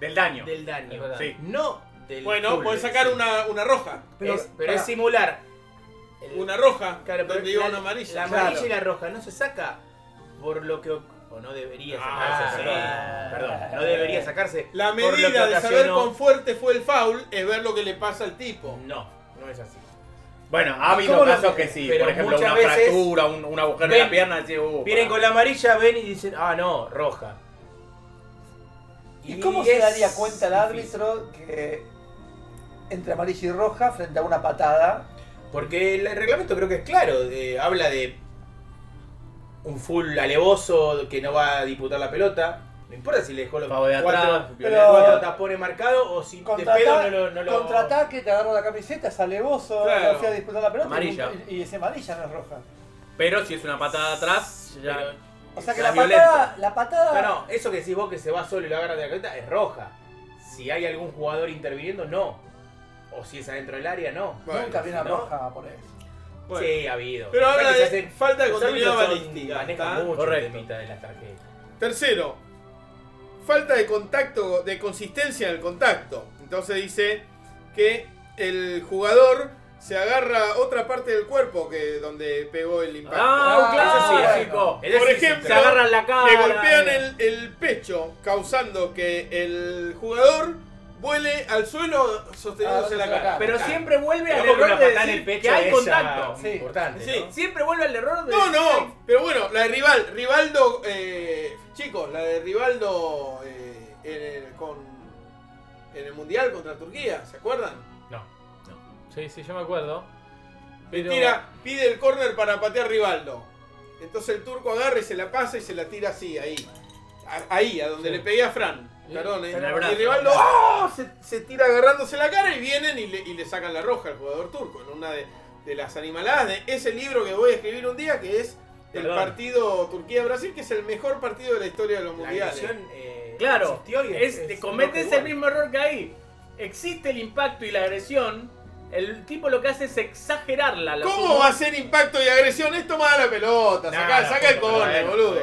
S3: Del daño.
S2: del
S1: Es
S2: daño.
S1: verdad.
S3: Sí.
S2: No del
S6: Bueno,
S2: full.
S6: puedes sacar una, una roja.
S2: Pero, es, pero
S4: pará.
S2: es simular. El-
S6: Una roja,
S2: Claro, pero
S6: donde iba
S2: la-
S6: una
S2: La
S6: amarilla.
S2: amarilla
S4: Claro.
S2: y la roja no se saca por lo que. oc- O no debería
S3: Ah,
S2: sacarse.
S3: ah,
S2: perdón. Perdón, no debería sacarse.
S6: La
S2: por lo que
S6: medida de saber
S2: ocasionó- Mm.
S6: cuán fuerte fue el foul es ver lo que le pasa al tipo.
S2: No, no es así.
S3: Bueno, ha habido
S2: ¿Cómo lo
S3: casos
S2: mide?
S3: que sí.
S2: Pero
S3: Por ejemplo,
S2: muchas
S3: una
S2: veces
S3: fractura, un, un agujero en
S2: ven-
S3: la pierna. Así, uh,
S2: Vienen
S3: pará.
S2: con la amarilla, ven y dicen, ah, no, roja.
S4: ¿Y cómo se
S2: es
S4: daría cuenta el
S2: difícil.
S4: árbitro que entre amarilla y roja frente a una patada?
S2: Porque el reglamento creo que es claro, de- habla de un full alevoso que no va a disputar la pelota. No importa si le dejó los
S3: Pavo de atrás,
S2: cuatro,
S4: pero-
S2: cuatro tapones marcados o si te
S4: Contraata-
S2: pedo no lo... No lo-
S4: Contraataque, te agarra la camiseta, sale bozo,
S6: Claro.
S4: no hacía disputar la pelota y-
S3: Amarilla.
S4: y, y es amarilla, no es roja.
S3: Pero si es una patada atrás, ya.
S2: Pero-
S4: O sea que
S2: La
S4: la, patada, la patada.
S2: no, no, eso que decís vos que se va solo y lo agarra de la cabeza es roja. Si hay algún jugador interviniendo, no. O si es adentro del área, no.
S6: Bueno,
S4: Nunca vi una
S2: ¿no?
S4: roja por eso.
S6: Bueno.
S2: Sí, ha habido.
S6: Pero
S2: Lo que
S6: habla
S2: pasa
S6: de
S2: es que se hacen-
S6: falta de
S2: los
S6: continuidad
S2: árbitros son-
S6: balística.
S2: Manejan
S6: ¿está?
S2: mucho
S3: Correcto.
S2: el temita de las tarjetas.
S6: Tercero, falta de contacto, de consistencia en el contacto. Entonces dice que el jugador se agarra otra parte del cuerpo que donde pegó el impacto.
S4: Ah,
S2: Ese sí,
S4: bueno.
S2: ese
S6: Por
S2: sí es
S6: ejemplo,
S2: un tema.
S10: Agarran la cara. eh.
S6: Le golpean el, el pecho, causando que el jugador vuele al suelo sosteniéndose
S4: Ah,
S6: la cara.
S10: Pero
S6: Claro.
S10: siempre vuelve al
S2: Pero con
S10: error
S2: una
S10: de
S2: patada en
S10: decir
S2: el
S10: que
S2: pecho
S10: hay
S2: es
S10: contacto.
S4: Sí.
S2: importante.
S6: Sí.
S2: ¿no?
S10: Siempre vuelve al error de
S6: No,
S10: decir que hay-
S6: no, pero bueno, la de rival, Rivaldo, eh, chicos, la de Rivaldo eh, en, el, con, en el Mundial contra Turquía, ¿se acuerdan?
S1: Sí, sí, yo me acuerdo.
S6: Le
S1: Pero-
S6: tira, pide el córner para patear Rivaldo. Entonces el turco agarra y se la pasa y se la tira así, ahí. A- ahí, a donde
S1: Sí.
S6: le pegué a Fran. Perdón, eh.
S10: En el brazo.
S6: Y Rivaldo ¡ah! se, se tira agarrándose la cara y vienen y le, y le sacan la roja al jugador turco. En una de, de las animaladas de ese libro que voy a escribir un día que es el
S2: Perdón.
S6: partido Turquía-Brasil, que es el mejor partido de la historia de los
S2: La
S6: mundiales.
S2: agresión, eh,
S10: Claro,
S2: existió y
S10: es-
S2: es
S10: comete
S2: lo que
S10: ese
S2: hubo.
S10: mismo error que ahí. Existe el impacto y la agresión. El tipo lo que hace es exagerarla. la
S6: ¿Cómo
S10: suma.
S6: va a ser impacto y agresión? Es tomar la pelota,
S2: No,
S6: saca,
S2: no,
S6: saca
S2: fue
S6: el córner,
S2: para-
S6: boludo.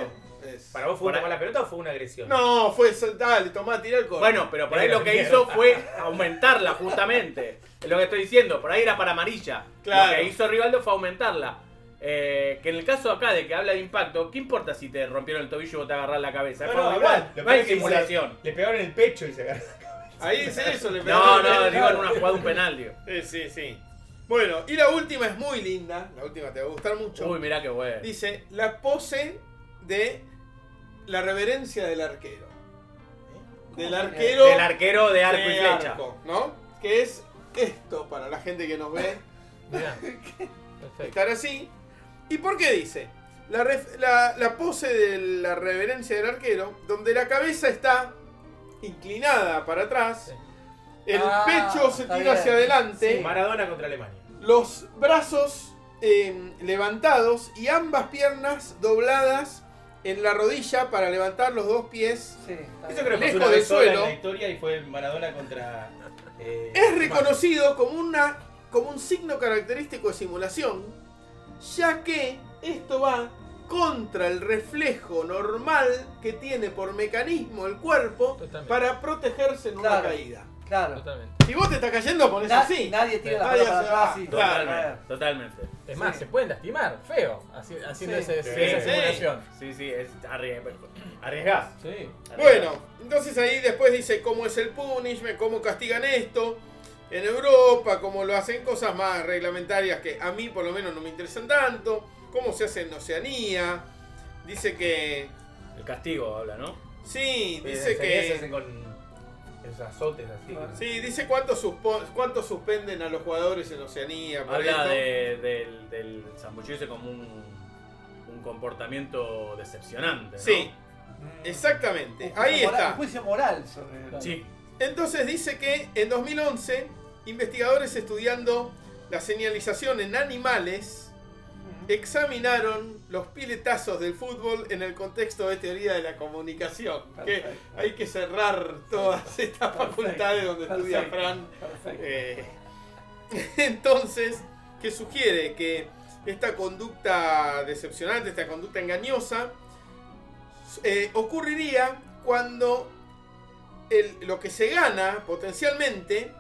S6: Es-
S2: ¿Para vos fue una mala pelota o fue una agresión?
S6: No, fue, dale, tomá, tira el córner.
S10: Bueno, pero por ahí lo que hizo fue aumentarla justamente. Es lo que estoy diciendo. Por ahí era para amarilla.
S6: Claro.
S10: Lo que hizo Rivaldo fue aumentarla. Eh, que en el caso acá de que habla de impacto, ¿qué importa si te rompieron el tobillo o te agarras la cabeza?
S2: No,
S10: Es
S2: no,
S10: como
S2: igual.
S10: igual.
S2: Lo
S10: No
S2: que
S10: hay
S2: pasa es que
S10: simulación.
S2: Le pegaron el pecho y se agarró.
S6: Ahí
S10: [LAUGHS]
S6: dice eso, le
S10: No,
S6: pegaron el-
S10: no, digo en una jugada un penal, digo.
S6: Sí, sí, sí. Bueno, y la última es muy linda. La última te va a gustar mucho.
S10: Uy, mirá qué bueno.
S6: Dice, la pose de la reverencia del arquero. Del arquero.
S10: ¿Eh? Del arquero de arco y
S6: de
S10: flecha.
S6: arco, ¿No? Que es esto para la gente que nos ve.
S1: [LAUGHS] Mirá. Perfecto.
S6: estar así. ¿Y por qué dice? La, ref- la- la pose de la reverencia del arquero, donde la cabeza está inclinada para atrás,
S1: Sí.
S6: el
S4: Ah,
S6: pecho se
S4: está
S6: tira
S4: bien.
S6: hacia adelante,
S4: Sí.
S2: Maradona contra Alemania.
S6: los brazos eh, levantados y ambas piernas dobladas en la rodilla para levantar los dos pies.
S4: Sí,
S2: Eso
S4: está bien.
S2: creo que
S6: Lejos
S2: pasó una
S6: del
S2: vez sola en
S6: suelo.
S2: la historia y fue Maradona contra. eh,
S6: Es reconocido como, una, como un signo característico de simulación, ya que esto va contra el reflejo normal que tiene por mecanismo el cuerpo
S1: Totalmente.
S6: para protegerse en una
S4: Claro.
S6: caída.
S4: Claro.
S1: Totalmente.
S6: Si vos te estás cayendo, pones
S4: Na-
S6: así.
S4: Nadie tira la
S6: Nadie
S4: pelota
S6: se
S4: para
S6: va.
S4: atrás. y-
S6: Claro.
S4: Claro.
S10: Totalmente, totalmente.
S1: Es más,
S4: Sí.
S1: se pueden lastimar, feo, haci- haciendo
S4: Sí.
S1: ese-
S2: Sí.
S1: esa
S2: Sí.
S1: simulación.
S10: Sí, sí, es arrie- arriesgás.
S1: Sí.
S6: Bueno, entonces ahí después dice cómo es el punishment, cómo castigan esto en Europa, cómo lo hacen cosas más reglamentarias que a mí por lo menos no me interesan tanto, cómo se hace en Oceanía. Dice que
S10: El castigo habla, ¿no?
S6: Sí,
S2: Eh,
S6: dice
S2: en realidad se
S6: que.
S2: hacen con esos azotes así.
S6: Sí, dice cuánto, suspo- cuánto suspenden a los jugadores en Oceanía. por
S10: Habla
S6: esto.
S10: de- del, del zambullirse como un, un comportamiento decepcionante. ¿no?
S6: Sí, exactamente.
S4: Un
S6: Ahí
S4: Mm. juicio moral-
S6: está.
S4: Un juicio moral sobre.
S10: Sí.
S6: Entonces dice que en 2011, investigadores estudiando la señalización en animales
S4: Mm.
S6: examinaron los piletazos del fútbol en el contexto de teoría de la comunicación. Que
S4: Perfecto.
S6: hay que cerrar todas estas facultades donde estudia
S4: Perfecto.
S6: Fran.
S4: Perfecto.
S6: Eh, [LAUGHS] entonces, que sugiere que esta conducta decepcionante, esta conducta engañosa, eh, ocurriría cuando el- lo que se gana potencialmente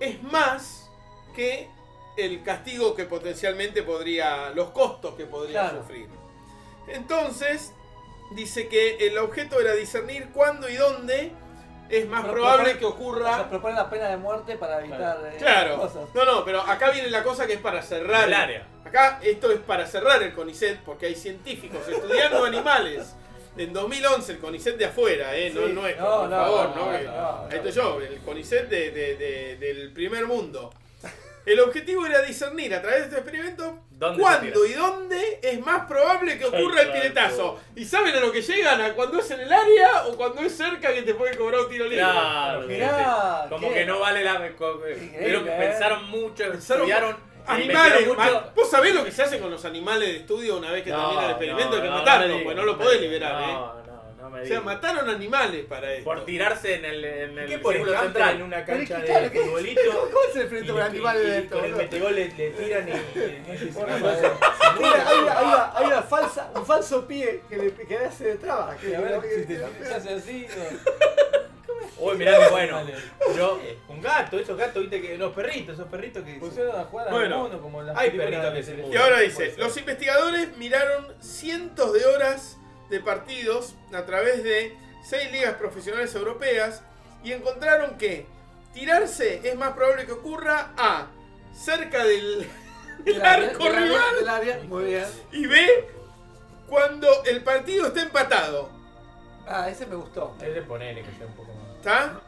S6: es más que el castigo que potencialmente podría, los costos que podría
S4: Claro.
S6: sufrir. Entonces, dice que el objeto era discernir cuándo y dónde es más
S4: Pero
S6: probable
S4: propone-
S6: que
S4: O
S6: ocurra
S4: sea, proponen la pena de muerte para evitar eh,
S6: Claro.
S4: cosas.
S6: No, no, pero acá viene la cosa que es para cerrar.
S10: El área.
S6: Acá esto es para cerrar el CONICET porque hay científicos estudiando animales. En 2011 el CONICET de afuera, ¿eh? No,
S4: Sí.
S6: no es,
S4: No,
S6: por
S4: no,
S6: favor,
S4: no,
S6: ¿no?
S4: no,
S6: Que-
S4: no, no.
S6: Esto yo, el CONICET de- de- de- del primer mundo. El objetivo era discernir a través de este experimento
S10: ¿Dónde
S6: cuándo
S10: se
S6: y dónde es más probable que ocurra el
S10: claro.
S6: piletazo. Y saben a lo que llegan, a cuando es en el área o cuando es cerca que te puede cobrar un tiro libre.
S10: Claro, sí,
S4: Mirá,
S10: sí. Como
S4: qué-
S10: que no vale la. co- Creo que
S4: eh.
S10: pensaron mucho,
S6: Pensaron-
S10: estudiaron.
S6: Animales,
S10: investigaron
S6: ma- vos sabés lo que se hace con los animales de estudio una vez que termina el experimento, hay que
S10: no,
S6: matarlos,
S10: no me
S6: pues no
S10: digas,
S6: lo podés
S10: me digas.
S6: liberar,
S10: No, no, no
S3: me
S6: O sea,
S3: digas.
S6: mataron animales para esto.
S3: Por tirarse en el, en el
S2: ¿Qué por
S3: círculo
S2: ejemplo
S3: central.
S2: en una
S4: Pero es
S2: cancha
S4: que, claro,
S2: de
S4: ¿qué-
S2: futbolito?
S10: [LAUGHS]
S4: ¿Cómo se
S2: Y,
S4: enfrenta un
S2: le-
S4: animal
S2: y-
S4: de
S2: y
S4: esto?
S2: con el
S4: boludo?
S2: metegol le, le tiran y- y... no sé si se
S4: Boludo.
S2: escapa.
S4: Mira, hay una, hay una- hay una falsa, un falso pie que le que le hace de traba. que-
S1: A ver
S4: que-
S1: si te la pisas así.
S6: [LAUGHS]
S3: Uy, mirá que bueno.
S2: Yo, un gato, esos gatos, viste que. Los perritos, esos perritos que.
S1: Pusieron a jugar
S6: Bueno,
S1: al mono como en las
S2: hay
S1: películas
S2: perritos
S1: de-
S2: que se
S6: Y ahora dice, los investigadores miraron cientos de horas de partidos a través de seis ligas profesionales europeas y encontraron que tirarse es más probable que ocurra A, cerca del, [LAUGHS] del
S4: del área-
S6: arco
S4: del área-
S6: rival,
S4: del área, Muy bien.
S6: y B, cuando el partido está empatado.
S4: Ah, ese me gustó.
S2: Es de ponerle que sea un poco más.
S6: ¿Está?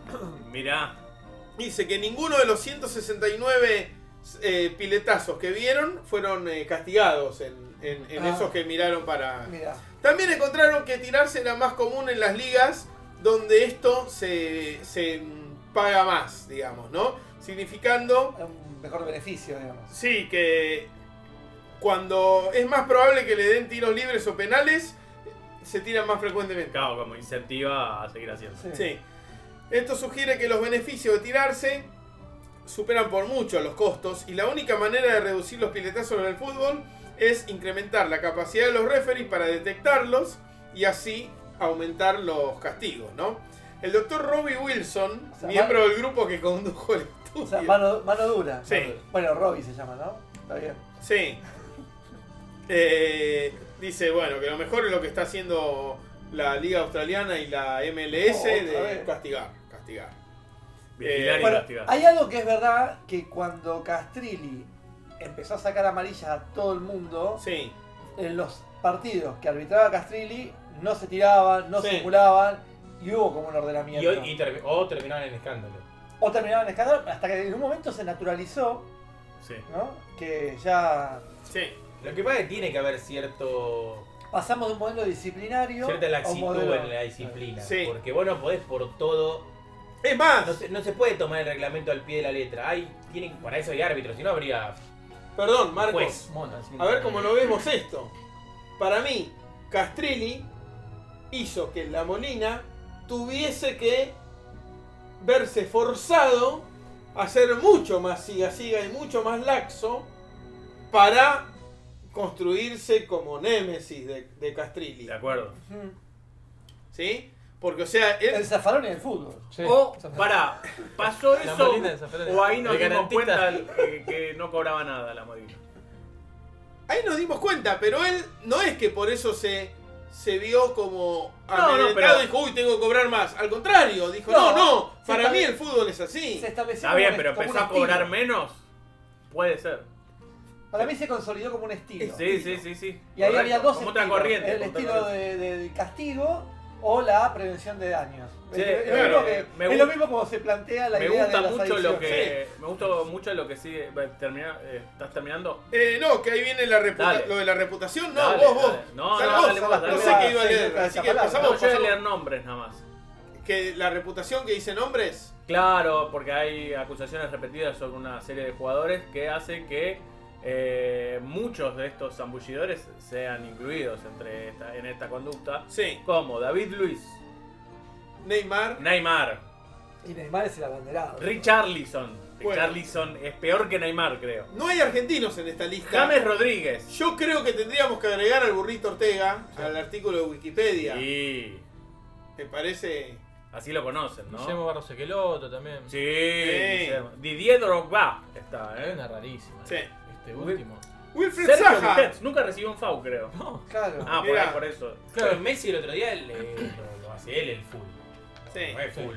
S3: Mirá.
S6: Dice que ninguno de los 169 eh, piletazos que vieron fueron eh, castigados en, en- en
S4: Ah.
S6: esos que miraron para...
S4: Mira.
S6: También encontraron que tirarse era más común en las ligas donde esto se, se mm, paga más, digamos, ¿no? Significando,
S4: era Un mejor beneficio, digamos.
S6: sí, que cuando es más probable que le den tiros libres o penales, se tiran más frecuentemente.
S3: Claro, como incentiva a seguir haciendo.
S6: Sí. Esto sugiere que los beneficios de tirarse superan por mucho a los costos y la única manera de reducir los piletazos en el fútbol es incrementar la capacidad de los referees para detectarlos y así aumentar los castigos, ¿no? El doctor Robbie Wilson,
S4: O sea,
S6: miembro del grupo que condujo el estudio.
S4: O sea, mano, mano dura.
S6: Sí.
S4: Bueno, Robbie se llama, ¿no? Está bien.
S6: Sí. Eh, dice, bueno, que lo mejor es lo que está haciendo la Liga Australiana y la MLS
S4: Oh, otra
S6: de
S4: vez.
S6: castigar, castigar.
S3: Vigilar
S6: Eh,
S3: y
S4: Bueno,
S3: castigar.
S4: hay algo que es verdad que cuando Castrilli empezó a sacar amarillas a todo el mundo,
S6: Sí.
S4: en los partidos que arbitraba Castrilli no se tiraban, no
S6: Sí.
S4: circulaban y hubo como un
S2: Y,
S4: ordenamiento.
S2: hoy, y termi- o terminaron en escándalo.
S4: O terminaban escándalo hasta que en un momento se naturalizó,
S3: Sí.
S4: ¿no? Que ya
S6: Sí.
S2: Lo que pasa es que tiene que haber cierto.
S4: pasamos de un modelo disciplinario
S2: cierta
S4: a un
S2: laxitud
S4: modelo-
S2: en la disciplina.
S6: Sí.
S2: Porque vos no podés por todo.
S6: Es más,
S2: No se, no se puede tomar el reglamento al pie de la letra. Hay, tienen, para eso hay árbitros, si no habría.
S6: perdón, Marcos.
S2: Pues.
S1: Mono, así que-
S6: A ver cómo lo vemos esto. Para mí, Castrilli hizo que la Molina tuviese que verse forzado a ser mucho más siga-siga y mucho más laxo para construirse como némesis de, de Castrilli.
S3: De acuerdo.
S4: Ujú.
S6: ¿Sí? Porque, o sea, él-
S4: El zafarón en el fútbol.
S1: Sí.
S3: O,
S1: Esa fue-
S3: pará, ¿pasó
S1: La
S3: eso?
S1: Molina de San Fernando.
S3: O ahí nos
S1: El
S3: dimos
S1: garantista.
S3: cuenta que, que no cobraba nada la Molina.
S6: ahí nos dimos cuenta, pero él no es que por eso se, se vio como
S3: No, no,
S6: amedrentado
S3: pero-
S6: y dijo, uy, tengo que cobrar más. Al contrario, dijo,
S4: No,
S6: no, no,
S4: sí,
S6: para
S4: está
S6: mí
S4: bien.
S6: el fútbol es así.
S4: Se estableció
S3: Está bien,
S4: como un-
S3: pero
S4: como un
S3: empezó a
S4: estilo.
S3: cobrar menos. Puede ser.
S4: Para mí se consolidó como un estilo.
S3: Sí, sí, sí, sí.
S4: Y ahí
S3: Correcto.
S4: había dos
S3: Como otra
S4: estilos,
S3: corriente.
S4: el
S3: como otra
S4: estilo
S3: corriente.
S4: de- del castigo o la prevención de daños.
S3: Sí,
S4: es, es
S3: claro,
S4: lo mismo que-
S3: me
S4: es
S3: gu-
S4: lo mismo como se plantea la
S3: Me
S4: idea
S3: gusta
S4: de las
S3: mucho lo
S4: adicciones.
S3: que. Me gusta mucho lo que sigue. va, termina- eh, ¿Estás terminando?
S6: Eh, no, que ahí viene la reputa-
S3: Dale.
S6: lo de la reputación. No,
S3: Dale,
S6: vos, vos.
S3: dale. No,
S6: Sal
S3: no,
S6: vos.
S3: dale vos, dale
S6: no
S3: vos.
S6: sé qué iba a leer,
S4: Esa
S6: así que
S4: palabra.
S6: pasamos,
S3: No, yo voy a
S6: pasamos.
S3: leer nombres nada más.
S6: Que la reputación que dicen hombres.
S3: Claro, porque hay acusaciones repetidas sobre una serie de jugadores que hace que eh, muchos de estos zambullidores sean incluidos entre esta- en esta conducta.
S6: Sí.
S3: Como David Luis,
S6: Neymar.
S3: Neymar,
S4: Y Neymar es el abanderado.
S3: Richarlison.
S6: Bueno.
S3: Richarlison es peor que Neymar, creo.
S6: No hay argentinos en esta lista.
S3: James Rodríguez.
S6: Yo creo que tendríamos que agregar al burrito Ortega al artículo de Wikipedia.
S3: Y
S6: Me parece.
S3: así lo conocen,
S1: Guillermo
S3: ¿no?
S1: Barros Sequeloto también.
S3: Sí, Guillermo. Didier Drogba está,
S1: Hay
S3: ¿eh?
S1: una rarísima.
S6: Sí.
S1: Este último.
S6: Wilfred
S3: Sergio
S6: Saja.
S3: Busquets, nunca recibió un foul, creo.
S4: Claro.
S3: Ah, por ahí,
S6: Mirá.
S3: por eso.
S2: Pero Messi el otro día le, lo hace él el full.
S6: Sí.
S2: No es full.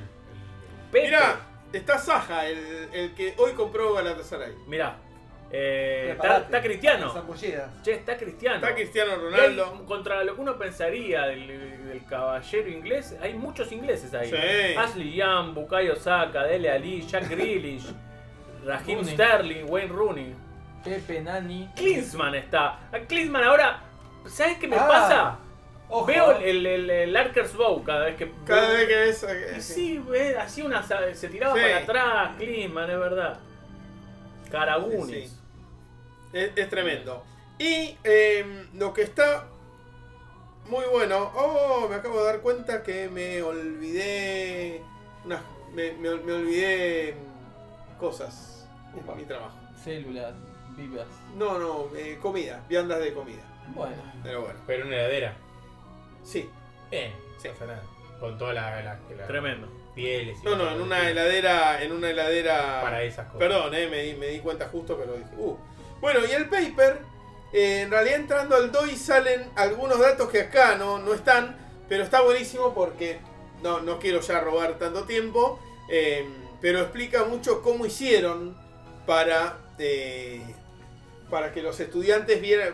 S3: Pepe.
S6: Mirá, está Saja, el, el que hoy compró Galatasaray.
S3: Mirá. Eh, está,
S4: Preparate.
S3: está Cristiano.
S4: Zambullidas.
S3: Che, está Cristiano.
S6: Está Cristiano
S3: Y
S6: Ronaldo.
S3: hay- contra lo que uno pensaría del, del caballero inglés, hay muchos ingleses ahí.
S6: Sí.
S3: Ashley Young, Bukayo Saka, Dele Ali, Jack
S6: [LAUGHS]
S3: Grealish, Raheem
S1: Rooney.
S3: Sterling, Wayne Rooney.
S1: Pepe Nani.
S3: Klinsman está. A Klinsman ahora, ¿sabes qué me
S4: Ah,
S3: pasa?
S4: Ojo.
S3: Veo el, el, el Arkers Bow cada vez que...
S6: Cada
S3: veo-
S6: vez que ves. eh,
S3: Y sí, ve, hacía una, sa- se tiraba
S6: Sí.
S3: para atrás, Klinsman, es verdad. Caragunis.
S6: Sí, sí. em, Es, es tremendo. Y eh, lo que está Muy bueno. Oh, me acabo de dar cuenta que me olvidé. unas- me, me- me olvidé mm, cosas en mi trabajo.
S1: Células, vivas.
S6: No, no, eh, comida, viandas de comida.
S1: Bueno,
S6: Pero bueno,
S2: Pero en una heladera.
S6: sí.
S2: Bien, no pasa nada. Con toda la, la, la-
S3: Tremendo.
S2: pieles y
S6: No, no,
S2: todo
S6: en
S2: el
S6: una
S2: tema.
S6: heladera. En una heladera.
S2: Para esas cosas.
S6: Perdón, eh, me, di- me di cuenta justo, pero dije. Uh. Bueno, y el paper. eh, en realidad entrando al DOI salen algunos datos que acá no, no están. Pero está buenísimo porque. No, no quiero ya robar tanto tiempo. eh, pero explica mucho cómo hicieron para. eh, para que los estudiantes vieran.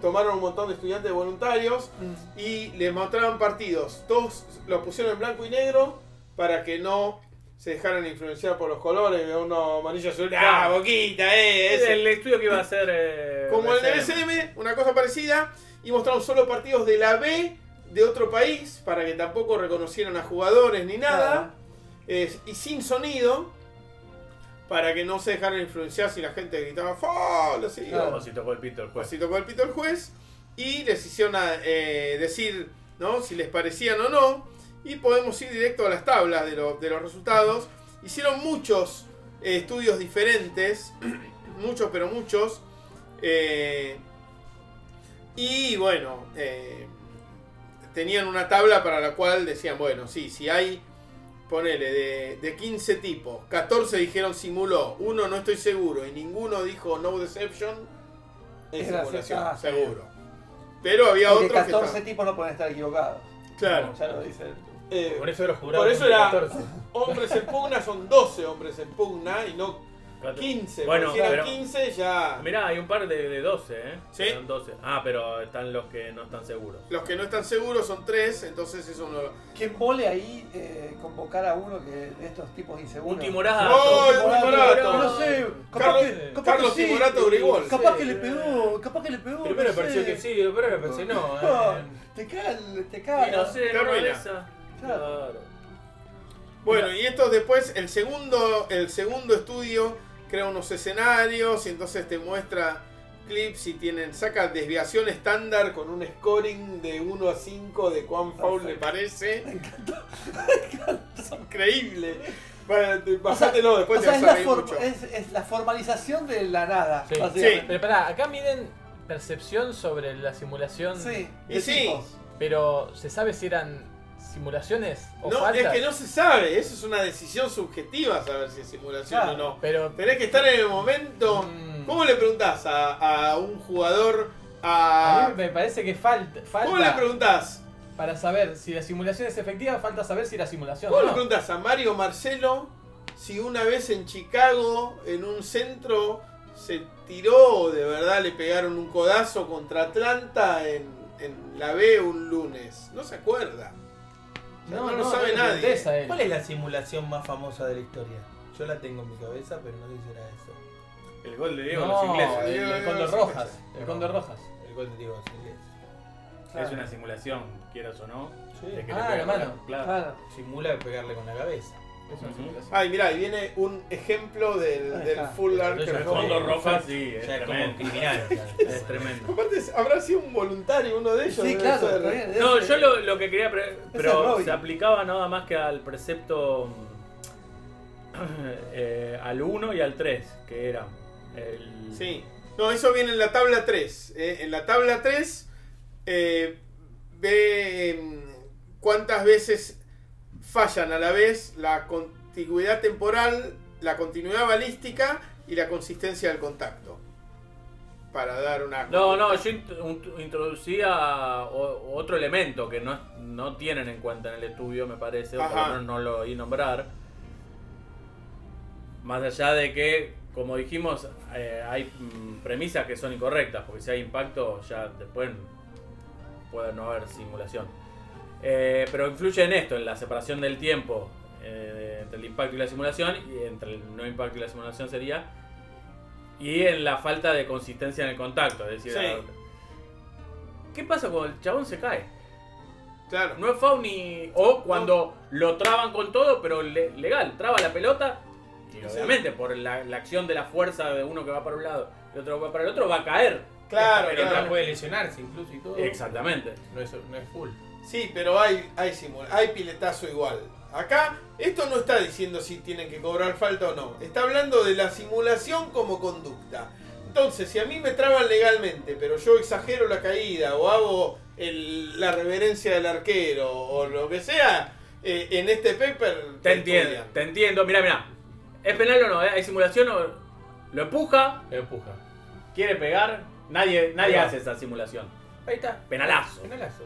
S6: Tomaron un montón de estudiantes voluntarios y les mostraban partidos. Todos lo pusieron en blanco y negro para que no se dejaran influenciar por los colores. Uno amarillo azul. ¡Ah, boquita! Eh,
S3: Es
S6: ese!
S3: el estudio que iba a hacer. eh,
S6: Como el de
S3: BCM.
S6: BCM, una cosa parecida. Y mostraron solo partidos de la B de otro país para que tampoco reconocieran a jugadores ni nada. Es- y sin sonido para que no se dejaran influenciar si la gente gritaba ¡Foul! Así,
S1: Claro.
S3: O si tocó el pito el juez.
S6: Pasito con el pito el juez y les hicieron a- eh, decir ¿no? si les parecían o no. Y podemos ir directo a las tablas de, lo- de los resultados. Hicieron muchos eh, estudios diferentes, muchos pero muchos. eh, y bueno, eh, tenían una tabla para la cual decían, bueno, sí, si hay, ponele, de, de 15 tipos, 14 dijeron simuló, uno no estoy seguro y ninguno dijo no deception, es
S4: Gracias,
S6: simulación,
S4: ah, sí.
S6: seguro. Pero había
S4: Y de
S6: otros
S4: 14
S6: que...
S4: tipos no pueden estar equivocados.
S6: estaban- Claro.
S4: Ya lo dice el-
S6: eh,
S2: Por eso los jurados.
S6: Por eso
S2: son de
S6: era-
S2: 14.
S1: [LAUGHS]
S6: hombres en pugna son 12 hombres en pugna y no 15.
S3: Bueno,
S6: Bueno, si eran
S3: pero-
S6: 15 ya...
S3: Mirá, hay un par de, de 12, ¿eh?
S6: Sí.
S3: Eran 12. Ah, pero están los que no están seguros.
S6: Los que no están seguros son 3, entonces eso no...
S4: ¿Quién mole ahí eh, convocar a uno que de estos tipos inseguros?
S3: Un timorazo.
S6: ¡Oh, el
S4: Timorato,
S6: Timorato!
S4: No sé, capaz
S6: Carlos-
S4: que, capaz
S6: Carlos
S4: que sí,
S6: Timorato Grigol.
S4: Capaz
S1: Sí.
S4: que le pegó, capaz que le pegó.
S1: primero
S4: no sé.
S1: pareció que sí, primero pensé [LAUGHS] no.
S4: Ah,
S1: eh.
S4: te cae, te
S3: Y
S4: cae.
S3: no sé,
S6: Qué
S3: no
S6: ruina.
S3: Claro.
S6: Bueno, y esto después, el segundo, el segundo estudio crea unos escenarios y entonces te muestra clips y tienen, saca desviación estándar con un scoring de 1 a 5 de cuán foul le parece. Me encantó. [LAUGHS] Increíble. Bueno, te- bajátelo, después
S4: O sea,
S6: te
S4: es
S6: vas a
S4: la,
S6: reír
S4: forma-
S6: mucho.
S4: es, es la formalización de la nada.
S1: Sí.
S4: básicamente.
S1: Pero pará, acá miden percepción sobre la simulación.
S4: Sí,
S6: Y
S4: de
S6: sí.
S4: tipos.
S1: Pero ¿se sabe si eran simulaciones o
S6: No,
S1: faltas?
S6: es que no se sabe, eso es una decisión subjetiva saber si es simulación
S4: Claro.
S6: o no.
S1: Pero.
S6: Tenés que estar en el momento.
S1: mm,
S6: ¿Cómo le preguntás a, a un jugador
S1: A
S6: a...
S1: mí me parece que falta. falta
S6: ¿Cómo le preguntás?
S1: Para saber si la simulación es efectiva, falta saber si la simulación.
S6: ¿Cómo
S1: o
S6: le
S1: no.
S6: preguntás a Mario Marcelo si una vez en Chicago, en un centro, se tiró o de verdad le pegaron un codazo contra Atlanta en, en la B un lunes? No se acuerda.
S1: No,
S6: No
S1: no,
S6: lo sabe
S1: le
S6: nadie.
S1: preguntes a él.
S2: ¿Cuál es la simulación más famosa de la historia? Yo la tengo en mi cabeza, pero no sé si era eso.
S3: El gol de Diego
S1: No,
S3: en los ingleses.
S1: el, el Condor Rojas. El Condor Rojas.
S2: El gol de Diego Siles.
S4: Claro.
S3: Es una simulación, quieras o no. de que le
S1: Ah,
S3: pegan
S1: la mano.
S3: Claro.
S4: Claro.
S2: Simula pegarle con la cabeza.
S1: Es una
S3: Ujú.
S1: simulación.
S6: Ay, mirá, ahí viene un ejemplo del,
S4: Ahí
S6: del
S4: está.
S6: full
S3: Entonces,
S6: archer.
S3: el fondo
S6: Home.
S3: roja, sí, es
S2: Ya es como
S3: tremendo.
S2: criminal. [LAUGHS]
S3: Es tremendo.
S6: [LAUGHS] Aparte, habrá sido un voluntario uno de ellos.
S4: Sí,
S6: debe
S4: claro.
S6: ser.
S4: está bien, debe
S3: No,
S4: ser-
S3: yo lo, lo que quería. pre-
S4: es
S3: pero
S4: Robin.
S3: se aplicaba nada más que al precepto. mm, [CLEARS THROAT] eh, al 1 y al 3, que era. El,
S6: Sí. No, eso viene en la tabla 3. eh. En la tabla 3 eh, ve em, cuántas veces fallan a la vez la contiguidad temporal, la continuidad balística y la consistencia del contacto. Para dar una...
S3: No, no, yo int- un- introducía o- otro elemento que no, no tienen en cuenta en el estudio, me parece, o por lo
S6: Ajá.
S3: menos no lo oí nombrar. Más allá de que, como dijimos, eh, hay mm, premisas que son incorrectas, porque si hay impacto ya después puede no haber simulación. Eh, pero influye en esto, en la separación del tiempo eh, entre el impacto y la simulación, y entre el no impacto y la simulación sería, y en la falta de consistencia en el contacto. Es decir,
S6: Sí.
S3: ¿qué pasa cuando el chabón se cae?
S6: Claro.
S3: No es foul ni. O cuando lo traban con todo, pero le- legal, traba la pelota. Y obviamente, por la, la acción de la fuerza de uno que va para un lado y otro que va para el otro, va a caer.
S6: Claro,
S2: Pero
S6: claro.
S2: otra puede lesionarse incluso y todo.
S3: Exactamente.
S2: No es, no es full.
S6: Sí, pero hay, hay, simul- hay piletazo igual. Acá, esto no está diciendo si tienen que cobrar falta o no. Está hablando de la simulación como conducta. Entonces, si a mí me traban legalmente, pero yo exagero la caída o hago el- la reverencia del arquero o lo que sea, eh, en este paper
S3: Te entiendo,
S6: estudian.
S3: te entiendo. Mirá, mirá. ¿Es penal o no? eh? ¿Hay simulación o lo empuja?
S2: Lo empuja.
S3: ¿Quiere pegar? Nadie, nadie
S2: Ahí va.
S3: hace esa simulación.
S2: Ahí está.
S3: Penalazo.
S2: Penalazo.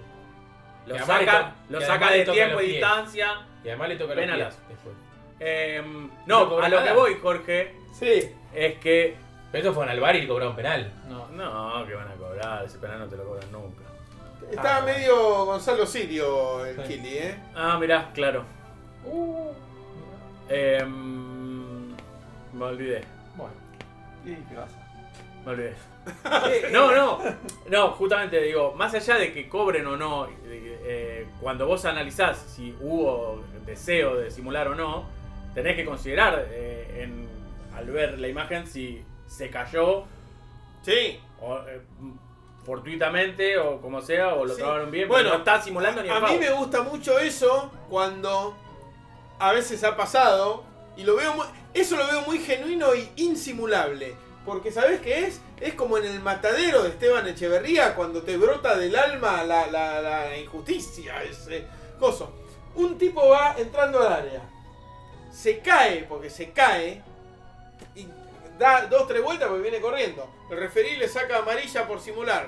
S3: Lo
S2: Y además
S3: saca,
S2: le to-
S3: lo
S2: y
S3: saca
S2: además
S3: de
S2: le toca
S3: tiempo
S2: los
S3: y
S2: pies.
S3: distancia.
S2: Y además le toca la
S3: Penalazo.
S2: pies después.
S3: Eh,
S2: No
S3: no,
S2: cobra
S3: a lo
S2: nada.
S3: que voy, Jorge,
S6: Sí,
S3: es que.
S2: Pero esto fue en Alvar y le cobraron penal.
S1: No,
S3: No, que van a cobrar. Ese penal no te lo cobran nunca.
S6: estaba
S2: Ah.
S6: medio Gonzalo Sirio el
S1: Sí.
S6: Kili, ¿eh?
S3: Ah, mirá, claro. Eh, Em, me olvidé.
S4: ¿Y qué pasa?
S3: Me olvidé. No, no, no, justamente digo, más allá de que cobren o no, eh, cuando vos analizás si hubo deseo de simular o no, tenés que considerar eh, en- al ver la imagen si se cayó
S6: Sí.
S3: o, eh, fortuitamente o como sea, o lo
S6: Sí.
S3: trabaron bien,
S6: Bueno,
S3: bueno, no está simulando ni en
S6: A mí
S3: foul.
S6: me gusta mucho eso cuando a veces ha pasado y lo veo muy- eso lo veo muy genuino y insimulable. Porque ¿sabes qué es? Es como en el matadero de Esteban Echeverría cuando te brota del alma la, la- la injusticia, ese coso. Un tipo va entrando al área. Se cae porque se cae y da dos, tres vueltas porque viene corriendo. El referí le saca amarilla por simular.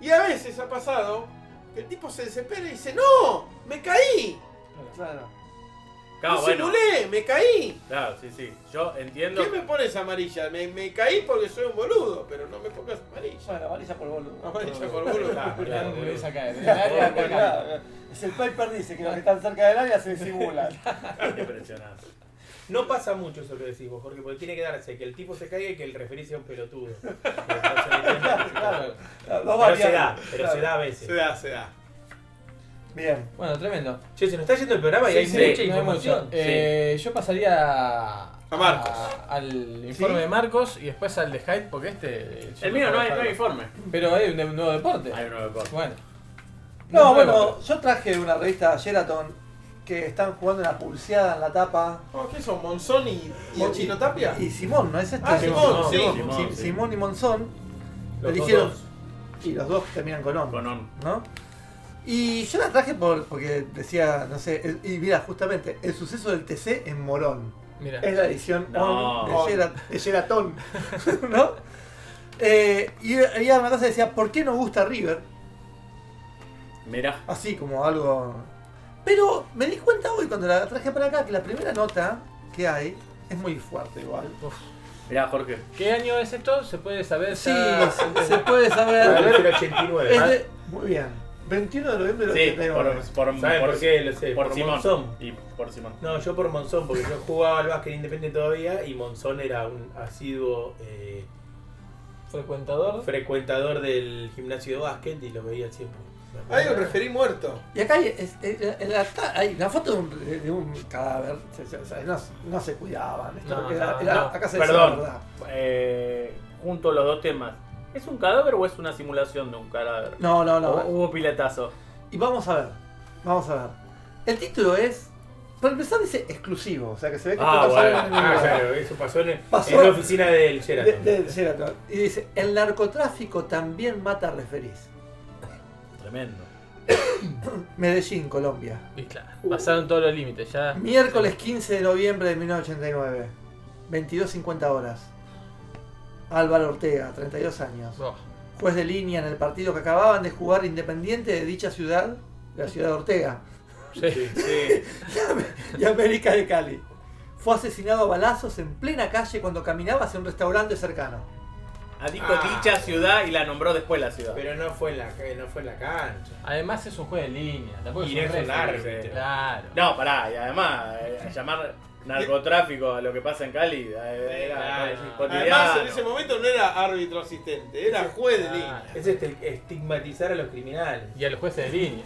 S6: Y a veces ha pasado que el tipo se desespera y dice, no, me caí.
S4: Claro.
S3: Claro,
S6: no
S3: Ah, bueno,
S6: simulé, me caí.
S3: claro, sí, sí, yo entiendo.
S6: ¿Qué me pones amarilla? Me, me caí porque soy un boludo, pero no me pongas amarilla.
S4: Bueno, amarilla por boludo.
S6: Amarilla por boludo.
S1: Claro,
S2: Claro,
S1: volvés a caer.
S4: [LAUGHS] Claro, claro. Es el paper dice que los que están cerca del área se simulan.
S3: Impresionante.
S2: No pasa mucho eso que decís vos, Jorge, porque tiene que darse que el tipo se caiga y que el referí sea un pelotudo. [LAUGHS] Entonces, claro.
S4: Claro, dos
S2: Pero se
S4: variables.
S2: da, pero se
S4: Claro.
S2: da a veces.
S6: Se da, se da.
S4: Bien.
S1: Bueno, tremendo.
S2: Che, se nos está yendo el programa y
S1: Sí,
S2: hay
S1: sí,
S2: mucha
S1: no hay mucho.
S2: información.
S1: Eh, Yo pasaría
S6: A Marcos.
S1: a- al informe de Marcos y después al de Hyde, porque este. eh, yo
S3: El mío no hay, no
S1: puedo
S3: hay
S1: dejarlo.
S3: informe.
S1: Pero hay un de- nuevo deporte.
S3: Hay un nuevo corte.
S1: Bueno. Nuevo,
S4: No, bueno, yo traje una revista Sheraton que están jugando una pulseada en la tapa.
S6: Oh, ¿Qué son? ¿Monzón y, y el Chino Tapia?
S4: Y Simón, ¿no es este?
S6: Ah,
S3: Simón,
S6: Simón, sí.
S3: Simón.
S4: Sim-
S3: sí.
S4: Simón y Monzón.
S2: Los
S4: Lo
S2: dos,
S4: dijeron.
S2: dos.
S4: Y los dos terminan con on,
S3: Con on.
S4: ¿no? Y yo la traje por, porque decía, no sé, el- y mira, justamente, el suceso del TC en Morón.
S1: Mira.
S4: Es la edición
S3: No.
S4: on de, Gerard- de Sheraton, [LAUGHS] ¿no? Eh, y había una cosa que decía, ¿por qué no gusta River?
S3: Mirá.
S4: así como algo. Pero me di cuenta hoy cuando la traje para acá que la primera nota que hay es muy fuerte igual.
S3: Mirá, Jorge.
S1: ¿Qué año es esto? ¿Se puede saber?
S4: Sí,
S1: ya?
S4: se- se puede
S2: Claro,
S4: saber.
S2: es el 89.
S4: Es de- muy bien. 21 de noviembre del
S3: Sí,
S4: 89.
S3: por, por,
S2: ¿Saben por,
S3: por-
S2: qué? Lo sé,
S3: por
S2: por,
S3: Simón.
S2: Monzón.
S3: Y por Simón.
S2: No, yo por Monzón, porque yo jugaba al básquet independiente todavía y Monzón era un asiduo eh,
S1: Frecuentador.
S2: frecuentador del gimnasio de básquet y lo veía siempre.
S6: Hay un referí muerto.
S4: Y acá hay, es- es- en la ta- hay una foto de un, de un cadáver. Se- se- se- no, no se cuidaban. Esto
S1: No,
S4: era-
S1: no,
S4: era-
S1: no.
S4: acá se decía la
S3: Perdón.
S4: verdad.
S3: Eh, junto los dos temas. ¿Es un cadáver o es una simulación de un cadáver?
S4: No, no, no.
S3: O- Hubo piletazo.
S4: Y vamos a ver. Vamos a ver. El título es. Para empezar dice exclusivo. O sea que se ve que
S2: Ah,
S4: esto pasó
S2: bueno.
S4: en el
S2: Ah,
S4: lugar.
S2: claro, eso pasó en,
S4: Pasó.
S2: en la oficina del
S4: De-
S2: Sheraton.
S4: de- Sheraton. Y dice, el narcotráfico también mata referís.
S3: Tremendo.
S4: Medellín, Colombia.
S1: Y
S4: Uh.
S1: claro, pasaron todos los límites. Ya.
S4: Miércoles 15 de noviembre de 1989. 22.50 horas. Álvaro Ortega, 32 años.
S1: Oh,
S4: Juez de línea en el partido que acababan de jugar Independiente de dicha ciudad, la ciudad de Ortega,
S1: sí.
S4: [LAUGHS] y América de Cali. Fue asesinado a balazos en plena calle cuando caminaba hacia un restaurante cercano.
S3: Ah, dijo
S2: Ah.
S3: dicha ciudad y la nombró después la ciudad.
S2: Pero no fue en la, no fue en la cancha.
S1: Además es un juego de línea. Tampoco
S2: Y no
S1: es
S2: es
S1: un
S2: un
S1: referee.
S2: árbitro.
S1: Claro.
S3: No, pará, y además, eh, llamar narcotráfico a lo que pasa en Cali eh, era
S2: claro.
S3: co-
S6: Además, en
S3: cotidiano.
S6: ese momento no era árbitro asistente, era juez de
S1: Ah.
S6: línea.
S2: Es este- estigmatizar a los criminales.
S1: Y a los jueces de línea.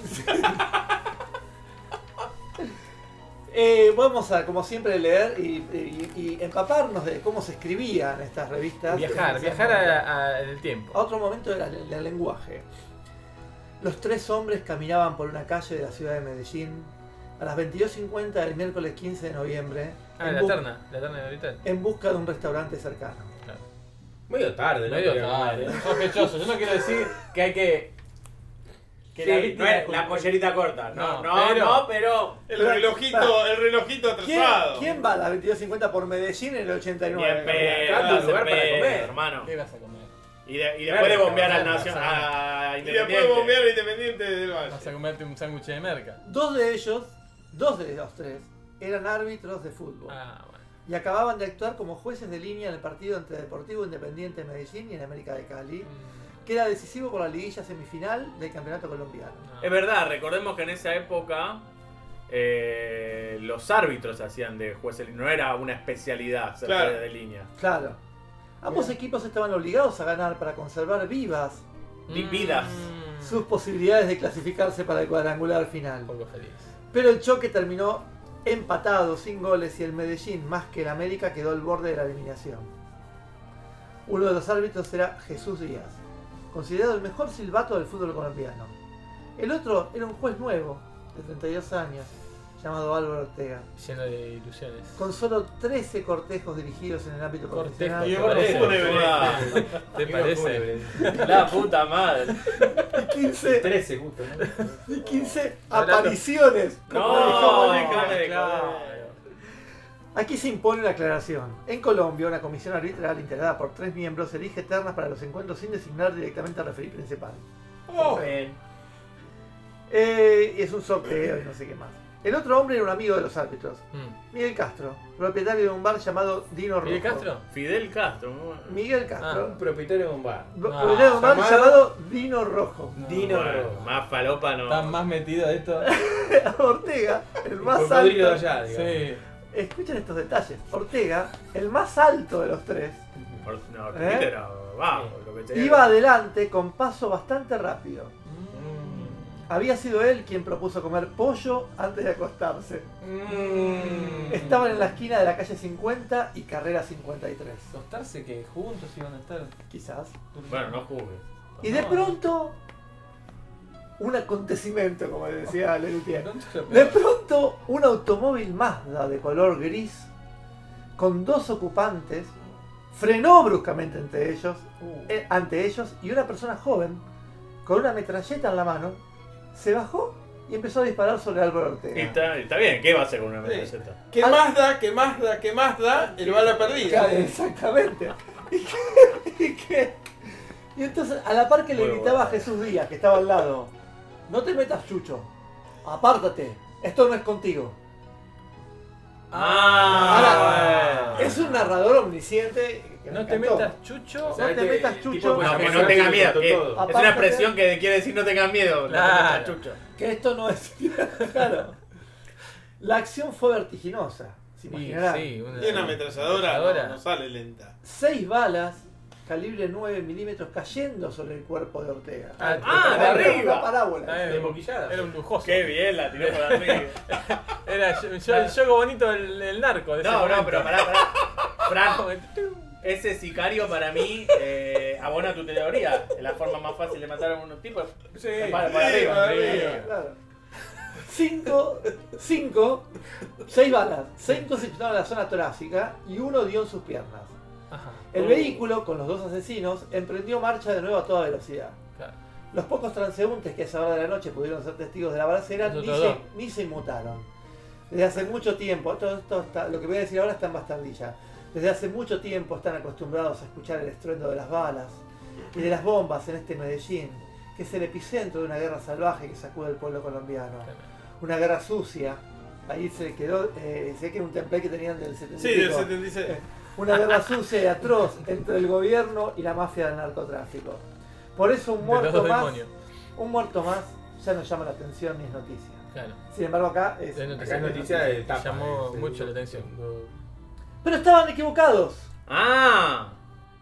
S4: Eh, vamos a, como siempre, leer y, y- y empaparnos de cómo se escribían estas revistas.
S1: Viajar,
S4: Esas
S1: viajar
S4: revistas.
S1: a- a- en el
S4: A
S1: tiempo.
S4: otro momento era el, el lenguaje. Los tres hombres caminaban por una calle de la ciudad de Medellín a las 22.50 del miércoles 15 de noviembre
S1: Ah,
S4: en,
S1: la
S4: bu-
S1: terna, la terna de ahorita.
S4: en busca de un restaurante cercano.
S2: Medio tarde, ¿no?
S1: Medio
S2: Pero-
S1: tarde, sospechoso. Yo no quiero decir que hay que. que
S10: Sí, no es la
S1: culpa.
S10: pollerita corta, no,
S1: No,
S10: no,
S1: pero-
S10: no, pero
S6: El relojito, el relojito
S4: ¿Quién,
S6: atrasado.
S4: quién va a las 22.50 por Medellín en el
S10: ni en
S4: 89?
S10: pedo,
S2: Buscando un
S10: en
S2: lugar para
S10: pedo,
S2: comer.
S10: hermano.
S1: ¿Qué vas a comer?
S10: Y, de- y después de
S1: Claro,
S10: bombear al
S1: claro,
S10: Nacional, a
S6: Y después
S10: Independiente.
S6: bombear a Independiente del
S1: Vas a
S6: Valle.
S1: comerte un sándwich de merca.
S4: Dos de ellos, dos de los tres, eran árbitros de fútbol
S1: Ah, bueno.
S4: y acababan de actuar como jueces de línea en el partido entre Deportivo Independiente de Medellín y en América de Cali,
S1: Mm.
S4: que era decisivo por la liguilla semifinal del campeonato colombiano.
S1: No.
S10: Es verdad, recordemos que en esa época eh, los árbitros hacían de jueces, no era una especialidad ser
S6: Claro.
S10: juez de línea.
S4: Claro. Ambos equipos estaban obligados a ganar para conservar vivas
S1: Mm.
S10: vidas.
S4: sus posibilidades de clasificarse para el cuadrangular final.
S1: Poco feliz.
S4: Pero el choque terminó empatado, sin goles, y el Medellín, más que el América, quedó al borde de la eliminación. Uno de los árbitros era Jesús Díaz, considerado el mejor silbato del fútbol colombiano. El otro era un juez nuevo, de 32 años, llamado Álvaro Ortega,
S1: Lleno de ilusiones.
S4: con solo 13 cortejos dirigidos en el ámbito
S1: Cortejo,
S4: profesional.
S1: ¿te
S6: fúnebre.
S1: parece?
S10: Joda,
S1: ¿Te parece?
S10: La puta madre.
S4: 15
S2: 13 justo, ¿no?
S4: y 15
S1: Hablando.
S4: apariciones. como
S10: No, [LAUGHS]
S4: dijo-
S10: dejame de
S1: Claro.
S10: joder.
S4: Aquí se impone una aclaración. En Colombia, una comisión arbitral integrada por tres miembros elige ternas para los encuentros sin designar directamente al referí principal.
S6: Oh,
S4: Eh, y es un sorteo y no sé qué más. El otro hombre era un amigo de los árbitros,
S1: Mm.
S4: Miguel Castro, propietario de un bar llamado Dino Rojo.
S1: ¿Miguel Castro?
S10: Fidel Castro. muy-
S4: Miguel Castro.
S1: Ah.
S2: Propietario de un bar.
S4: pro-
S1: Ah,
S4: propietario de un bar
S6: llamado-
S4: llamado Dino Rojo. [LAUGHS]
S2: Dino
S10: Bueno,
S2: Rojo.
S10: Más falopa no.
S1: ¿Estás más metido de esto?
S4: Ortega, el más
S2: Cocodrilo
S4: alto.
S2: de allá, digamos.
S1: Sí.
S4: Escuchen estos detalles. Ortega, el más alto de los tres,
S10: Por- No,
S4: ¿Eh?
S10: Twitter era bajo, lo que tenía.
S4: iba adelante con paso bastante rápido.
S1: Mm.
S4: Había sido él quien propuso comer pollo antes de acostarse.
S1: Mm.
S4: Estaban en la esquina de la calle 50 y carrera 53,
S1: Acostarse que juntos iban a estar.
S4: quizás.
S10: Bueno, no juzgues.
S4: Y de pronto, un acontecimiento, como decía Lelutier. De pronto, un automóvil Mazda de color gris, con dos ocupantes, frenó bruscamente ante ellos, eh, ante ellos y una persona joven, con una metralleta en la mano, se bajó y empezó a disparar sobre Álvaro
S10: Y
S4: Ortega.
S10: está, está bien, ¿qué va a hacer con una
S6: Sí.
S10: metralleta?
S6: ¿Qué más da? ¿Qué más da? ¿Qué más da? El bala
S4: Claro,
S6: perdida.
S4: Exactamente. ¿Y qué? ¿Y qué? Y entonces, a la par que le
S10: Muy
S4: gritaba a
S10: bueno.
S4: Jesús Díaz, que estaba al lado, no te metas, Chucho, apártate, esto no es contigo.
S10: Ah,
S4: Ahora, es un narrador omnisciente. que me
S1: No te
S4: encantó.
S1: metas, Chucho.
S4: No te metas, Chucho,
S10: No, que no tenga miedo. que- es
S4: Aparte-
S10: una expresión que quiere decir no tengas miedo.
S1: Claro.
S10: Chucho.
S4: que esto no es... [LAUGHS] claro. La acción fue vertiginosa, se
S1: Sí,
S4: imaginarán.
S1: sí, una,
S6: Y una ametralladora no,
S1: Ametralladora.
S6: no sale lenta.
S4: Seis balas, calibre 9 milímetros, cayendo sobre el cuerpo de Ortega.
S1: Ah,
S10: Ah, de
S4: Era
S10: arriba.
S4: Una parábola.
S1: Está bien.
S2: De boquillada.
S1: Era un lujoso.
S10: Qué bien la tiró para arriba.
S1: Era yo, yo- el juego bonito del, del narco. De
S10: No, no,
S1: [LAUGHS]
S10: pero pará, pará. Fran,
S1: para.
S10: ese sicario para mí eh, abona tu teoría. La forma más fácil de matar a unos tipos
S1: Sí.
S10: es para, para
S6: Sí,
S10: arriba.
S6: para arriba.
S4: Claro. Cinco, cinco, seis balas. Cinco se chutaron a la zona torácica y uno dio en sus piernas.
S1: Ajá.
S4: El
S1: Uh,
S4: vehículo, con los dos asesinos, emprendió marcha de nuevo a toda velocidad.
S1: claro.
S4: Los pocos transeúntes que a esa hora de la noche pudieron ser testigos de la balacera ni
S1: Nosotros
S4: se,
S1: dos.
S4: ni se inmutaron. Desde hace mucho tiempo, todo esto está- lo que voy a decir ahora está en bastardilla. Desde hace mucho tiempo están acostumbrados a escuchar el estruendo de las balas y de las bombas en este Medellín, que es el epicentro de una guerra salvaje que sacude el pueblo colombiano. Una guerra sucia. Ahí se quedó, eh, sé que era un template que tenían del 75
S6: Sí, del 76.
S4: una guerra sucia y atroz entre el gobierno y la mafia del narcotráfico. Por eso un
S1: De
S4: muerto
S1: los dos
S4: más,
S1: demonios.
S4: un muerto más ya no llama la atención ni es noticia.
S1: Claro.
S4: Sin embargo acá es...
S1: Es
S2: Acá es noticia de tapa.
S1: Llamó
S2: este,
S1: mucho la
S2: no-
S1: atención.
S2: no-
S4: Pero estaban equivocados.
S10: Ah,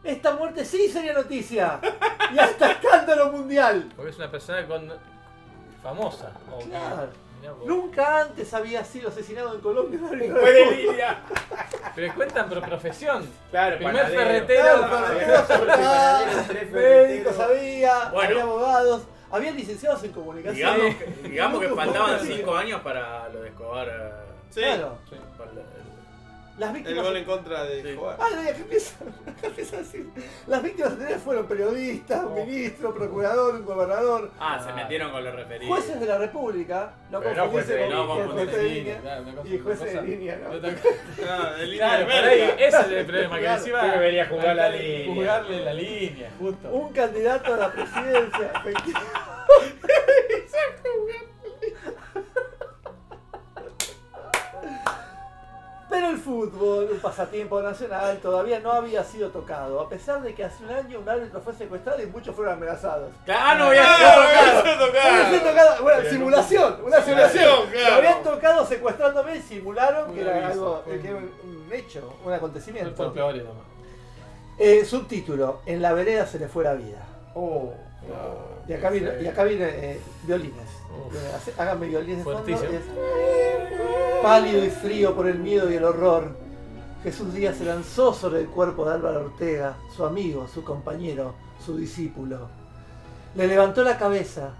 S4: Esta muerte sí sería noticia. Y hasta escándalo mundial.
S1: Porque es una persona con. famosa. o-
S4: Claro.
S1: Mirá vos.
S4: Nunca antes había sido asesinado en Colombia. un árbitro de
S3: Fue de
S4: fútbol.
S3: Lidia.
S1: Pero cuentan por profesión.
S2: Claro,
S1: Primer
S2: panadero.
S1: ferretero.
S4: Claro,
S1: ferretero.
S4: ferretero,
S2: Panadero, tres
S4: Médicos
S2: ferreteros.
S4: había,
S10: Bueno.
S4: había abogados, había licenciados en comunicación.
S10: Digamos, que, digamos
S1: [LAUGHS]
S10: que
S4: Loco,
S10: faltaban
S4: boludo.
S10: 5 años para lo de Escobar. eh,
S6: Sí,
S4: Claro,
S1: Sí.
S10: para el-
S4: las
S6: el
S4: víctimas.
S6: gol en contra de
S10: Sí.
S6: Escobar.
S4: Ah, no, ya empieza, [LAUGHS] ya empieza a decir. Las víctimas anteriores fueron periodistas, un ministro, procurador, un gobernador,
S10: Ah, se metieron con los referidos.
S1: eh.
S4: jueces de la República. No
S2: Pero no
S4: confundirse
S2: jueces de-
S4: con
S10: no
S4: con
S10: confundirse
S4: jueces de
S1: Sí,
S4: línea.
S1: claro, una cosa-
S4: Y jueces
S1: una
S4: de
S1: cosa-
S4: línea, ¿no?
S1: y otra cosa.
S6: Claro, de línea
S1: Claro,
S6: Ah, de
S1: por ahí,
S6: verga.
S1: ese es el problema, que
S4: Claro,
S1: encima
S2: yo debería jugar la
S1: hay que
S2: línea.
S1: Jugarle la línea, justo.
S4: Un candidato a la presidencia. efectivo. Pero el fútbol, un pasatiempo nacional, todavía no había sido tocado, a pesar de que hace un año un árbitro fue secuestrado y muchos fueron amenazados.
S10: Ah, no, había sido tocado.
S6: ¡Ah, me hizo
S4: Había
S10: eh.
S4: sido
S6: tocar!
S4: tocado- bueno, simulación, una simulación.
S6: Simulación,
S4: Lo
S6: claro.
S4: habían tocado secuestrándome y simularon que
S1: Un
S4: era
S1: aviso,
S4: algo, que era un, un hecho, un
S1: Son
S4: acontecimiento.
S1: folclores nomás.
S4: Eh, subtítulo, en la vereda se le fue la vida.
S1: Oh,
S4: Y acá viene, y acá viene, eh, violines.
S1: Uf.
S4: Eh, hace- Háganme violines de fondo.
S1: Fuertísimo.
S4: es- Pálido y frío por el miedo y el horror, Jesús Díaz se lanzó sobre el cuerpo de Álvaro Ortega, su amigo, su compañero, su discípulo. Le levantó la cabeza,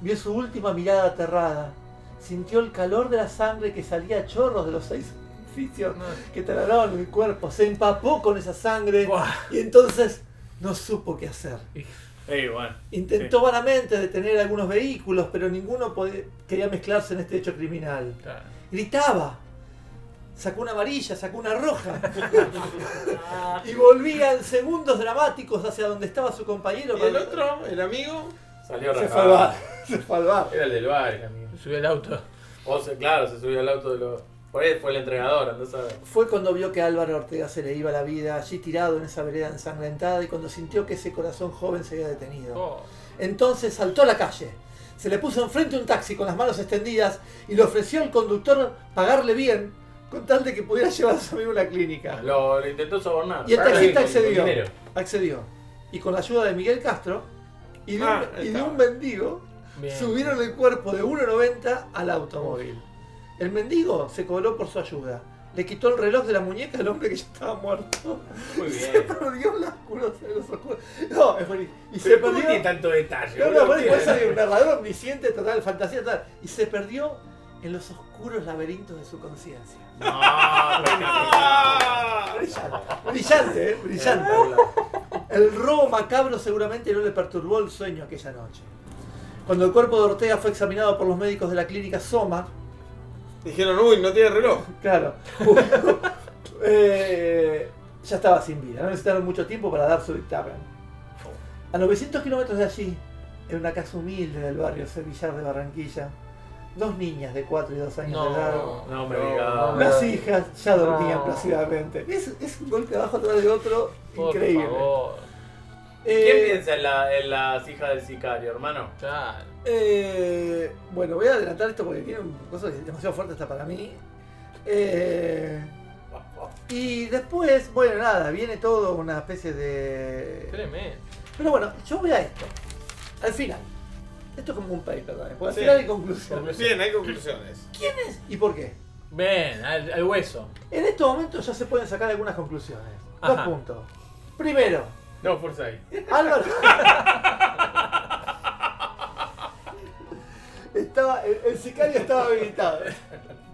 S4: vio su última mirada aterrada, sintió el calor de la sangre que salía a chorros de los seis orificios que talaron el cuerpo, se empapó con esa sangre
S1: Buah.
S4: y entonces no supo qué hacer.
S10: Ey, bueno.
S4: Intentó vanamente detener algunos vehículos, pero ninguno pode- quería mezclarse en este hecho criminal.
S1: Claro.
S4: Gritaba. Sacó una amarilla, sacó una roja.
S6: [LAUGHS]
S4: y volvía en segundos dramáticos hacia donde estaba su compañero.
S6: Y el otro, el amigo,
S11: Salió
S4: Se fue al
S11: rajado.
S4: bar. Se fue al bar.
S11: Era el del bar, el amigo.
S1: Subió el auto.
S11: O sea, claro, se subió al auto de los. Por ahí fue el entregador, no sabes.
S4: Fue cuando vio que a Álvaro Ortega se le iba la vida allí tirado en esa vereda ensangrentada y cuando sintió que ese corazón joven se había detenido.
S1: Oh.
S4: Entonces saltó a la calle. Se le puso enfrente un taxi con las manos extendidas y le ofreció al conductor pagarle bien con tal de que pudiera [LAUGHS] llevar a su amigo a la clínica.
S11: Lo, lo intentó sobornar.
S4: Y el taxista
S11: Con- con
S4: accedió.
S11: dinero.
S4: Accedió. Y con la ayuda de Miguel Castro y de un,
S6: Ah,
S4: y de
S6: está.
S4: un mendigo,
S1: Bien.
S4: subieron el cuerpo de 1,90 al automóvil. El mendigo se cobró por su ayuda. Le quitó el reloj de la muñeca al hombre que ya estaba muerto.
S11: Muy
S4: Se [LAUGHS]
S11: bien.
S4: perdió en las curvas de los oscuros. No, es buenísimo. Y se
S2: Pero ¿cómo
S4: perdió.
S2: tiene tanto detalle?
S4: No, no,
S2: boludo?
S4: por eso es un verdadero omnisciente total, fantasía total. Y se perdió en los oscuros laberintos de su conciencia. [LAUGHS] Brillante, brillante, ¿eh? brillante. El robo macabro seguramente no le perturbó el sueño aquella noche. Cuando el cuerpo de Ortega fue examinado por los médicos de la clínica Soma,
S6: dijeron, uy, no tiene reloj.
S4: [LAUGHS] claro, uh, eh, ya estaba sin vida. No necesitaron mucho tiempo para dar su dictamen. A 900 kilómetros de allí, en una casa humilde del barrio Sevillar de Barranquilla, dos niñas de 4 y 2 años de edad
S1: No.
S11: No me
S2: No,
S11: digas.
S4: Las hijas ya dormían
S1: No.
S4: placidamente. Es, es un golpe abajo atrás de otro
S1: Por
S4: increíble.
S1: favor.
S4: Eh,
S11: ¿Quién piensa en, la- en las hijas del sicario, hermano?
S1: Claro.
S4: eh, bueno, voy a adelantar esto porque tiene un cosa que es demasiado fuerte hasta para mí. Eh, y después, bueno, nada, viene todo una especie de.
S1: Tremendo.
S4: Pero bueno, yo voy a esto. Al final. Esto es como un paper también. Porque al
S6: Sí.
S4: final hay conclusión.
S6: Bien, hay conclusiones.
S4: ¿Y por qué?
S1: Ven, al, al hueso.
S4: En estos momentos ya se pueden sacar algunas conclusiones. Dos
S1: Ajá.
S4: puntos. Primero,
S2: No, Forsyth.
S4: Álvaro. estaba, el, el sicario estaba habilitado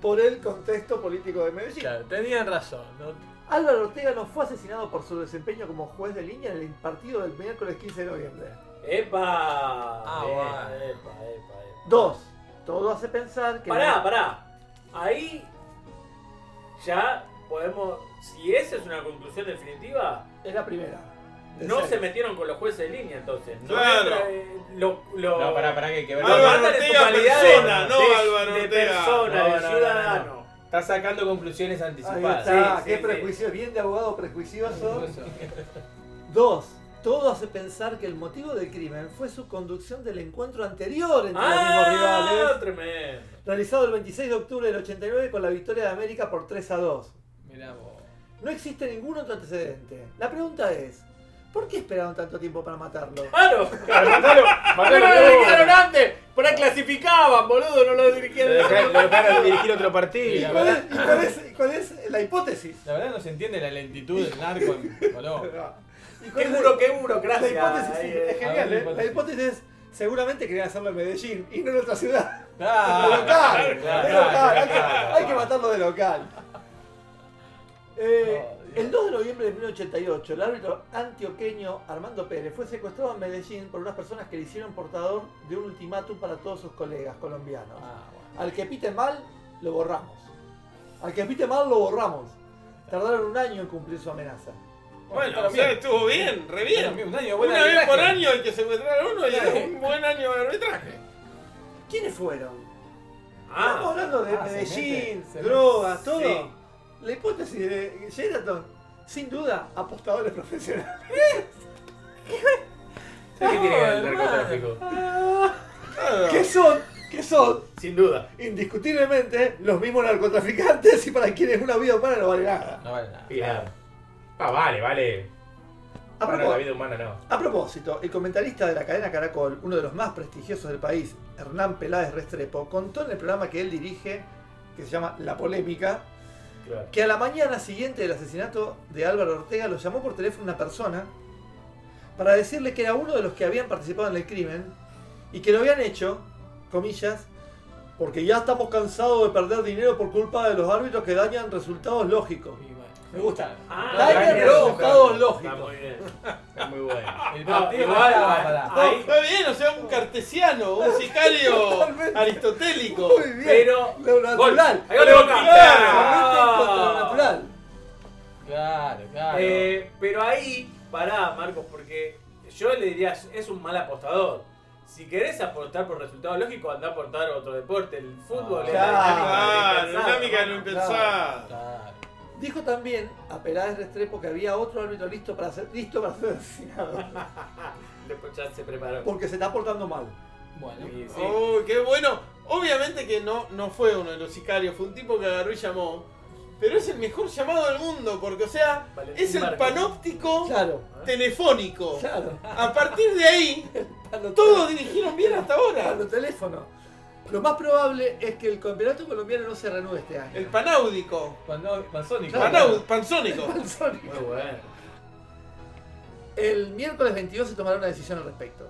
S4: por el contexto político de Medellín.
S1: Claro, tenían razón. ¿no?
S4: Álvaro Ortega no fue asesinado por su desempeño como juez de línea en el partido del miércoles 15 de noviembre.
S11: ¡Epa!
S1: Ah,
S11: Eh,
S1: bueno.
S11: epa, epa, epa.
S4: Dos, todo hace pensar que.
S11: Pará, pará. Ahí ya podemos. Si esa es una conclusión definitiva,
S4: Es la primera. De
S11: no
S4: seis.
S11: se metieron con los jueces de línea entonces. No
S6: Claro.
S11: entra, eh, lo, lo-
S2: No, pará, pará, que hay que ver.
S11: lo
S6: Álvaro
S11: matan en
S6: Ortega,
S11: su calidad
S6: persona, no Álvaro
S11: de
S6: Ortega.
S11: persona,
S2: No,
S11: de
S2: no, no, no,
S11: ciudadano.
S2: Está sacando conclusiones
S4: Ahí
S2: anticipadas.
S4: está,
S11: Sí,
S4: qué
S11: sí,
S4: prejuicio, bien de abogado prejuicioso. Dos, todo hace pensar que el motivo del crimen fue su conducción del encuentro anterior
S3: Este
S4: entre los mismos
S11: ¡Ah!
S4: rivales,
S11: Tremendo.
S4: realizado el 26 de octubre del 89 con la victoria de América por 3 a 2.
S1: Mirá vos.
S4: No existe ningún otro antecedente. La pregunta es, ¿Por qué esperaron tanto tiempo para matarlo?
S3: ¡Claro!
S2: Matalo,
S3: ¡No
S2: matalo,
S3: lo
S2: no.
S3: dirigieron antes! ¡Por ahí clasificaban, boludo! ¡No lo
S12: Lo
S3: dirigieron
S12: dejaron, lo dejaron dirigir otro
S1: Sí,
S12: partido.
S1: la
S4: ¿Cuál
S1: verdad,
S4: es, y cuál es- y cuál es la hipótesis?
S1: la verdad no se entiende la lentitud del narco en Colombia.
S4: ¿Y cuál
S3: ¡Qué
S4: es
S3: buro, qué
S4: la
S3: burocracia!
S4: hipótesis
S3: Ahí,
S4: es
S3: eh.
S4: genial,
S1: la
S4: ¿eh? La
S1: hipótesis.
S4: hipótesis es, seguramente querían hacerlo en Medellín y no en otra ciudad.
S1: Claro,
S4: local,
S1: claro,
S4: de local,
S1: claro,
S4: hay que,
S1: claro,
S4: hay que matarlo de local. Eh, el 2 de noviembre de 1988, el árbitro antioqueño Armando Pérez fue secuestrado en Medellín por unas personas que le hicieron portador de un ultimátum para todos sus colegas colombianos.
S1: Ah, bueno.
S4: Al que pite mal, lo borramos. Al que pite mal, lo borramos. Tardaron un año en cumplir su amenaza.
S6: Bueno,
S1: Pero
S6: o sea,
S1: bien.
S6: estuvo bien, re
S1: Pero
S6: bien.
S1: bien, un año, buen
S6: Una vez
S1: arbitraje.
S6: por año hay que secuestrar a uno y
S1: Claro.
S6: es un buen año de arbitraje.
S4: ¿Quiénes fueron? Estamos
S3: Ah,
S4: hablando de
S1: ah, se
S4: Medellín,
S1: mete, se
S4: drogas, todo.
S3: Sí.
S4: La hipótesis de Sheraton, sin duda, apostadores [LAUGHS] profesionales.
S2: ¿Qué tiene que ver el
S1: hermano.
S2: narcotráfico?
S4: Ah.
S2: Ah.
S4: Que son, que son,
S3: sin duda.
S4: indiscutiblemente, los mismos narcotraficantes y para quienes una vida humana no vale nada.
S1: No vale nada.
S2: Claro. Ah, vale, vale.
S4: A,
S2: Para
S4: propós-
S2: la vida humana no.
S4: a propósito, el comentarista de la cadena Caracol, uno de los más prestigiosos del país, Hernán Peláez Restrepo, contó en el programa que él dirige, que se llama La Polémica,
S2: Claro.
S4: que a la mañana siguiente del asesinato de Álvaro Ortega lo llamó por teléfono una persona para decirle que era uno de los que habían participado en el crimen y que lo habían hecho, comillas, porque ya estamos cansados de perder dinero por culpa de los árbitros que dañan resultados lógicos.
S1: Y bueno.
S4: Me gusta.
S3: Ah,
S4: Dañan
S3: bien.
S4: resultados
S3: Está
S4: lógicos.
S3: muy bien.
S2: Está muy bueno.
S1: El
S3: No,
S1: partido
S3: igual,
S1: pará,
S3: ah,
S1: pará.
S3: ah, Ahí.
S6: Está bien, o sea, un cartesiano, un sicario aristotélico.
S4: Muy bien.
S3: Pero.
S4: Lo
S3: Gol.
S4: natural.
S3: Ahí va de Boca.
S4: Solamente contra lo
S3: Ah.
S4: natural.
S1: Claro, claro.
S3: Eh, pero ahí, pará, Marcos, porque yo le diría, es un mal apostador. Si querés aportar por resultado lógico, andá a aportar a otro deporte. El fútbol es
S2: Ah,
S4: Claro.
S3: la dinámica
S6: Claro,
S3: del
S6: dinámica de lo
S3: pensado,
S6: impensado.
S1: Claro.
S4: Dijo también a Peláez Restrepo que había otro árbitro listo para ser, listo para ser asesinado.
S3: hermano. Después ya se preparó.
S4: Porque se está portando mal.
S2: Oh,
S1: Bueno.
S3: Y sí.
S6: Uy, Oh, qué bueno. Obviamente que no, no fue uno de los sicarios, fue un tipo que agarró y llamó. Pero es el mejor llamado del mundo, porque, o sea,
S3: Valentín
S6: es el
S3: Marcos.
S6: panóptico
S4: Claro,
S6: telefónico.
S4: claro.
S6: A partir de ahí,
S4: Cuando
S6: todos dirigieron bien hasta ahora.
S4: Cuando teléfono. Lo más probable es que el campeonato colombiano no se renueve este año.
S6: El panáudico.
S1: Cuando Panzoni.
S6: Panáud- panzónico.
S4: Panzoni.
S3: Muy bueno.
S4: El miércoles 22 se tomará una decisión al respecto.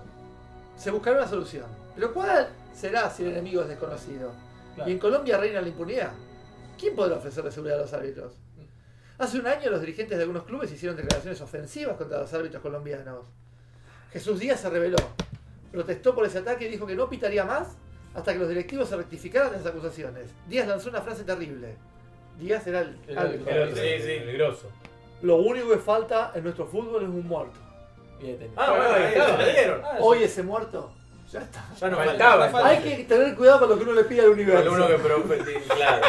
S4: Se buscará una solución. Pero ¿cuál será si el enemigo es desconocido?
S1: Claro.
S4: ¿Y en Colombia reina la impunidad? ¿Quién podrá ofrecerle seguridad a los árbitros? Hace un año los dirigentes de algunos clubes hicieron declaraciones ofensivas contra los árbitros colombianos. Jesús Díaz se rebeló, protestó por ese ataque y dijo que no pitaría más hasta que los directivos se rectificaran de las acusaciones. Díaz lanzó una frase terrible. Díaz era el
S1: El
S4: árbitro.
S2: El otro,
S1: Sí,
S2: el,
S1: sí.
S2: el grosso.
S4: Lo único que falta en nuestro fútbol es un muerto.
S1: Bien, tenido.
S3: Ah, bueno, ahí está, lo dieron.
S1: Ah,
S4: Hoy ese muerto ya está.
S3: Ya no
S1: faltaba,
S3: faltaba.
S1: falta.
S4: Hay que tener cuidado con lo que uno le pide al
S2: El
S4: universo.
S2: uno que profetiza. Claro.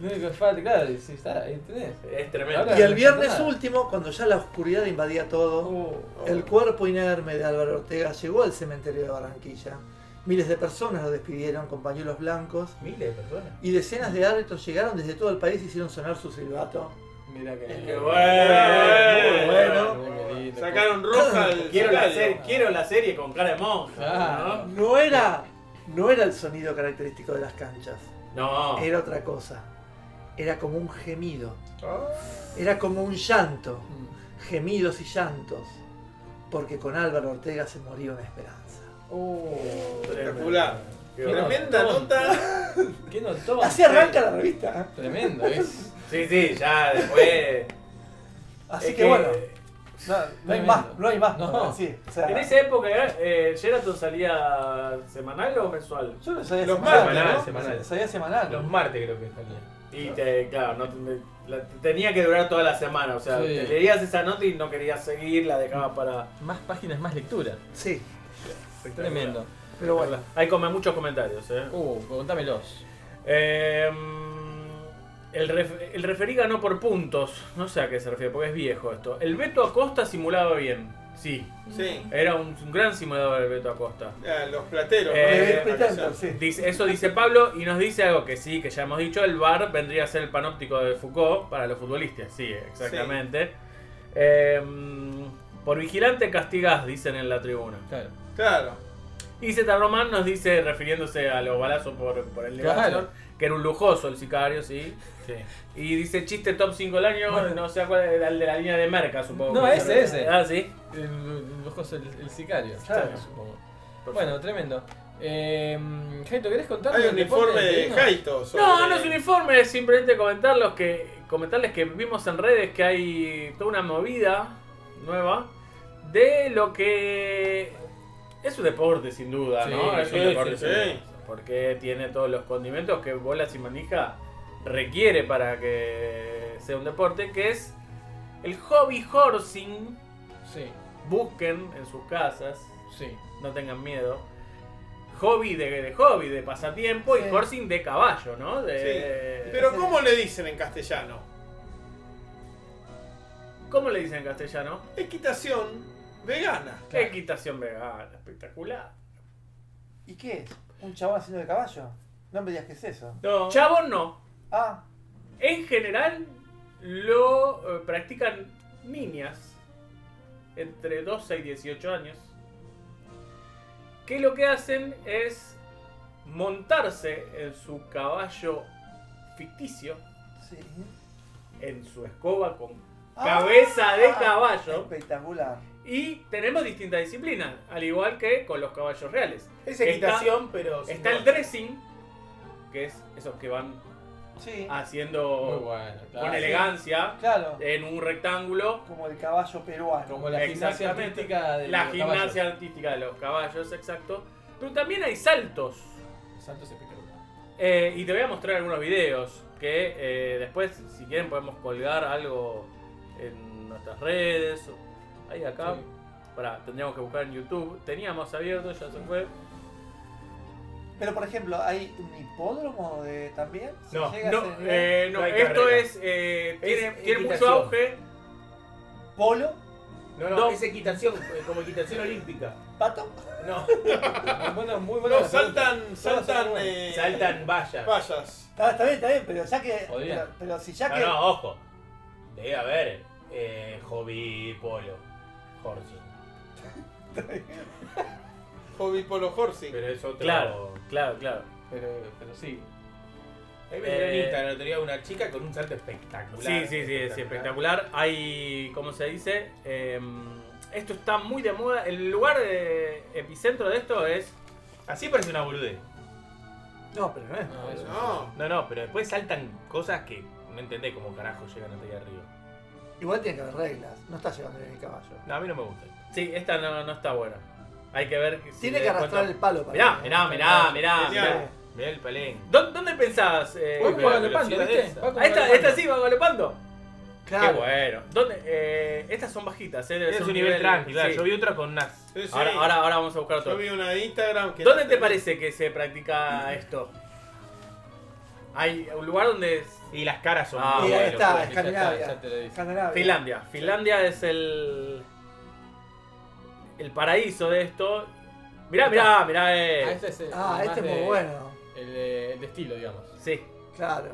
S1: Lo único que falta, claro, sí, está, ahí tenés.
S3: Es tremendo.
S1: Ahora-
S4: Y el viernes último, cuando ya la oscuridad invadía todo, el cuerpo inerme de Álvaro Ortega llegó al cementerio de Barranquilla. Miles de personas lo despidieron con pañuelos blancos
S2: Miles de personas.
S4: y decenas de árbitros llegaron desde todo el país y hicieron sonar su silbato.
S1: Mira que.
S3: Qué
S6: Bueno,
S3: bueno.
S1: Qué lindo.
S6: Sacaron roja
S3: [LAUGHS]
S6: al
S3: Quiero la,
S6: sicario.
S3: serie, quiero la serie con cara de monja.
S11: Ah.
S1: Claro.
S4: No era, no era el sonido característico de las canchas,
S3: No. no.
S4: era otra cosa. Era como un gemido, Ah. era como un llanto.
S1: Mm.
S4: gemidos y llantos, porque con Álvaro Ortega se moría una esperanza.
S1: Oh.
S6: Espectacular.
S3: Qué bueno.
S4: Ah.
S6: Tremenda
S1: Tonto.
S6: nota.
S1: Qué
S4: [LAUGHS]
S1: notón.
S4: Así arranca la revista. ¿eh?
S1: Tremendo, es.
S3: Sí, sí, ya después.
S4: [LAUGHS] Así
S3: Es
S4: que, bueno, no, no hay
S1: tremendo.
S4: más, no hay más.
S1: No.
S4: para decir. O sea,
S3: En esa época, eh, Sheraton salía semanal o mensual.
S4: yo lo sabía
S6: Los
S4: semanal,
S2: semanal,
S4: ¿no?
S2: semanal.
S4: Sabía semanal.
S2: Los martes creo que salía.
S3: Y te, claro, no, te- la- te tenía que durar toda la semana. O sea,
S1: Sí.
S3: te leías esa nota y no querías seguir, la dejabas para.
S1: Más páginas, más lectura.
S4: Sí,
S1: Tremendo.
S4: pero bueno.
S3: Hay como muchos comentarios, eh.
S1: Uh, contámelos.
S3: Eh, el, ref- el referí ganó por puntos. No sé a qué se refiere, porque es viejo esto. El Beto Acosta simulaba bien. Sí,
S6: Sí.
S3: era un, un gran simulador el Beto Acosta.
S6: Ah, Los plateros.
S3: Eh,
S6: ¿no?
S4: Eh, Pretender, sí.
S3: Dice- eso dice Pablo y nos dice algo que sí, que ya hemos dicho, el VAR vendría a ser el panóptico de Foucault para los futbolistas, sí, exactamente. Eh, Por vigilante castigás, dicen en la tribuna.
S1: Claro.
S6: Claro.
S3: Y Z Román nos dice, refiriéndose a los balazos por, por el de
S1: Claro.
S3: Bachelor, que era un lujoso el sicario, sí. Y dice, chiste top 5 del año, no sé cuál era el de la línea de merca, supongo.
S1: No,
S3: que
S1: ese,
S3: era.
S1: ese.
S3: Ah, sí.
S1: El, el, ojo, el- el sicario.
S4: Claro.
S1: supongo. Bueno, tremendo. Eh, Jaito, ¿querés contar?
S6: Hay un informe de Jaito. sobre-
S3: No, no es un informe, es simplemente comentarlos que, comentarles que vimos en redes que hay toda una movida nueva de lo que es un deporte sin duda,
S1: Sí,
S3: ¿no? Es
S1: sí,
S3: un deporte
S6: sí,
S3: sin
S6: sí.
S3: duda, porque tiene todos los condimentos que bolas y manija requiere para que sea un deporte, que es el hobby horsing.
S1: Sí,
S3: Busquen en sus casas,
S1: sí.
S3: no tengan miedo. Hobby de, de hobby, de pasatiempo
S4: Sí.
S3: y horsing de caballo, ¿no? De,
S6: Sí. Pero ¿cómo le dicen en castellano?
S3: ¿Cómo le dicen en castellano?
S6: Equitación vegana.
S3: Equitación vegana, espectacular.
S4: ¿Y qué es? ¿Un chabón haciendo de caballo? No me digas que es eso.
S3: No. Chabón no.
S4: Ah,
S3: En general lo eh, practican niñas entre 12 y 18 años que lo que hacen es montarse en su caballo ficticio,
S4: sí.
S3: en su escoba con
S4: Ah,
S3: cabeza de caballo
S4: Espectacular.
S3: y tenemos distintas disciplinas, al igual que con los caballos reales.
S2: Es
S3: Está-
S2: equitación, pero. sin
S3: Está el
S2: golpe.
S3: dressing, que es esos que van
S4: Sí,
S3: Ah.
S1: Muy
S3: haciendo
S1: bueno, Ah, claro.
S3: con elegancia
S4: claro.
S3: en un rectángulo.
S4: Como el caballo peruano.
S1: Como la gimnasia
S3: Exactamente.
S1: artística de
S3: La
S1: los
S3: gimnasia artística de los caballos, exacto. Pero también hay saltos.
S1: caballos. Santos espectacular.
S3: Eh, y te voy a mostrar algunos videos que eh, después, si quieren, podemos colgar algo en nuestras redes. Ahí acá.
S1: Sí.
S3: Pará, tendríamos que buscar en YouTube. Teníamos abierto, ya se fue.
S4: Pero por ejemplo, ¿hay un hipódromo de, también? ¿Se
S2: No,
S4: llega a
S3: No,
S4: ese nivel?
S3: eh, no,
S2: No hay
S3: esto
S2: carrera.
S3: es, eh, tiene,
S2: Es
S3: tiene mucho
S2: equitación.
S3: auge.
S4: ¿Polo?
S2: No, no,
S3: No.
S2: es equitación, eh, como equitación olímpica.
S4: ¿Pato?
S2: No,
S1: Muy bueno, muy bueno.
S6: No, saltan, saltan eh,
S2: saltan vallas.
S6: vallas.
S4: Está, está bien, está bien, pero ya que.
S1: Podría.
S4: Pero, pero si ya [LAUGHS]
S3: Ah,
S2: No,
S4: que.
S2: no, ojo. Debe haber eh, hobby polo, horsing.
S6: Hobby Polo Horsing.
S2: Pero es otro.
S3: Claro, claro, claro.
S1: Pero, pero sí.
S2: Ahí me salió
S3: Eh,
S2: en Instagram el otro día una chica con un salto espectacular.
S3: Sí, sí, sí, es espectacular. Hay, ¿cómo se dice? Em, esto está muy de moda. El lugar de epicentro de esto es...
S2: Así parece una boludez.
S4: No, pero no es.
S1: No, eso.
S6: No.
S2: No, no, pero después saltan cosas que no entendés cómo carajo llegan hasta ahí arriba.
S4: Igual tiene que haber reglas. No está llevando bien el caballo.
S2: No, a mí no me gusta.
S3: Sí, esta no, no está buena. Hay que ver... si
S4: tiene
S3: le
S4: que arrastrar
S3: cuento-
S4: el palo para.
S3: Mirá, mirá, mirá, mirá.
S6: Genial.
S3: mirá.
S4: Sí.
S2: Mirá el palén.
S3: ¿Dó- ¿Dónde pensabas? eh,
S1: Voy
S2: pero
S1: como
S2: la
S1: galopando,
S2: velocidad
S1: ¿viste?
S2: esa.
S1: Va como
S3: Ah, esta,
S1: galopando.
S3: esta sí va galopando. Qué
S4: Claro.
S3: bueno. ¿Dónde? Eh, estas son bajitas, eh, debe
S2: Es
S3: ser
S2: un nivel tranqui, claro.
S3: sí.
S2: Yo vi otra con unas.
S6: Sí, sí.
S3: ahora, ahora, ahora vamos a buscar
S6: Yo
S3: otro.
S6: vi una de Instagram que.
S3: ¿Dónde te parece que se practica esto? Hay un lugar donde es
S2: Y las caras son
S3: Ah,
S2: muy
S4: y
S3: bueno,
S4: ahí está,
S1: pues, ya
S4: Escandinavia.
S1: está, ya te lo dije.
S4: Escandinavia.
S3: Finlandia. Finlandia es el el paraíso de esto. Mirá, mirá, mirá. eh.
S1: Ah, este es el,
S4: Ah,
S1: el
S4: este es
S1: más
S4: muy
S1: de-
S4: bueno.
S1: El de, el de estilo, digamos.
S3: Sí.
S4: Claro.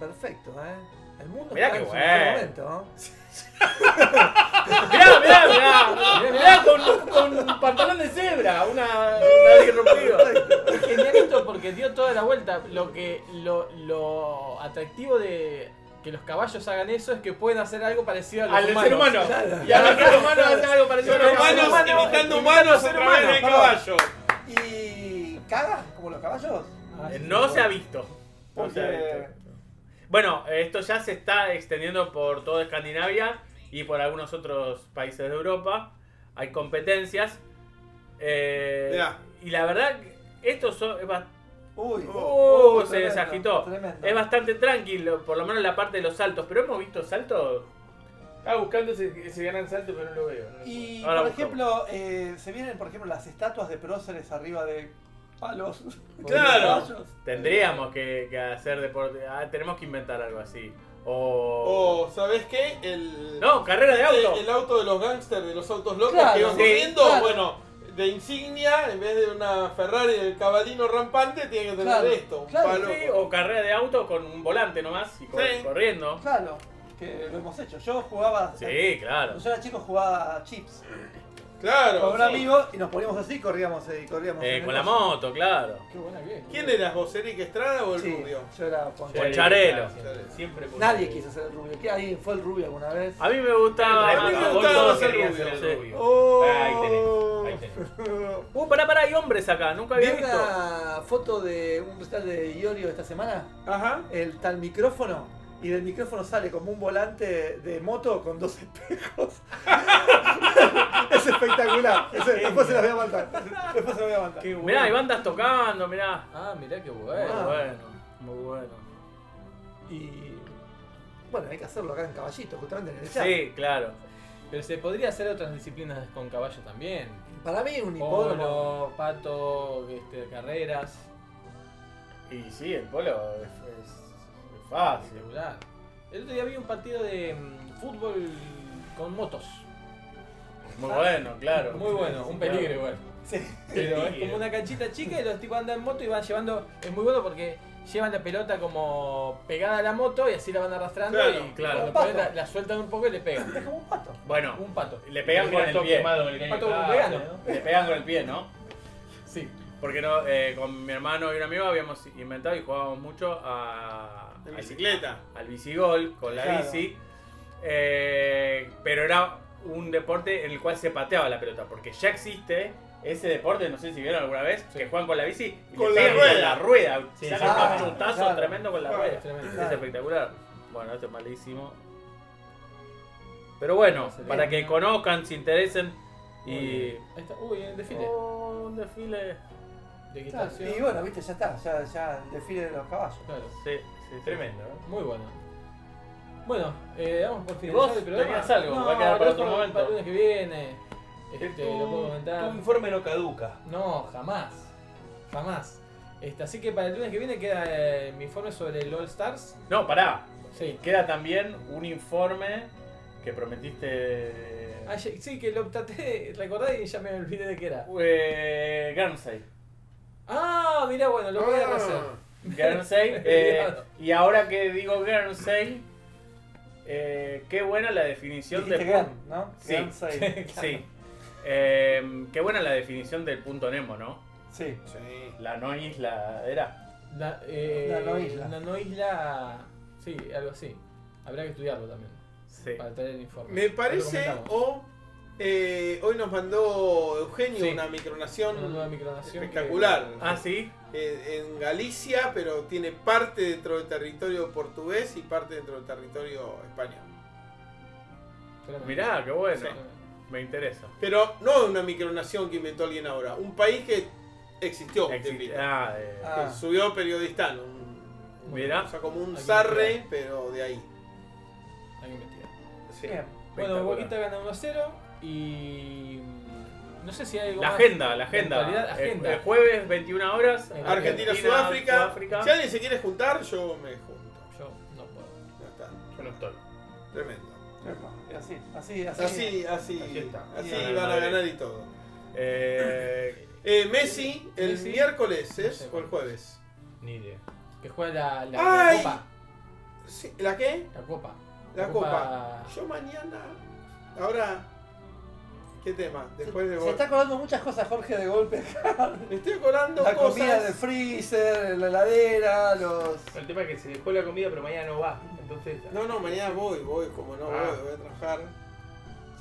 S4: Perfecto, ¿eh? El mundo
S3: Mirá
S4: está
S3: qué
S4: en su
S3: bueno.
S4: mejor momento. ¿no?
S3: Mirá, mirá, mirá. Mirá con, con un pantalón de cebra, una, una disruptiva.
S1: Es genial esto porque dio toda la vuelta. Lo que lo, lo atractivo de que los caballos hagan eso es que pueden hacer algo parecido a los
S3: Al
S1: humanos.
S3: ser humano. Y a los seres humanos hacen algo parecido.
S6: Son
S3: a los
S6: humanos
S3: humanos.
S6: imitando humanos, ser
S3: humanos.
S6: humanos de caballo.
S4: ¿Y cagas como los caballos?
S3: No se ha visto. No se ha visto.
S4: Porque-
S3: Bueno, esto ya se está extendiendo por toda Escandinavia y por algunos otros países de Europa. Hay competencias. Eh,
S6: Mirá.
S3: Y la verdad, que esto so- es, ba-
S4: Uy,
S3: Oh, se
S4: tremendo,
S3: desagitó.
S4: Tremendo.
S3: es bastante tranquilo, por lo menos la parte de los saltos. Pero hemos visto saltos.
S2: Estaba buscando ese, ese gran salto, pero no lo veo. no lo
S4: Y
S3: Ahora
S4: por
S3: buscamos.
S4: ejemplo, eh, se vienen por ejemplo las estatuas de próceres arriba de palos. [LAUGHS]
S6: Claro.
S4: de caballos.
S3: Tendríamos que, que hacer deporte. Ah, tenemos que inventar algo así. O.
S6: O, Oh, ¿sabés qué? El.
S3: No, carrera de auto.
S6: El, el auto de los gángsters, de los autos locos
S4: Claro,
S6: que iban
S3: sí,
S6: corriendo,
S4: claro.
S6: bueno, de insignia, en vez de una Ferrari del cabalino rampante, tiene que tener
S4: Claro,
S6: esto, un
S4: claro,
S6: palo.
S3: Sí, o carrera de auto con un volante nomás y cor-
S6: Sí.
S3: corriendo.
S4: Claro. que lo hemos hecho. Yo jugaba.
S3: Sí, claro.
S4: Cuando yo era chico jugaba chips
S6: Claro.
S4: con un amigo y nos poníamos así y corríamos eh, y corríamos.
S3: Eh,
S4: en el
S3: con la
S4: coso.
S3: moto, claro.
S1: Qué buena que es.
S6: ¿Quién eras vos, Eric Estrada o el
S4: Sí,
S6: rubio?
S4: yo era Juan
S3: Con
S4: Carlos.
S3: Charelo.
S2: Siempre con-
S4: Nadie quiso ser el rubio. ¿Qué? ¿Alguien fue el rubio alguna vez?
S3: A mí me gustaba.
S6: A mí me
S3: más,
S6: gustaba
S3: todos
S6: más el
S3: querían
S6: rubio.
S3: ser el
S2: Sí.
S6: Oh.
S2: Ahí tenés, ahí tenés.
S3: Uh, pará, pará, hay hombres acá, nunca
S4: Vi
S3: había visto.
S4: una foto de un recital de Iorio esta semana.
S6: Ajá.
S4: El tal micrófono. Y del micrófono sale como un volante de moto con dos [LAUGHS] espejos. es espectacular. Eso, después se las voy a mandar. Después se las voy a mandar.
S2: Qué bueno.
S3: Mirá, hay bandas tocando, mirá.
S1: Ah, mirá qué
S3: Muy
S1: bueno.
S3: bueno, muy bueno.
S4: Y bueno, hay que hacerlo acá en caballito, justamente en el chat.
S3: Sí, claro.
S1: Pero se podría hacer otras disciplinas con caballo también.
S4: Para mí un hipódromo.
S1: Polo, pato, este, carreras.
S3: Y sí, el polo es, fácil.
S1: Regular. El otro día vi un partido de mm, fútbol con motos.
S3: Muy bueno, claro.
S1: Muy bueno, un peligro igual. [LAUGHS] Pero es como
S2: Peligro.
S1: una canchita chica y los tipos andan en moto y van llevando. Es muy bueno porque llevan la pelota como pegada a la moto y así la van arrastrando
S6: Claro,
S1: y
S3: claro.
S1: cuando pueden la, la sueltan un poco y le pegan. Ah,
S4: Es como un pato. Eh,
S3: Bueno,
S1: Un pato.
S3: le pegan con el
S2: Pato
S3: pie.
S2: quemado en el
S1: Pato
S2: caño.
S1: vegano.
S3: Le pegan con el pie, ¿no?
S1: Sí.
S3: Porque no, eh, con mi hermano y un amigo habíamos inventado y jugábamos mucho a.
S6: En
S3: al-
S6: bicicleta.
S3: Al bicigol, con la
S4: Claro.
S3: bici. Eh, pero era un deporte en el cual se pateaba la pelota. Porque ya existe ese deporte, no sé si vieron alguna vez, que juegan con la bici y
S6: Con
S3: le
S6: la
S3: pegan
S6: rueda.
S3: con la rueda.
S1: Sí,
S3: Sacan
S4: sí,
S3: unos
S4: sí.
S3: chutazos
S4: Claro.
S3: tremendos con la
S6: Claro.
S3: rueda.
S1: Tremendo.
S3: Es espectacular. Bueno, esto es malísimo. Pero bueno, para que conozcan, se interesen y.
S1: Ahí está. Uy, el desfile.
S3: Oh, un desfile.
S1: De
S4: Claro,
S1: equitación.
S4: Y bueno, viste, ya está, ya, ya el desfile de los caballos.
S1: Claro.
S3: Sí, sí, sí.
S2: Tremendo, ¿eh?
S1: Muy bueno. Bueno, eh, vamos por
S3: ¿Y
S1: finalizar
S3: vos
S1: el programa.
S3: tenías algo? Va a quedar
S1: lo
S3: para otro
S1: otro
S3: momento.
S1: Para el lunes que viene. Este,
S2: Tu-
S1: lo puedo comentar.
S2: Tu informe no caduca.
S1: No, jamás. Jamás. Este, así que para el lunes que viene queda eh, mi informe sobre el All Stars.
S3: No, pará.
S1: Sí.
S3: Queda también un informe que prometiste.
S1: Ah, ya- sí, que lo traté, [LAUGHS] recordé y ya me olvidé de qué era.
S3: Eh, Guernsey.
S1: Ah, mirá, bueno, lo voy a
S6: Ah.
S1: rehacer.
S3: Guernsey. eh, y ahora que digo Guernsey, eh, qué buena la definición
S4: Dijiste
S3: de.
S4: Gran, ¿no?
S3: Sí.
S4: Gran seis.
S3: [LAUGHS] Sí. Eh, qué buena la definición del punto Nemo, ¿no?
S4: Sí.
S6: Sí.
S3: La no isla era.
S1: La, eh,
S4: La no isla.
S1: La no isla. Sí, algo así. Habrá que estudiarlo también.
S3: Sí.
S1: Para traer el informe.
S6: Me
S1: Lo
S6: parece,
S1: comentamos.
S6: o eh, hoy nos mandó Eugenio
S1: Sí.
S6: una micronación
S1: Una nueva micronación que-
S6: espectacular.
S3: Ah, sí.
S6: Eh, en Galicia, pero tiene parte dentro del territorio portugués y parte dentro del territorio español.
S1: Tremendo.
S3: Mirá, qué bueno.
S6: Sí.
S3: Me interesa.
S6: Pero no una micronación que inventó alguien ahora, un país que existió. te
S3: Existe-
S6: invito.
S3: ah, eh,
S6: Que
S4: Ah,
S6: Subió periodistano. un-
S3: Mirá.
S6: O sea, como un
S1: Aquí
S6: zarre, pero de ahí.
S1: Hay que investigar.
S4: bien.
S1: Bueno,
S3: espectacular.
S1: Boquita gana 1-0 y. mm, No sé si hay algo
S3: La
S1: más.
S3: agenda, la agenda. Eh,
S1: Actualidad,
S2: Eh,
S3: El-
S1: agenda.
S3: El, jueves, 21 horas.
S1: Argentina,
S6: Argentina, Sudáfrica. Si alguien se quiere juntar, yo me junto.
S1: Yo no puedo.
S6: Ya está.
S3: Yo no estoy.
S6: Tremendo.
S4: Epa, Así, así, así.
S6: Así, así,
S2: Así
S6: así,
S2: está.
S3: Bien.
S6: van a ganar y todo.
S3: Eh,
S6: Eh, Messi, el
S1: Messi.
S6: miércoles es
S1: No sé,
S6: o el jueves.
S2: Ni idea.
S1: Que juega la, la, la
S6: ¡Ay!
S1: copa.
S6: Sí, ¿La qué?
S1: La copa.
S6: La copa. Yo mañana. Ahora. ¿Qué tema? Después de
S4: Se está acordando muchas cosas, Jorge, de golpe.
S6: Me estoy colando
S4: La comida del
S6: cosas.
S4: freezer, la heladera, los.
S2: El tema es que se dejó la comida, pero mañana no va. Entonces.
S6: No, no, mañana voy, voy, como no
S2: Ah.
S6: voy, voy a trabajar.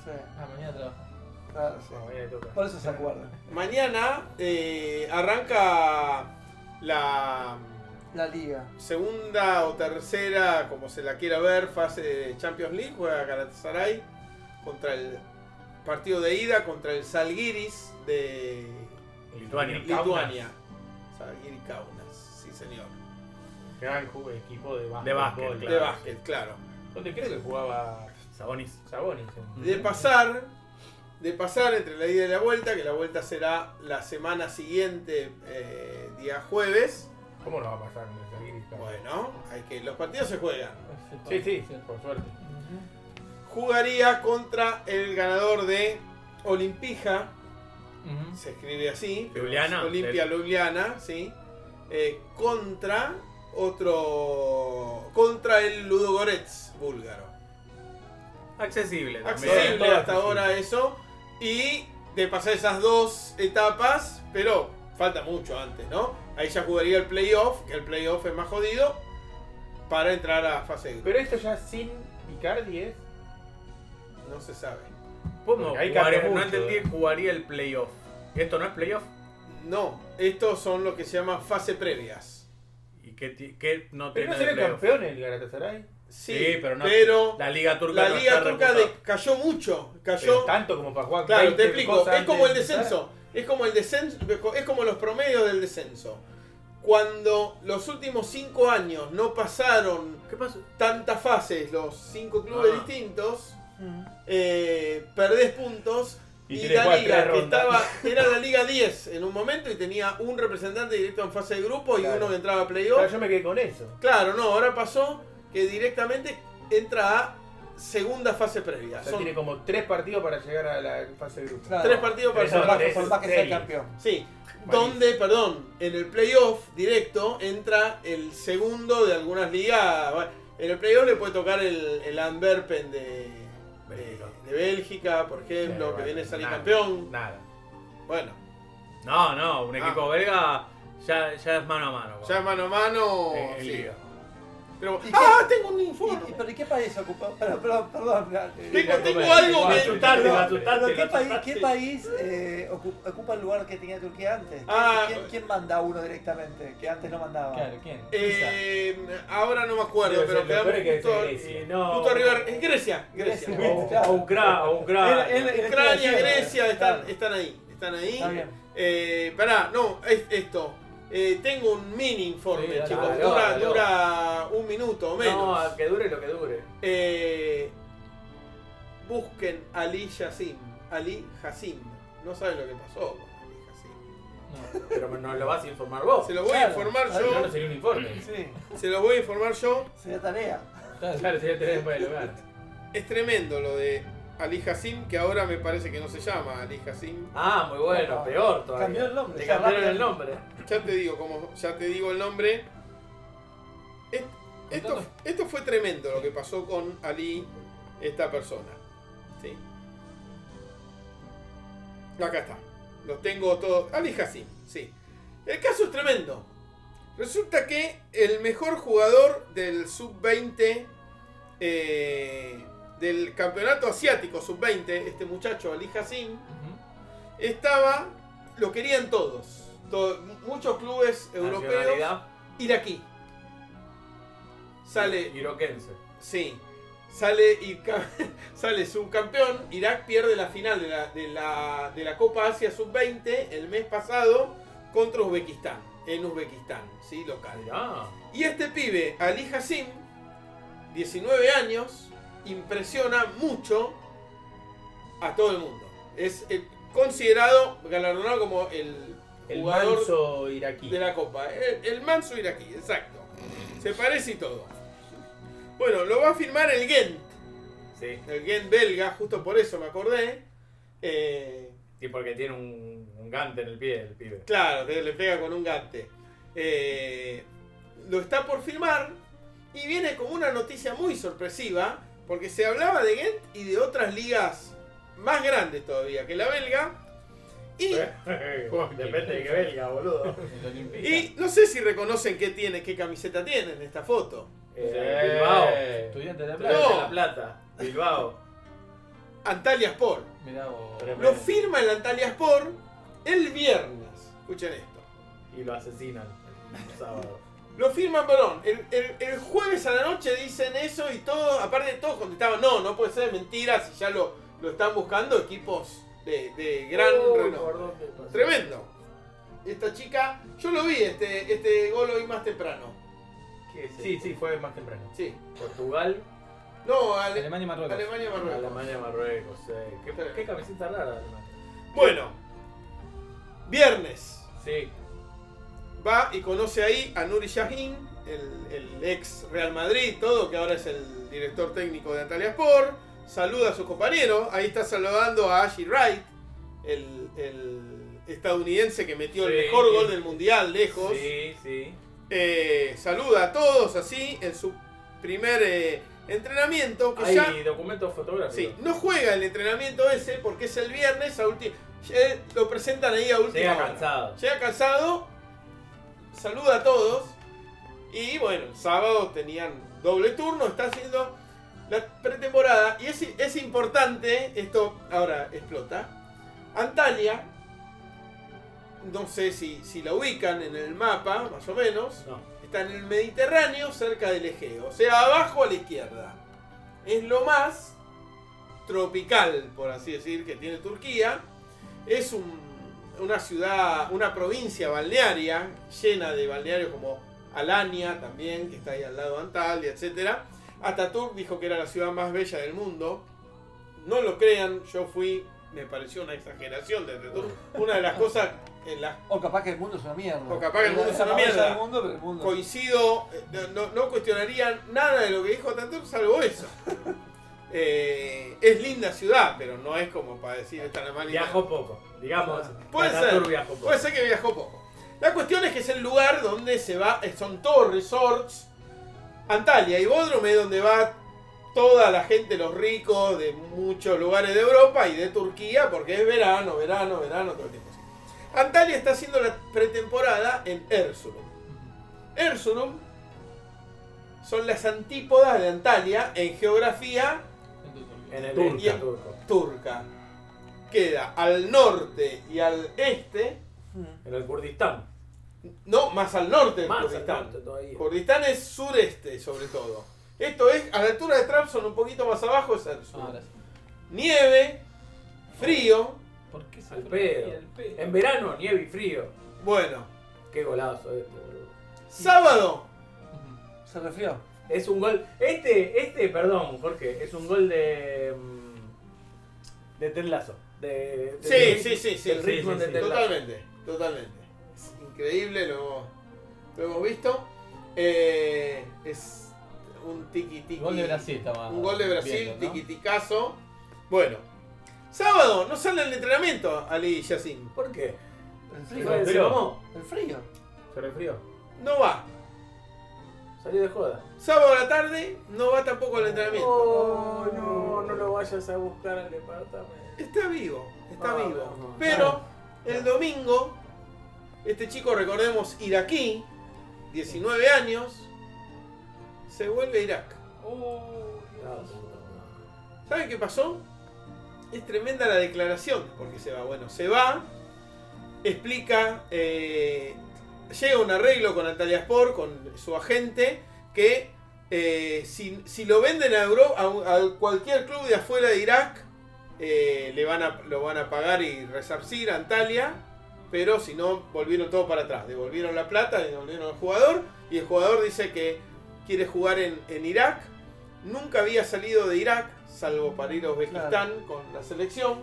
S4: Sí,
S1: Ah, mañana trabajo.
S4: claro.
S2: no, mañana le toca.
S4: Por eso se acuerda.
S6: Mañana eh, arranca la
S4: La liga.
S6: segunda o tercera, como se la quiera ver, fase de Champions League. Juega Galatasaray contra el partido de ida contra el Salguiris de
S3: Lituania.
S6: Lituania. Salguiri Kaunas, sí señor.
S2: Gran ju- equipo de básquet.
S3: De básquet,
S2: bol,
S3: claro.
S6: De básquet, claro.
S2: Donde creo que jugaba
S3: Sabonis.
S2: Sabonis. ¿eh?
S6: De pasar, de pasar entre la ida y la vuelta, que la vuelta será la semana siguiente, eh, día jueves.
S2: ¿Cómo nos va a pasar en el Salguiris?
S6: Bueno, hay que los partidos se juegan.
S2: Sí, sí, por suerte.
S6: Jugaría contra el ganador de Olimpija,
S1: Ujú.
S6: se escribe así. pero
S3: Ljubljana,
S6: es Olimpia Ljubljana, sí. Eh, contra otro, contra el Ludogorets búlgaro.
S10: Accesible. también.
S6: accesible hasta ahora eso. Y de pasar esas dos etapas, pero falta mucho antes, ¿no? Ahí ya jugaría el playoff, que el playoff es más jodido, para entrar a fase de grupos.
S2: Pero esto ya sin Icardi es.
S6: No se sabe.
S10: ¿Cómo
S2: Porque ahí
S10: jugaría-
S2: cambia
S10: no
S2: mucho,
S10: entendí,
S2: eh.
S10: jugaría el playoff. ¿Esto no es playoff?
S6: No, estos son lo que se llama fase previas.
S10: ¿Y qué, ti- qué no tiene
S2: Pero no
S10: de
S2: será
S10: playoff?
S2: campeón el Galatasaray.
S6: Sí,
S10: Sí, pero no-
S6: pero
S10: La Liga Turca
S6: la
S10: no
S6: Liga
S10: está
S6: Turca
S10: reputada.
S6: de- cayó mucho.
S2: Pero
S6: Cayó.
S2: tanto como para jugar.
S6: Claro,
S2: 20
S6: te explico.
S2: cosas
S6: Es como el
S2: antes de empezar.
S6: descenso. Es como el descenso. Es como los promedios del descenso. Cuando los últimos cinco años no pasaron
S10: ¿Qué pasó?
S6: tantas fases, los cinco clubes
S10: Ah.
S6: distintos, eh, perdés puntos.
S2: Y
S6: Y,
S2: tenés
S6: la
S2: cuatro,
S6: liga
S2: tres
S6: que
S2: rondas. [LAUGHS]
S6: estaba, era la liga 10 en un momento y tenía un representante directo en fase de grupo y
S2: Claro.
S6: uno que entraba a
S2: Claro,
S6: playoff.
S2: yo me quedé con eso.
S6: Claro, no, ahora pasó que directamente entra a segunda fase previa.
S2: O sea,
S6: Son
S2: tiene como tres partidos para llegar a la fase de grupo.
S4: Claro.
S6: tres partidos para
S2: Tres
S6: llegar
S4: Por
S6: a la
S4: más,
S2: tres
S4: que- por más que sea el
S2: series.
S4: campeón.
S6: Sí, donde, perdón, en el playoff directo entra el segundo de algunas ligas. Bueno, En el playoff le puede tocar el, el Antwerpen de, de,
S10: Bélgica.
S6: de Bélgica, por ejemplo,
S2: Pero
S6: que
S2: bueno,
S6: viene a salir
S2: nada,
S6: campeón.
S2: Nada.
S6: Bueno,
S10: No, no,
S2: Ah.
S10: un equipo belga ya, ya es mano a mano.
S6: ya mano a mano.
S10: Eh, el
S6: sí.
S10: Liga.
S6: Pero,
S4: ¿Y qué-
S6: ¡Ah! Tengo un
S4: ¿Y- y-
S6: informe.
S4: ¿Pero y qué país ocupó? Perdón, perdón, perdón. eh,
S6: Tengo,
S4: Perdón,
S6: tengo
S2: Bueno,
S6: algo
S2: igual,
S6: que.
S2: chutate,
S6: perdón.
S2: chutate.
S4: perdón, ¿Qué país, qué país eh, ocu- ocupa el lugar que tenía Turquía antes?
S6: Ah,
S4: ¿Quién, quién manda uno directamente? Que antes no mandaba.
S1: Claro, ¿quién? Suiza.
S6: Eh, ahora no me acuerdo,
S2: Debe
S6: pero
S2: ser lo
S6: quedamos
S2: peor que
S6: justo,
S2: es Grecia.
S11: Eh, no.
S6: justo arriba.
S3: [LAUGHS]
S6: Es Grecia, Grecia.
S4: Grecia.
S6: Oh.
S11: O Ucra- o Ucra-
S4: Él- él-
S6: Ucrania,
S4: Grecia,
S6: Grecia, están,
S4: claro.
S6: están ahí. Están ahí.
S4: Está bien.
S6: Eh, pará, no, es esto. Eh, tengo un mini informe,
S1: Sí, dale,
S6: chicos.
S11: dale,
S6: dura,
S11: dale.
S6: dura un minuto o
S11: No,
S6: menos.
S11: a que dure lo que dure.
S6: Eh, busquen Ali Yassim. Ali Hassim. No sabe lo que pasó con Ali Hassim.
S1: No.
S11: Pero nos lo vas a informar vos.
S6: Se los voy a
S4: Claro.
S6: informar
S4: Ahí
S6: yo.
S10: No sería un informe.
S4: Sí,
S6: Se los voy a informar yo.
S4: sería tarea.
S10: Claro, sería tener después del lugar.
S6: Es tremendo lo de Ali Hassim, que ahora me parece que no se llama Ali Hassim.
S11: Ah, muy bueno,
S4: Opa.
S11: peor todavía.
S4: Cambió el nombre,
S11: Le
S4: ya
S11: cambiaron
S4: rápido.
S11: el nombre.
S6: Ya te digo, como ya te digo el nombre. Es- Esto, esto fue tremendo lo que pasó con Ali, esta persona. ¿sí? Acá está. Los tengo todos. Ali Hassim, sí. El caso es tremendo. Resulta que el mejor jugador del sub-20 eh, del campeonato asiático sub-20, este muchacho Ali Hassim, estaba, lo querían todos. To- muchos clubes europeos.
S11: Nacionalidad
S6: Iraquí. Sale,
S11: iroquense.
S6: sí. Sale, y ca- [LAUGHS] sale subcampeón. Irak pierde la final de la, de la, de la Copa Asia Sub-20 el mes pasado contra Uzbekistán. En Uzbekistán, sí, local.
S3: Ah,
S11: Mirá.
S6: Y este pibe, Ali Hassim, 19 años, impresiona mucho a todo el mundo. Es eh, considerado, galardonado como el,
S2: El
S6: jugador
S2: manso iraquí.
S6: de la Copa. El, el manso iraquí, exacto. Se parece y todo. Bueno, lo va a firmar el Gent.
S11: Sí.
S6: El Gent belga, justo por eso me acordé. Eh,
S11: Sí, porque tiene un, un gante en el pie el pibe.
S6: Claro, que le pega con un gante. Eh, lo está por firmar y viene como una noticia muy sorpresiva, porque se hablaba de Gent y de otras ligas más grandes todavía que la belga. Y,
S11: Depende de que belga,
S6: [LAUGHS]
S11: boludo.
S1: El Olimpista.
S6: y no sé si reconocen qué tiene, qué camiseta tiene en esta foto.
S11: Eh, Bilbao.
S1: Estudiante de la
S6: No.
S11: De
S1: plata.
S11: La Plata. Bilbao.
S6: Antalya Sport.
S1: Mirá vos.
S6: Lo firma el Antalya Sport el viernes. Escuchen esto.
S11: Y lo asesinan el sábado.
S6: Lo firman, perdón. El, el- el jueves a la noche dicen eso y todo, aparte de todos contestaban, no, no puede ser mentira, si ya lo, lo están buscando equipos de, de gran renombre. Tremendo. Esta chica, yo lo vi, este, este gol hoy más temprano.
S11: ¿Qué es
S2: Sí,
S11: eso?
S2: sí, fue más temprano.
S6: Sí.
S11: Portugal,
S6: No, Ale-
S1: Alemania y Marruecos.
S6: Alemania Marruecos.
S11: Alemania, Marruecos. eh. ¿Qué, qué camiseta rara, Alemania.
S6: Bueno, viernes.
S11: Sí.
S6: Va y conoce ahí a Nuri Sahin, el, el ex Real Madrid, todo, que ahora es el director técnico de Antalya Sport. Saluda a sus compañeros. Ahí está saludando a Ashley Wright, el, el estadounidense que metió
S11: Sí.
S6: el mejor gol del mundial lejos.
S11: Sí, sí.
S6: Eh, saluda a todos así en su primer eh, entrenamiento que
S11: Hay
S6: ya
S11: documentos fotográficos.
S6: Sí, no juega el entrenamiento ese porque es el viernes a ulti- ya Lo presentan ahí a última
S11: Llega
S6: hora.
S11: cansado.
S6: Llega cansado, saluda a todos. Y bueno, el sábado tenían doble turno, está haciendo la pretemporada. Y es, es importante, esto ahora explota. Antalya, no sé si, si la ubican en el mapa, más o menos.
S11: No.
S6: Está en el Mediterráneo, cerca del Egeo. O sea, abajo a la izquierda. Es lo más tropical, por así decir, que tiene Turquía. Es un- una ciudad, una provincia balnearia, llena de balnearios como Alania también, que está ahí al lado de Antalya, etc. Atatürk dijo que era la ciudad más bella del mundo. No lo crean, yo fui, me pareció una exageración de Atatürk. Una de las cosas en las
S4: O capaz que el mundo es una mierda.
S6: O capaz que el mundo es
S4: La
S6: una
S4: más
S6: mierda.
S4: bella del mundo, pero el mundo-
S6: coincido, eh, no, no cuestionaría nada de lo que dijo Atatürk salvo eso. Eh, es linda ciudad, pero no es como para decir está la mala idea.
S11: Viajó poco, digamos.
S6: Puede
S11: Catatur
S6: ser.
S11: viajó poco.
S6: Puede ser que viajó poco. La cuestión es que es el lugar donde se va, eh, son todos resorts. Antalya y Bodrum es donde va toda la gente, los ricos de muchos lugares de Europa y de Turquía, porque es verano, verano, verano, todo el tiempo. así. Antalya está haciendo la pretemporada en Erzurum. Erzurum son las antípodas de Antalya en geografía
S1: Ah,
S11: En el Turca.
S6: Turca.
S11: turco.
S6: turca. Queda al norte y al este
S4: Mm,
S11: En el Kurdistán.
S6: No, más al norte del
S11: Más al
S6: Kurdistán.
S11: norte todavía.
S6: Kurdistán es sureste, sobre todo. Esto es a la altura de Trabzon, un poquito más abajo es el sur.
S1: Ahora sí.
S6: Nieve, frío.
S1: ¿Por qué se
S11: Al
S1: fue?
S11: pedo.
S1: Al pedo.
S11: En verano, nieve y frío.
S6: Bueno,
S11: Qué golazo este, boludo.
S6: sábado.
S4: Se refrió.
S11: Es un gol. Este, este, perdón, Jorge, es un gol de. mm, de Ted Lasso. De, de-
S6: Sí,
S11: de-
S6: sí, sí, sí.
S11: del
S6: sí,
S11: ritmo
S6: sí,
S11: de
S6: sí.
S11: Ted Lasso.
S6: Totalmente, totalmente. Es increíble, lo, lo hemos visto. Eh, es un tiki tiki.
S1: El gol de Brasil está más.
S6: Un gol de Brasil,
S1: viendo, ¿no?
S6: tiquiticazo. Bueno, sábado, no sale el entrenamiento, Ali Yacin.
S11: ¿Por qué?
S4: El
S11: Se
S4: frío.
S11: fue- se mamó,
S4: El frío.
S11: se refrió.
S6: No va.
S11: Salió de joda.
S6: Sábado a la tarde no va tampoco al entrenamiento.
S11: Oh, no, no lo vayas a buscar al departamento.
S6: Está vivo, está
S11: No,
S6: vivo.
S11: no, no.
S6: Pero el domingo, este chico, recordemos, iraquí, 19 años, se vuelve a Irak.
S4: Oh,
S6: ¿Saben qué pasó? Es tremenda la declaración, porque se va. Bueno, se va, explica, eh, llega un arreglo con Antalya Sport, con su agente, que eh, si, si lo venden a, Euro- a un- a cualquier club de afuera de Irak, eh, le van a, lo van a pagar y resarcir a Antalya, pero si no, volvieron todo para atrás. Devolvieron la plata, devolvieron al jugador, y el jugador dice que quiere jugar en, en Irak. Nunca había salido de Irak, salvo para ir a Uzbekistán con la selección.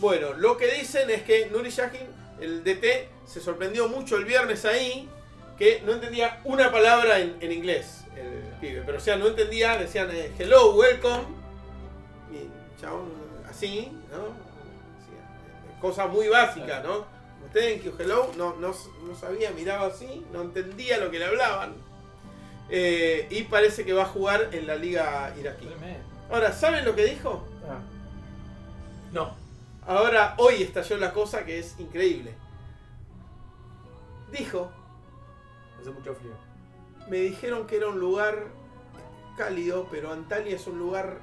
S6: Bueno, lo que dicen es que Nuri Sahin, el DT, se sorprendió mucho el viernes ahí, que no entendía una palabra en, en inglés, el pibe. Pero o sea, no entendía, decían eh, hello, welcome, y chabón, así, ¿no? Así, eh, Cosa muy básica, ¿no? Ustedes en hello no, no, no sabía, miraba así, no entendía lo que le hablaban. Eh, y parece que va a jugar en la liga iraquí.
S1: Tremendo.
S6: Ahora, ¿saben lo que dijo?
S11: No.
S6: Ahora, hoy estalló la cosa que es increíble. Dijo,
S11: Hace mucho frío.
S6: me dijeron que era un lugar cálido, pero Antalya es un lugar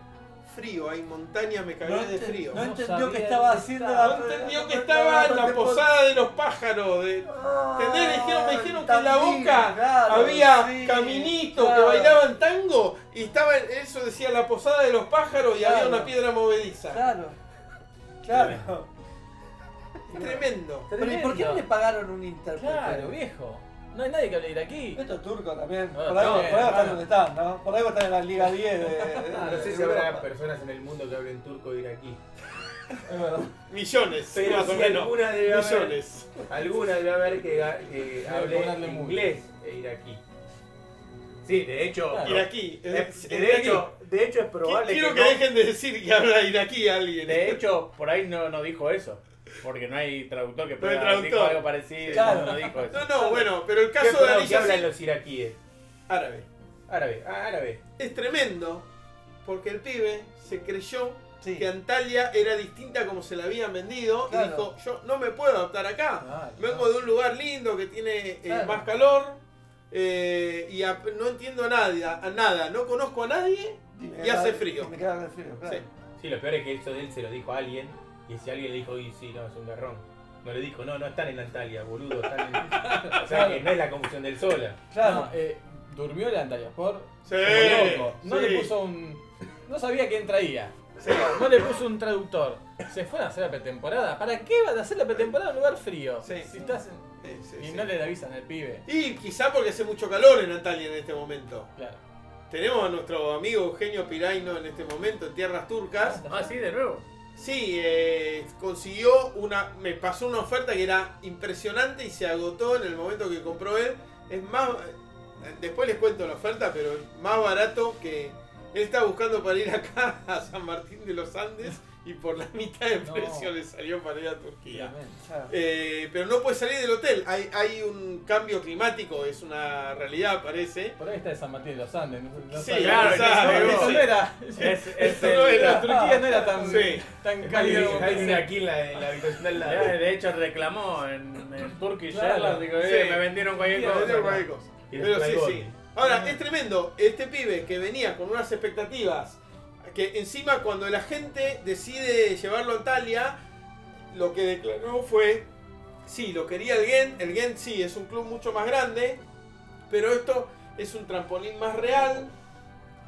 S6: frío, hay montañas, me cagué de
S4: ente-
S6: frío.
S4: no
S6: No,
S4: entendió que
S1: sabía
S4: estaba
S1: dónde
S4: haciendo
S1: estaba.
S4: la.
S6: entendió que estaba en la posada de los pájaros, de,
S4: Ah,
S6: ¿Entendés? Dijeron- me dijeron que en la boca Había caminitos que bailaban tango y estaba eso decía la posada de los pájaros y había
S4: Claro.
S6: una piedra movediza.
S4: Claro, claro.
S6: Tremendo.
S4: Pero ¿y por qué no le pagaron un intérprete?
S1: Claro, viejo. No hay nadie que hable de aquí.
S4: Esto es turco también.
S1: Ah,
S4: Por algo,
S1: está bien,
S4: por algo están
S1: claro.
S4: donde están, ¿no? Por algo están en la Liga 10 [LAUGHS] de. de-
S2: Ah, no sé
S4: de
S2: si habrá
S4: Europa.
S2: personas en el mundo que hablen turco e iraquí.
S4: Es verdad.
S6: Millones,
S2: Pero
S6: más o
S2: sí,
S6: menos.
S2: alguna debe haber,
S6: Millones.
S2: alguna debe haber que, ga- que
S1: Debe
S2: hable
S1: cobrarle mucho.
S2: inglés e iraquí.
S11: Sí, de hecho.
S1: Claro.
S6: Iraquí.
S11: De,
S6: eh,
S11: de
S6: iraquí.
S11: hecho, de hecho es probable
S6: Quiero que,
S11: no.
S6: dejen de decir que habla iraquí alguien.
S11: De hecho, por ahí no, no dijo eso. Porque no hay traductor que
S6: hay
S11: pueda
S6: traductor.
S11: dijo algo parecido.
S4: Claro.
S11: No dijo eso.
S6: No, no, bueno, pero el
S2: ¿Qué,
S6: caso de
S2: perdón, ¿qué
S6: Alicia
S2: hablan
S6: es
S2: los iraquíes?
S6: árabe.
S2: Árabe, ah, árabe.
S6: Es tremendo, porque el pibe se creyó
S4: Sí.
S6: que Antalya era distinta a como se la habían vendido
S4: Claro.
S6: y dijo, yo no me puedo adaptar acá.
S4: Claro,
S6: Vengo
S4: claro.
S6: de un lugar lindo que tiene eh,
S4: Claro.
S6: más calor eh, y ap- no entiendo a nadie, a nada, no conozco a nadie.
S4: me
S6: Y hace
S4: queda-
S6: frío.
S4: y Me queda de frío, claro.
S6: Sí.
S2: Sí, lo peor es que esto de él se lo dijo a alguien y ese alguien le dijo, y sí, no, es un garrón. Me lo dijo, no, no están en Antalya, boludo, están en... O sea, que no es la confusión del sola.
S1: Claro, eh, durmió el Antalyaspor
S6: Sí,
S1: como loco. No
S6: sí.
S1: le puso un. No sabía quién traía. No le puso un traductor. Se fueron a hacer la pretemporada. ¿Para qué van a hacer la pretemporada en un lugar frío?
S6: Sí,
S1: Si
S6: sí.
S1: estás en-
S6: Sí, sí,
S1: Y
S6: sí.
S1: no le avisan al pibe.
S6: Y quizá porque hace mucho calor en Antalya en este momento.
S1: Claro.
S6: Tenemos a nuestro amigo Eugenio Piraino en este momento en tierras turcas.
S10: Ah, sí, de nuevo.
S6: Sí, eh, consiguió una. Me pasó una oferta que era impresionante y se agotó en el momento que compró él. Es más. eh, Después les cuento la oferta, pero es más barato que. Él está buscando para ir acá a San Martín de los Andes y por la mitad de
S1: No.
S6: precio le salió para ir a Turquía.
S4: Claro.
S6: Eh, pero no puede salir del hotel. Hay, hay un cambio climático, es una realidad, parece.
S1: Por ahí está de San Martín de los Andes. No, no
S6: Sí,
S1: sabe-
S6: claro,
S1: no,
S6: sabe,
S1: eso
S6: vos.
S1: no era.
S10: Es, es
S1: Este,
S6: Eso no
S10: el-
S6: era.
S1: Turquía no era tan,
S6: Sí.
S1: tan
S2: Alguien
S1: cálido como
S2: dijo, "Hay
S1: pensé.
S2: una aquí en la, en la habitación del
S10: Ya,
S2: lado.
S10: De hecho, reclamó en, en Turkish
S1: Claro.
S10: Airlines, digo, eh,
S6: Sí.
S10: me vendieron cualquier
S6: Pero
S10: cosa.
S6: tiene cualquier cosa.
S2: Y
S6: Pero
S2: después
S6: sí,
S2: Gotti.
S6: sí. Ahora, es tremendo. Este pibe que venía con unas expectativas, que encima cuando la gente decide llevarlo a Antalya, lo que declaró fue, sí, lo quería el Gent, el Gent sí, es un club mucho más grande, pero esto es un trampolín más real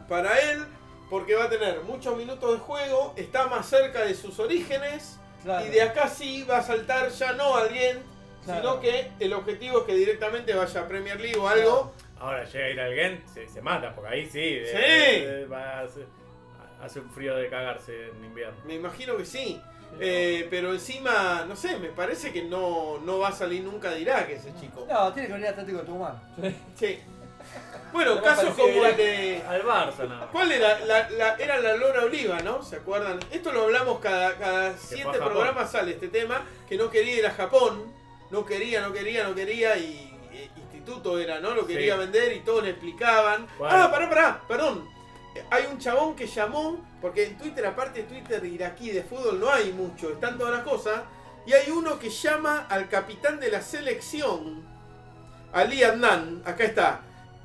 S6: para él, porque va a tener muchos minutos de juego, está más cerca de sus orígenes,
S4: Claro.
S6: y de acá sí va a saltar ya no a alguien, sino
S4: Claro.
S6: que el objetivo es que directamente vaya a Premier League o algo.
S10: Ahora llega a ir al Gent, se, se mata, porque ahí sí. de-
S6: Sí.
S10: de- va a hacer- hace un frío de cagarse en invierno.
S6: Me imagino que sí. Eh, pero encima, no sé, me parece que no, no va a salir nunca de Irak ese chico.
S4: No, tiene que venir Atlético Tucumán.
S6: Sí. Bueno,
S1: No me
S6: casos
S1: pareció
S6: como el
S1: Irak.
S6: de...
S10: Al Barça, nada más.
S6: ¿Cuál era? La, la- era la Lora Oliva, ¿no? ¿Se acuerdan? Esto lo hablamos cada, cada
S10: fue
S6: siete
S10: a Japón.
S6: programas sale este tema, que no quería ir a Japón, no quería, no quería, no quería y e- instituto era, ¿no? Lo quería
S10: Sí.
S6: vender y todos le explicaban.
S10: Bueno.
S6: Ah, pará, pará, perdón. Eh, Hay un chabón que llamó, porque en Twitter, aparte de Twitter iraquí de fútbol no hay mucho, están todas las cosas, y hay uno que llama al capitán de la selección, Ali Adnan, acá está.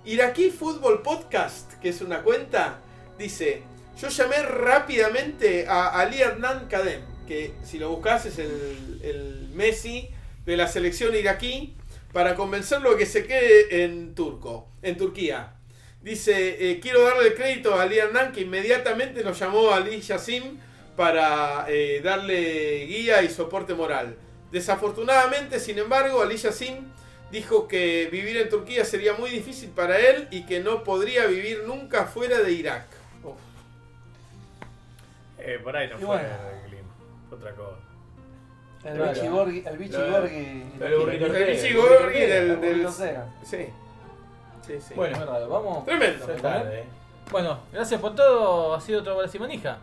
S6: Iraquí Fútbol Podcast, que es una cuenta, dice, yo llamé rápidamente a Ali Adnan Kadem, que si lo buscas es el, el Messi de la selección iraquí, para convencerlo de que se quede en Turco, en Turquía. Dice, eh, quiero darle crédito a Ali Adnan, que inmediatamente nos llamó Ali Yassim para eh, darle guía y soporte moral. Desafortunadamente, sin embargo, Ali Yassim dijo que vivir en Turquía sería muy difícil para él y que no podría vivir nunca fuera de Irak.
S10: Eh, por ahí no
S4: Y
S10: fue
S4: bueno.
S10: el clima. fue Otra cosa.
S4: El
S1: Claro.
S4: Bichi Borghi. El Bichi
S2: Claro.
S4: Borghi.
S2: Pero
S4: Eh,
S2: burrito
S6: El
S2: Ortega.
S6: Michi Gorghi del, del-
S4: Del... Ortega.
S6: Sí. Sí, sí.
S1: Bueno, es raro, vamos.
S6: Tremendo.
S1: Ya está.
S2: Tarde, eh.
S1: Bueno, gracias por todo. Ha sido otro Brasil Manija.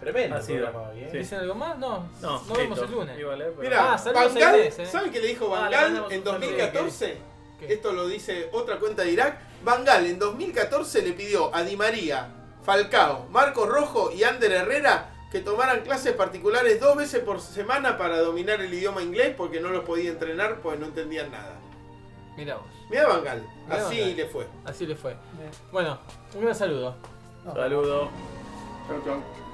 S2: Tremendo
S10: Ha sido.
S2: programa hoy, eh.
S1: ¿Dicen algo más? No.
S10: No,
S1: Nos vemos
S10: listo.
S1: el lunes.
S10: Igual, eh, pero-
S6: Mira,
S1: Ah, saludos a
S6: Bangal,
S1: Inés, eh.
S6: ¿saben qué le dijo
S1: Ah, le
S6: Bangal
S1: mandamos
S6: en
S1: un saludo.
S6: 2014?
S1: ¿Qué?
S6: Esto lo dice otra cuenta de Irak. Bangal en 2014 le pidió a Di María, Falcao, Marco Rojo y Ander Herrera que tomaran clases particulares dos veces por semana para dominar el idioma inglés porque no los podía entrenar pues no entendían nada.
S1: Mirá vos.
S6: Mira Bangal,
S1: Mirá
S6: así
S1: Bangal.
S6: le fue.
S3: 呃
S1: Así le fue. Bueno, un gran saludo.
S10: Saludo.
S6: Chau, chau.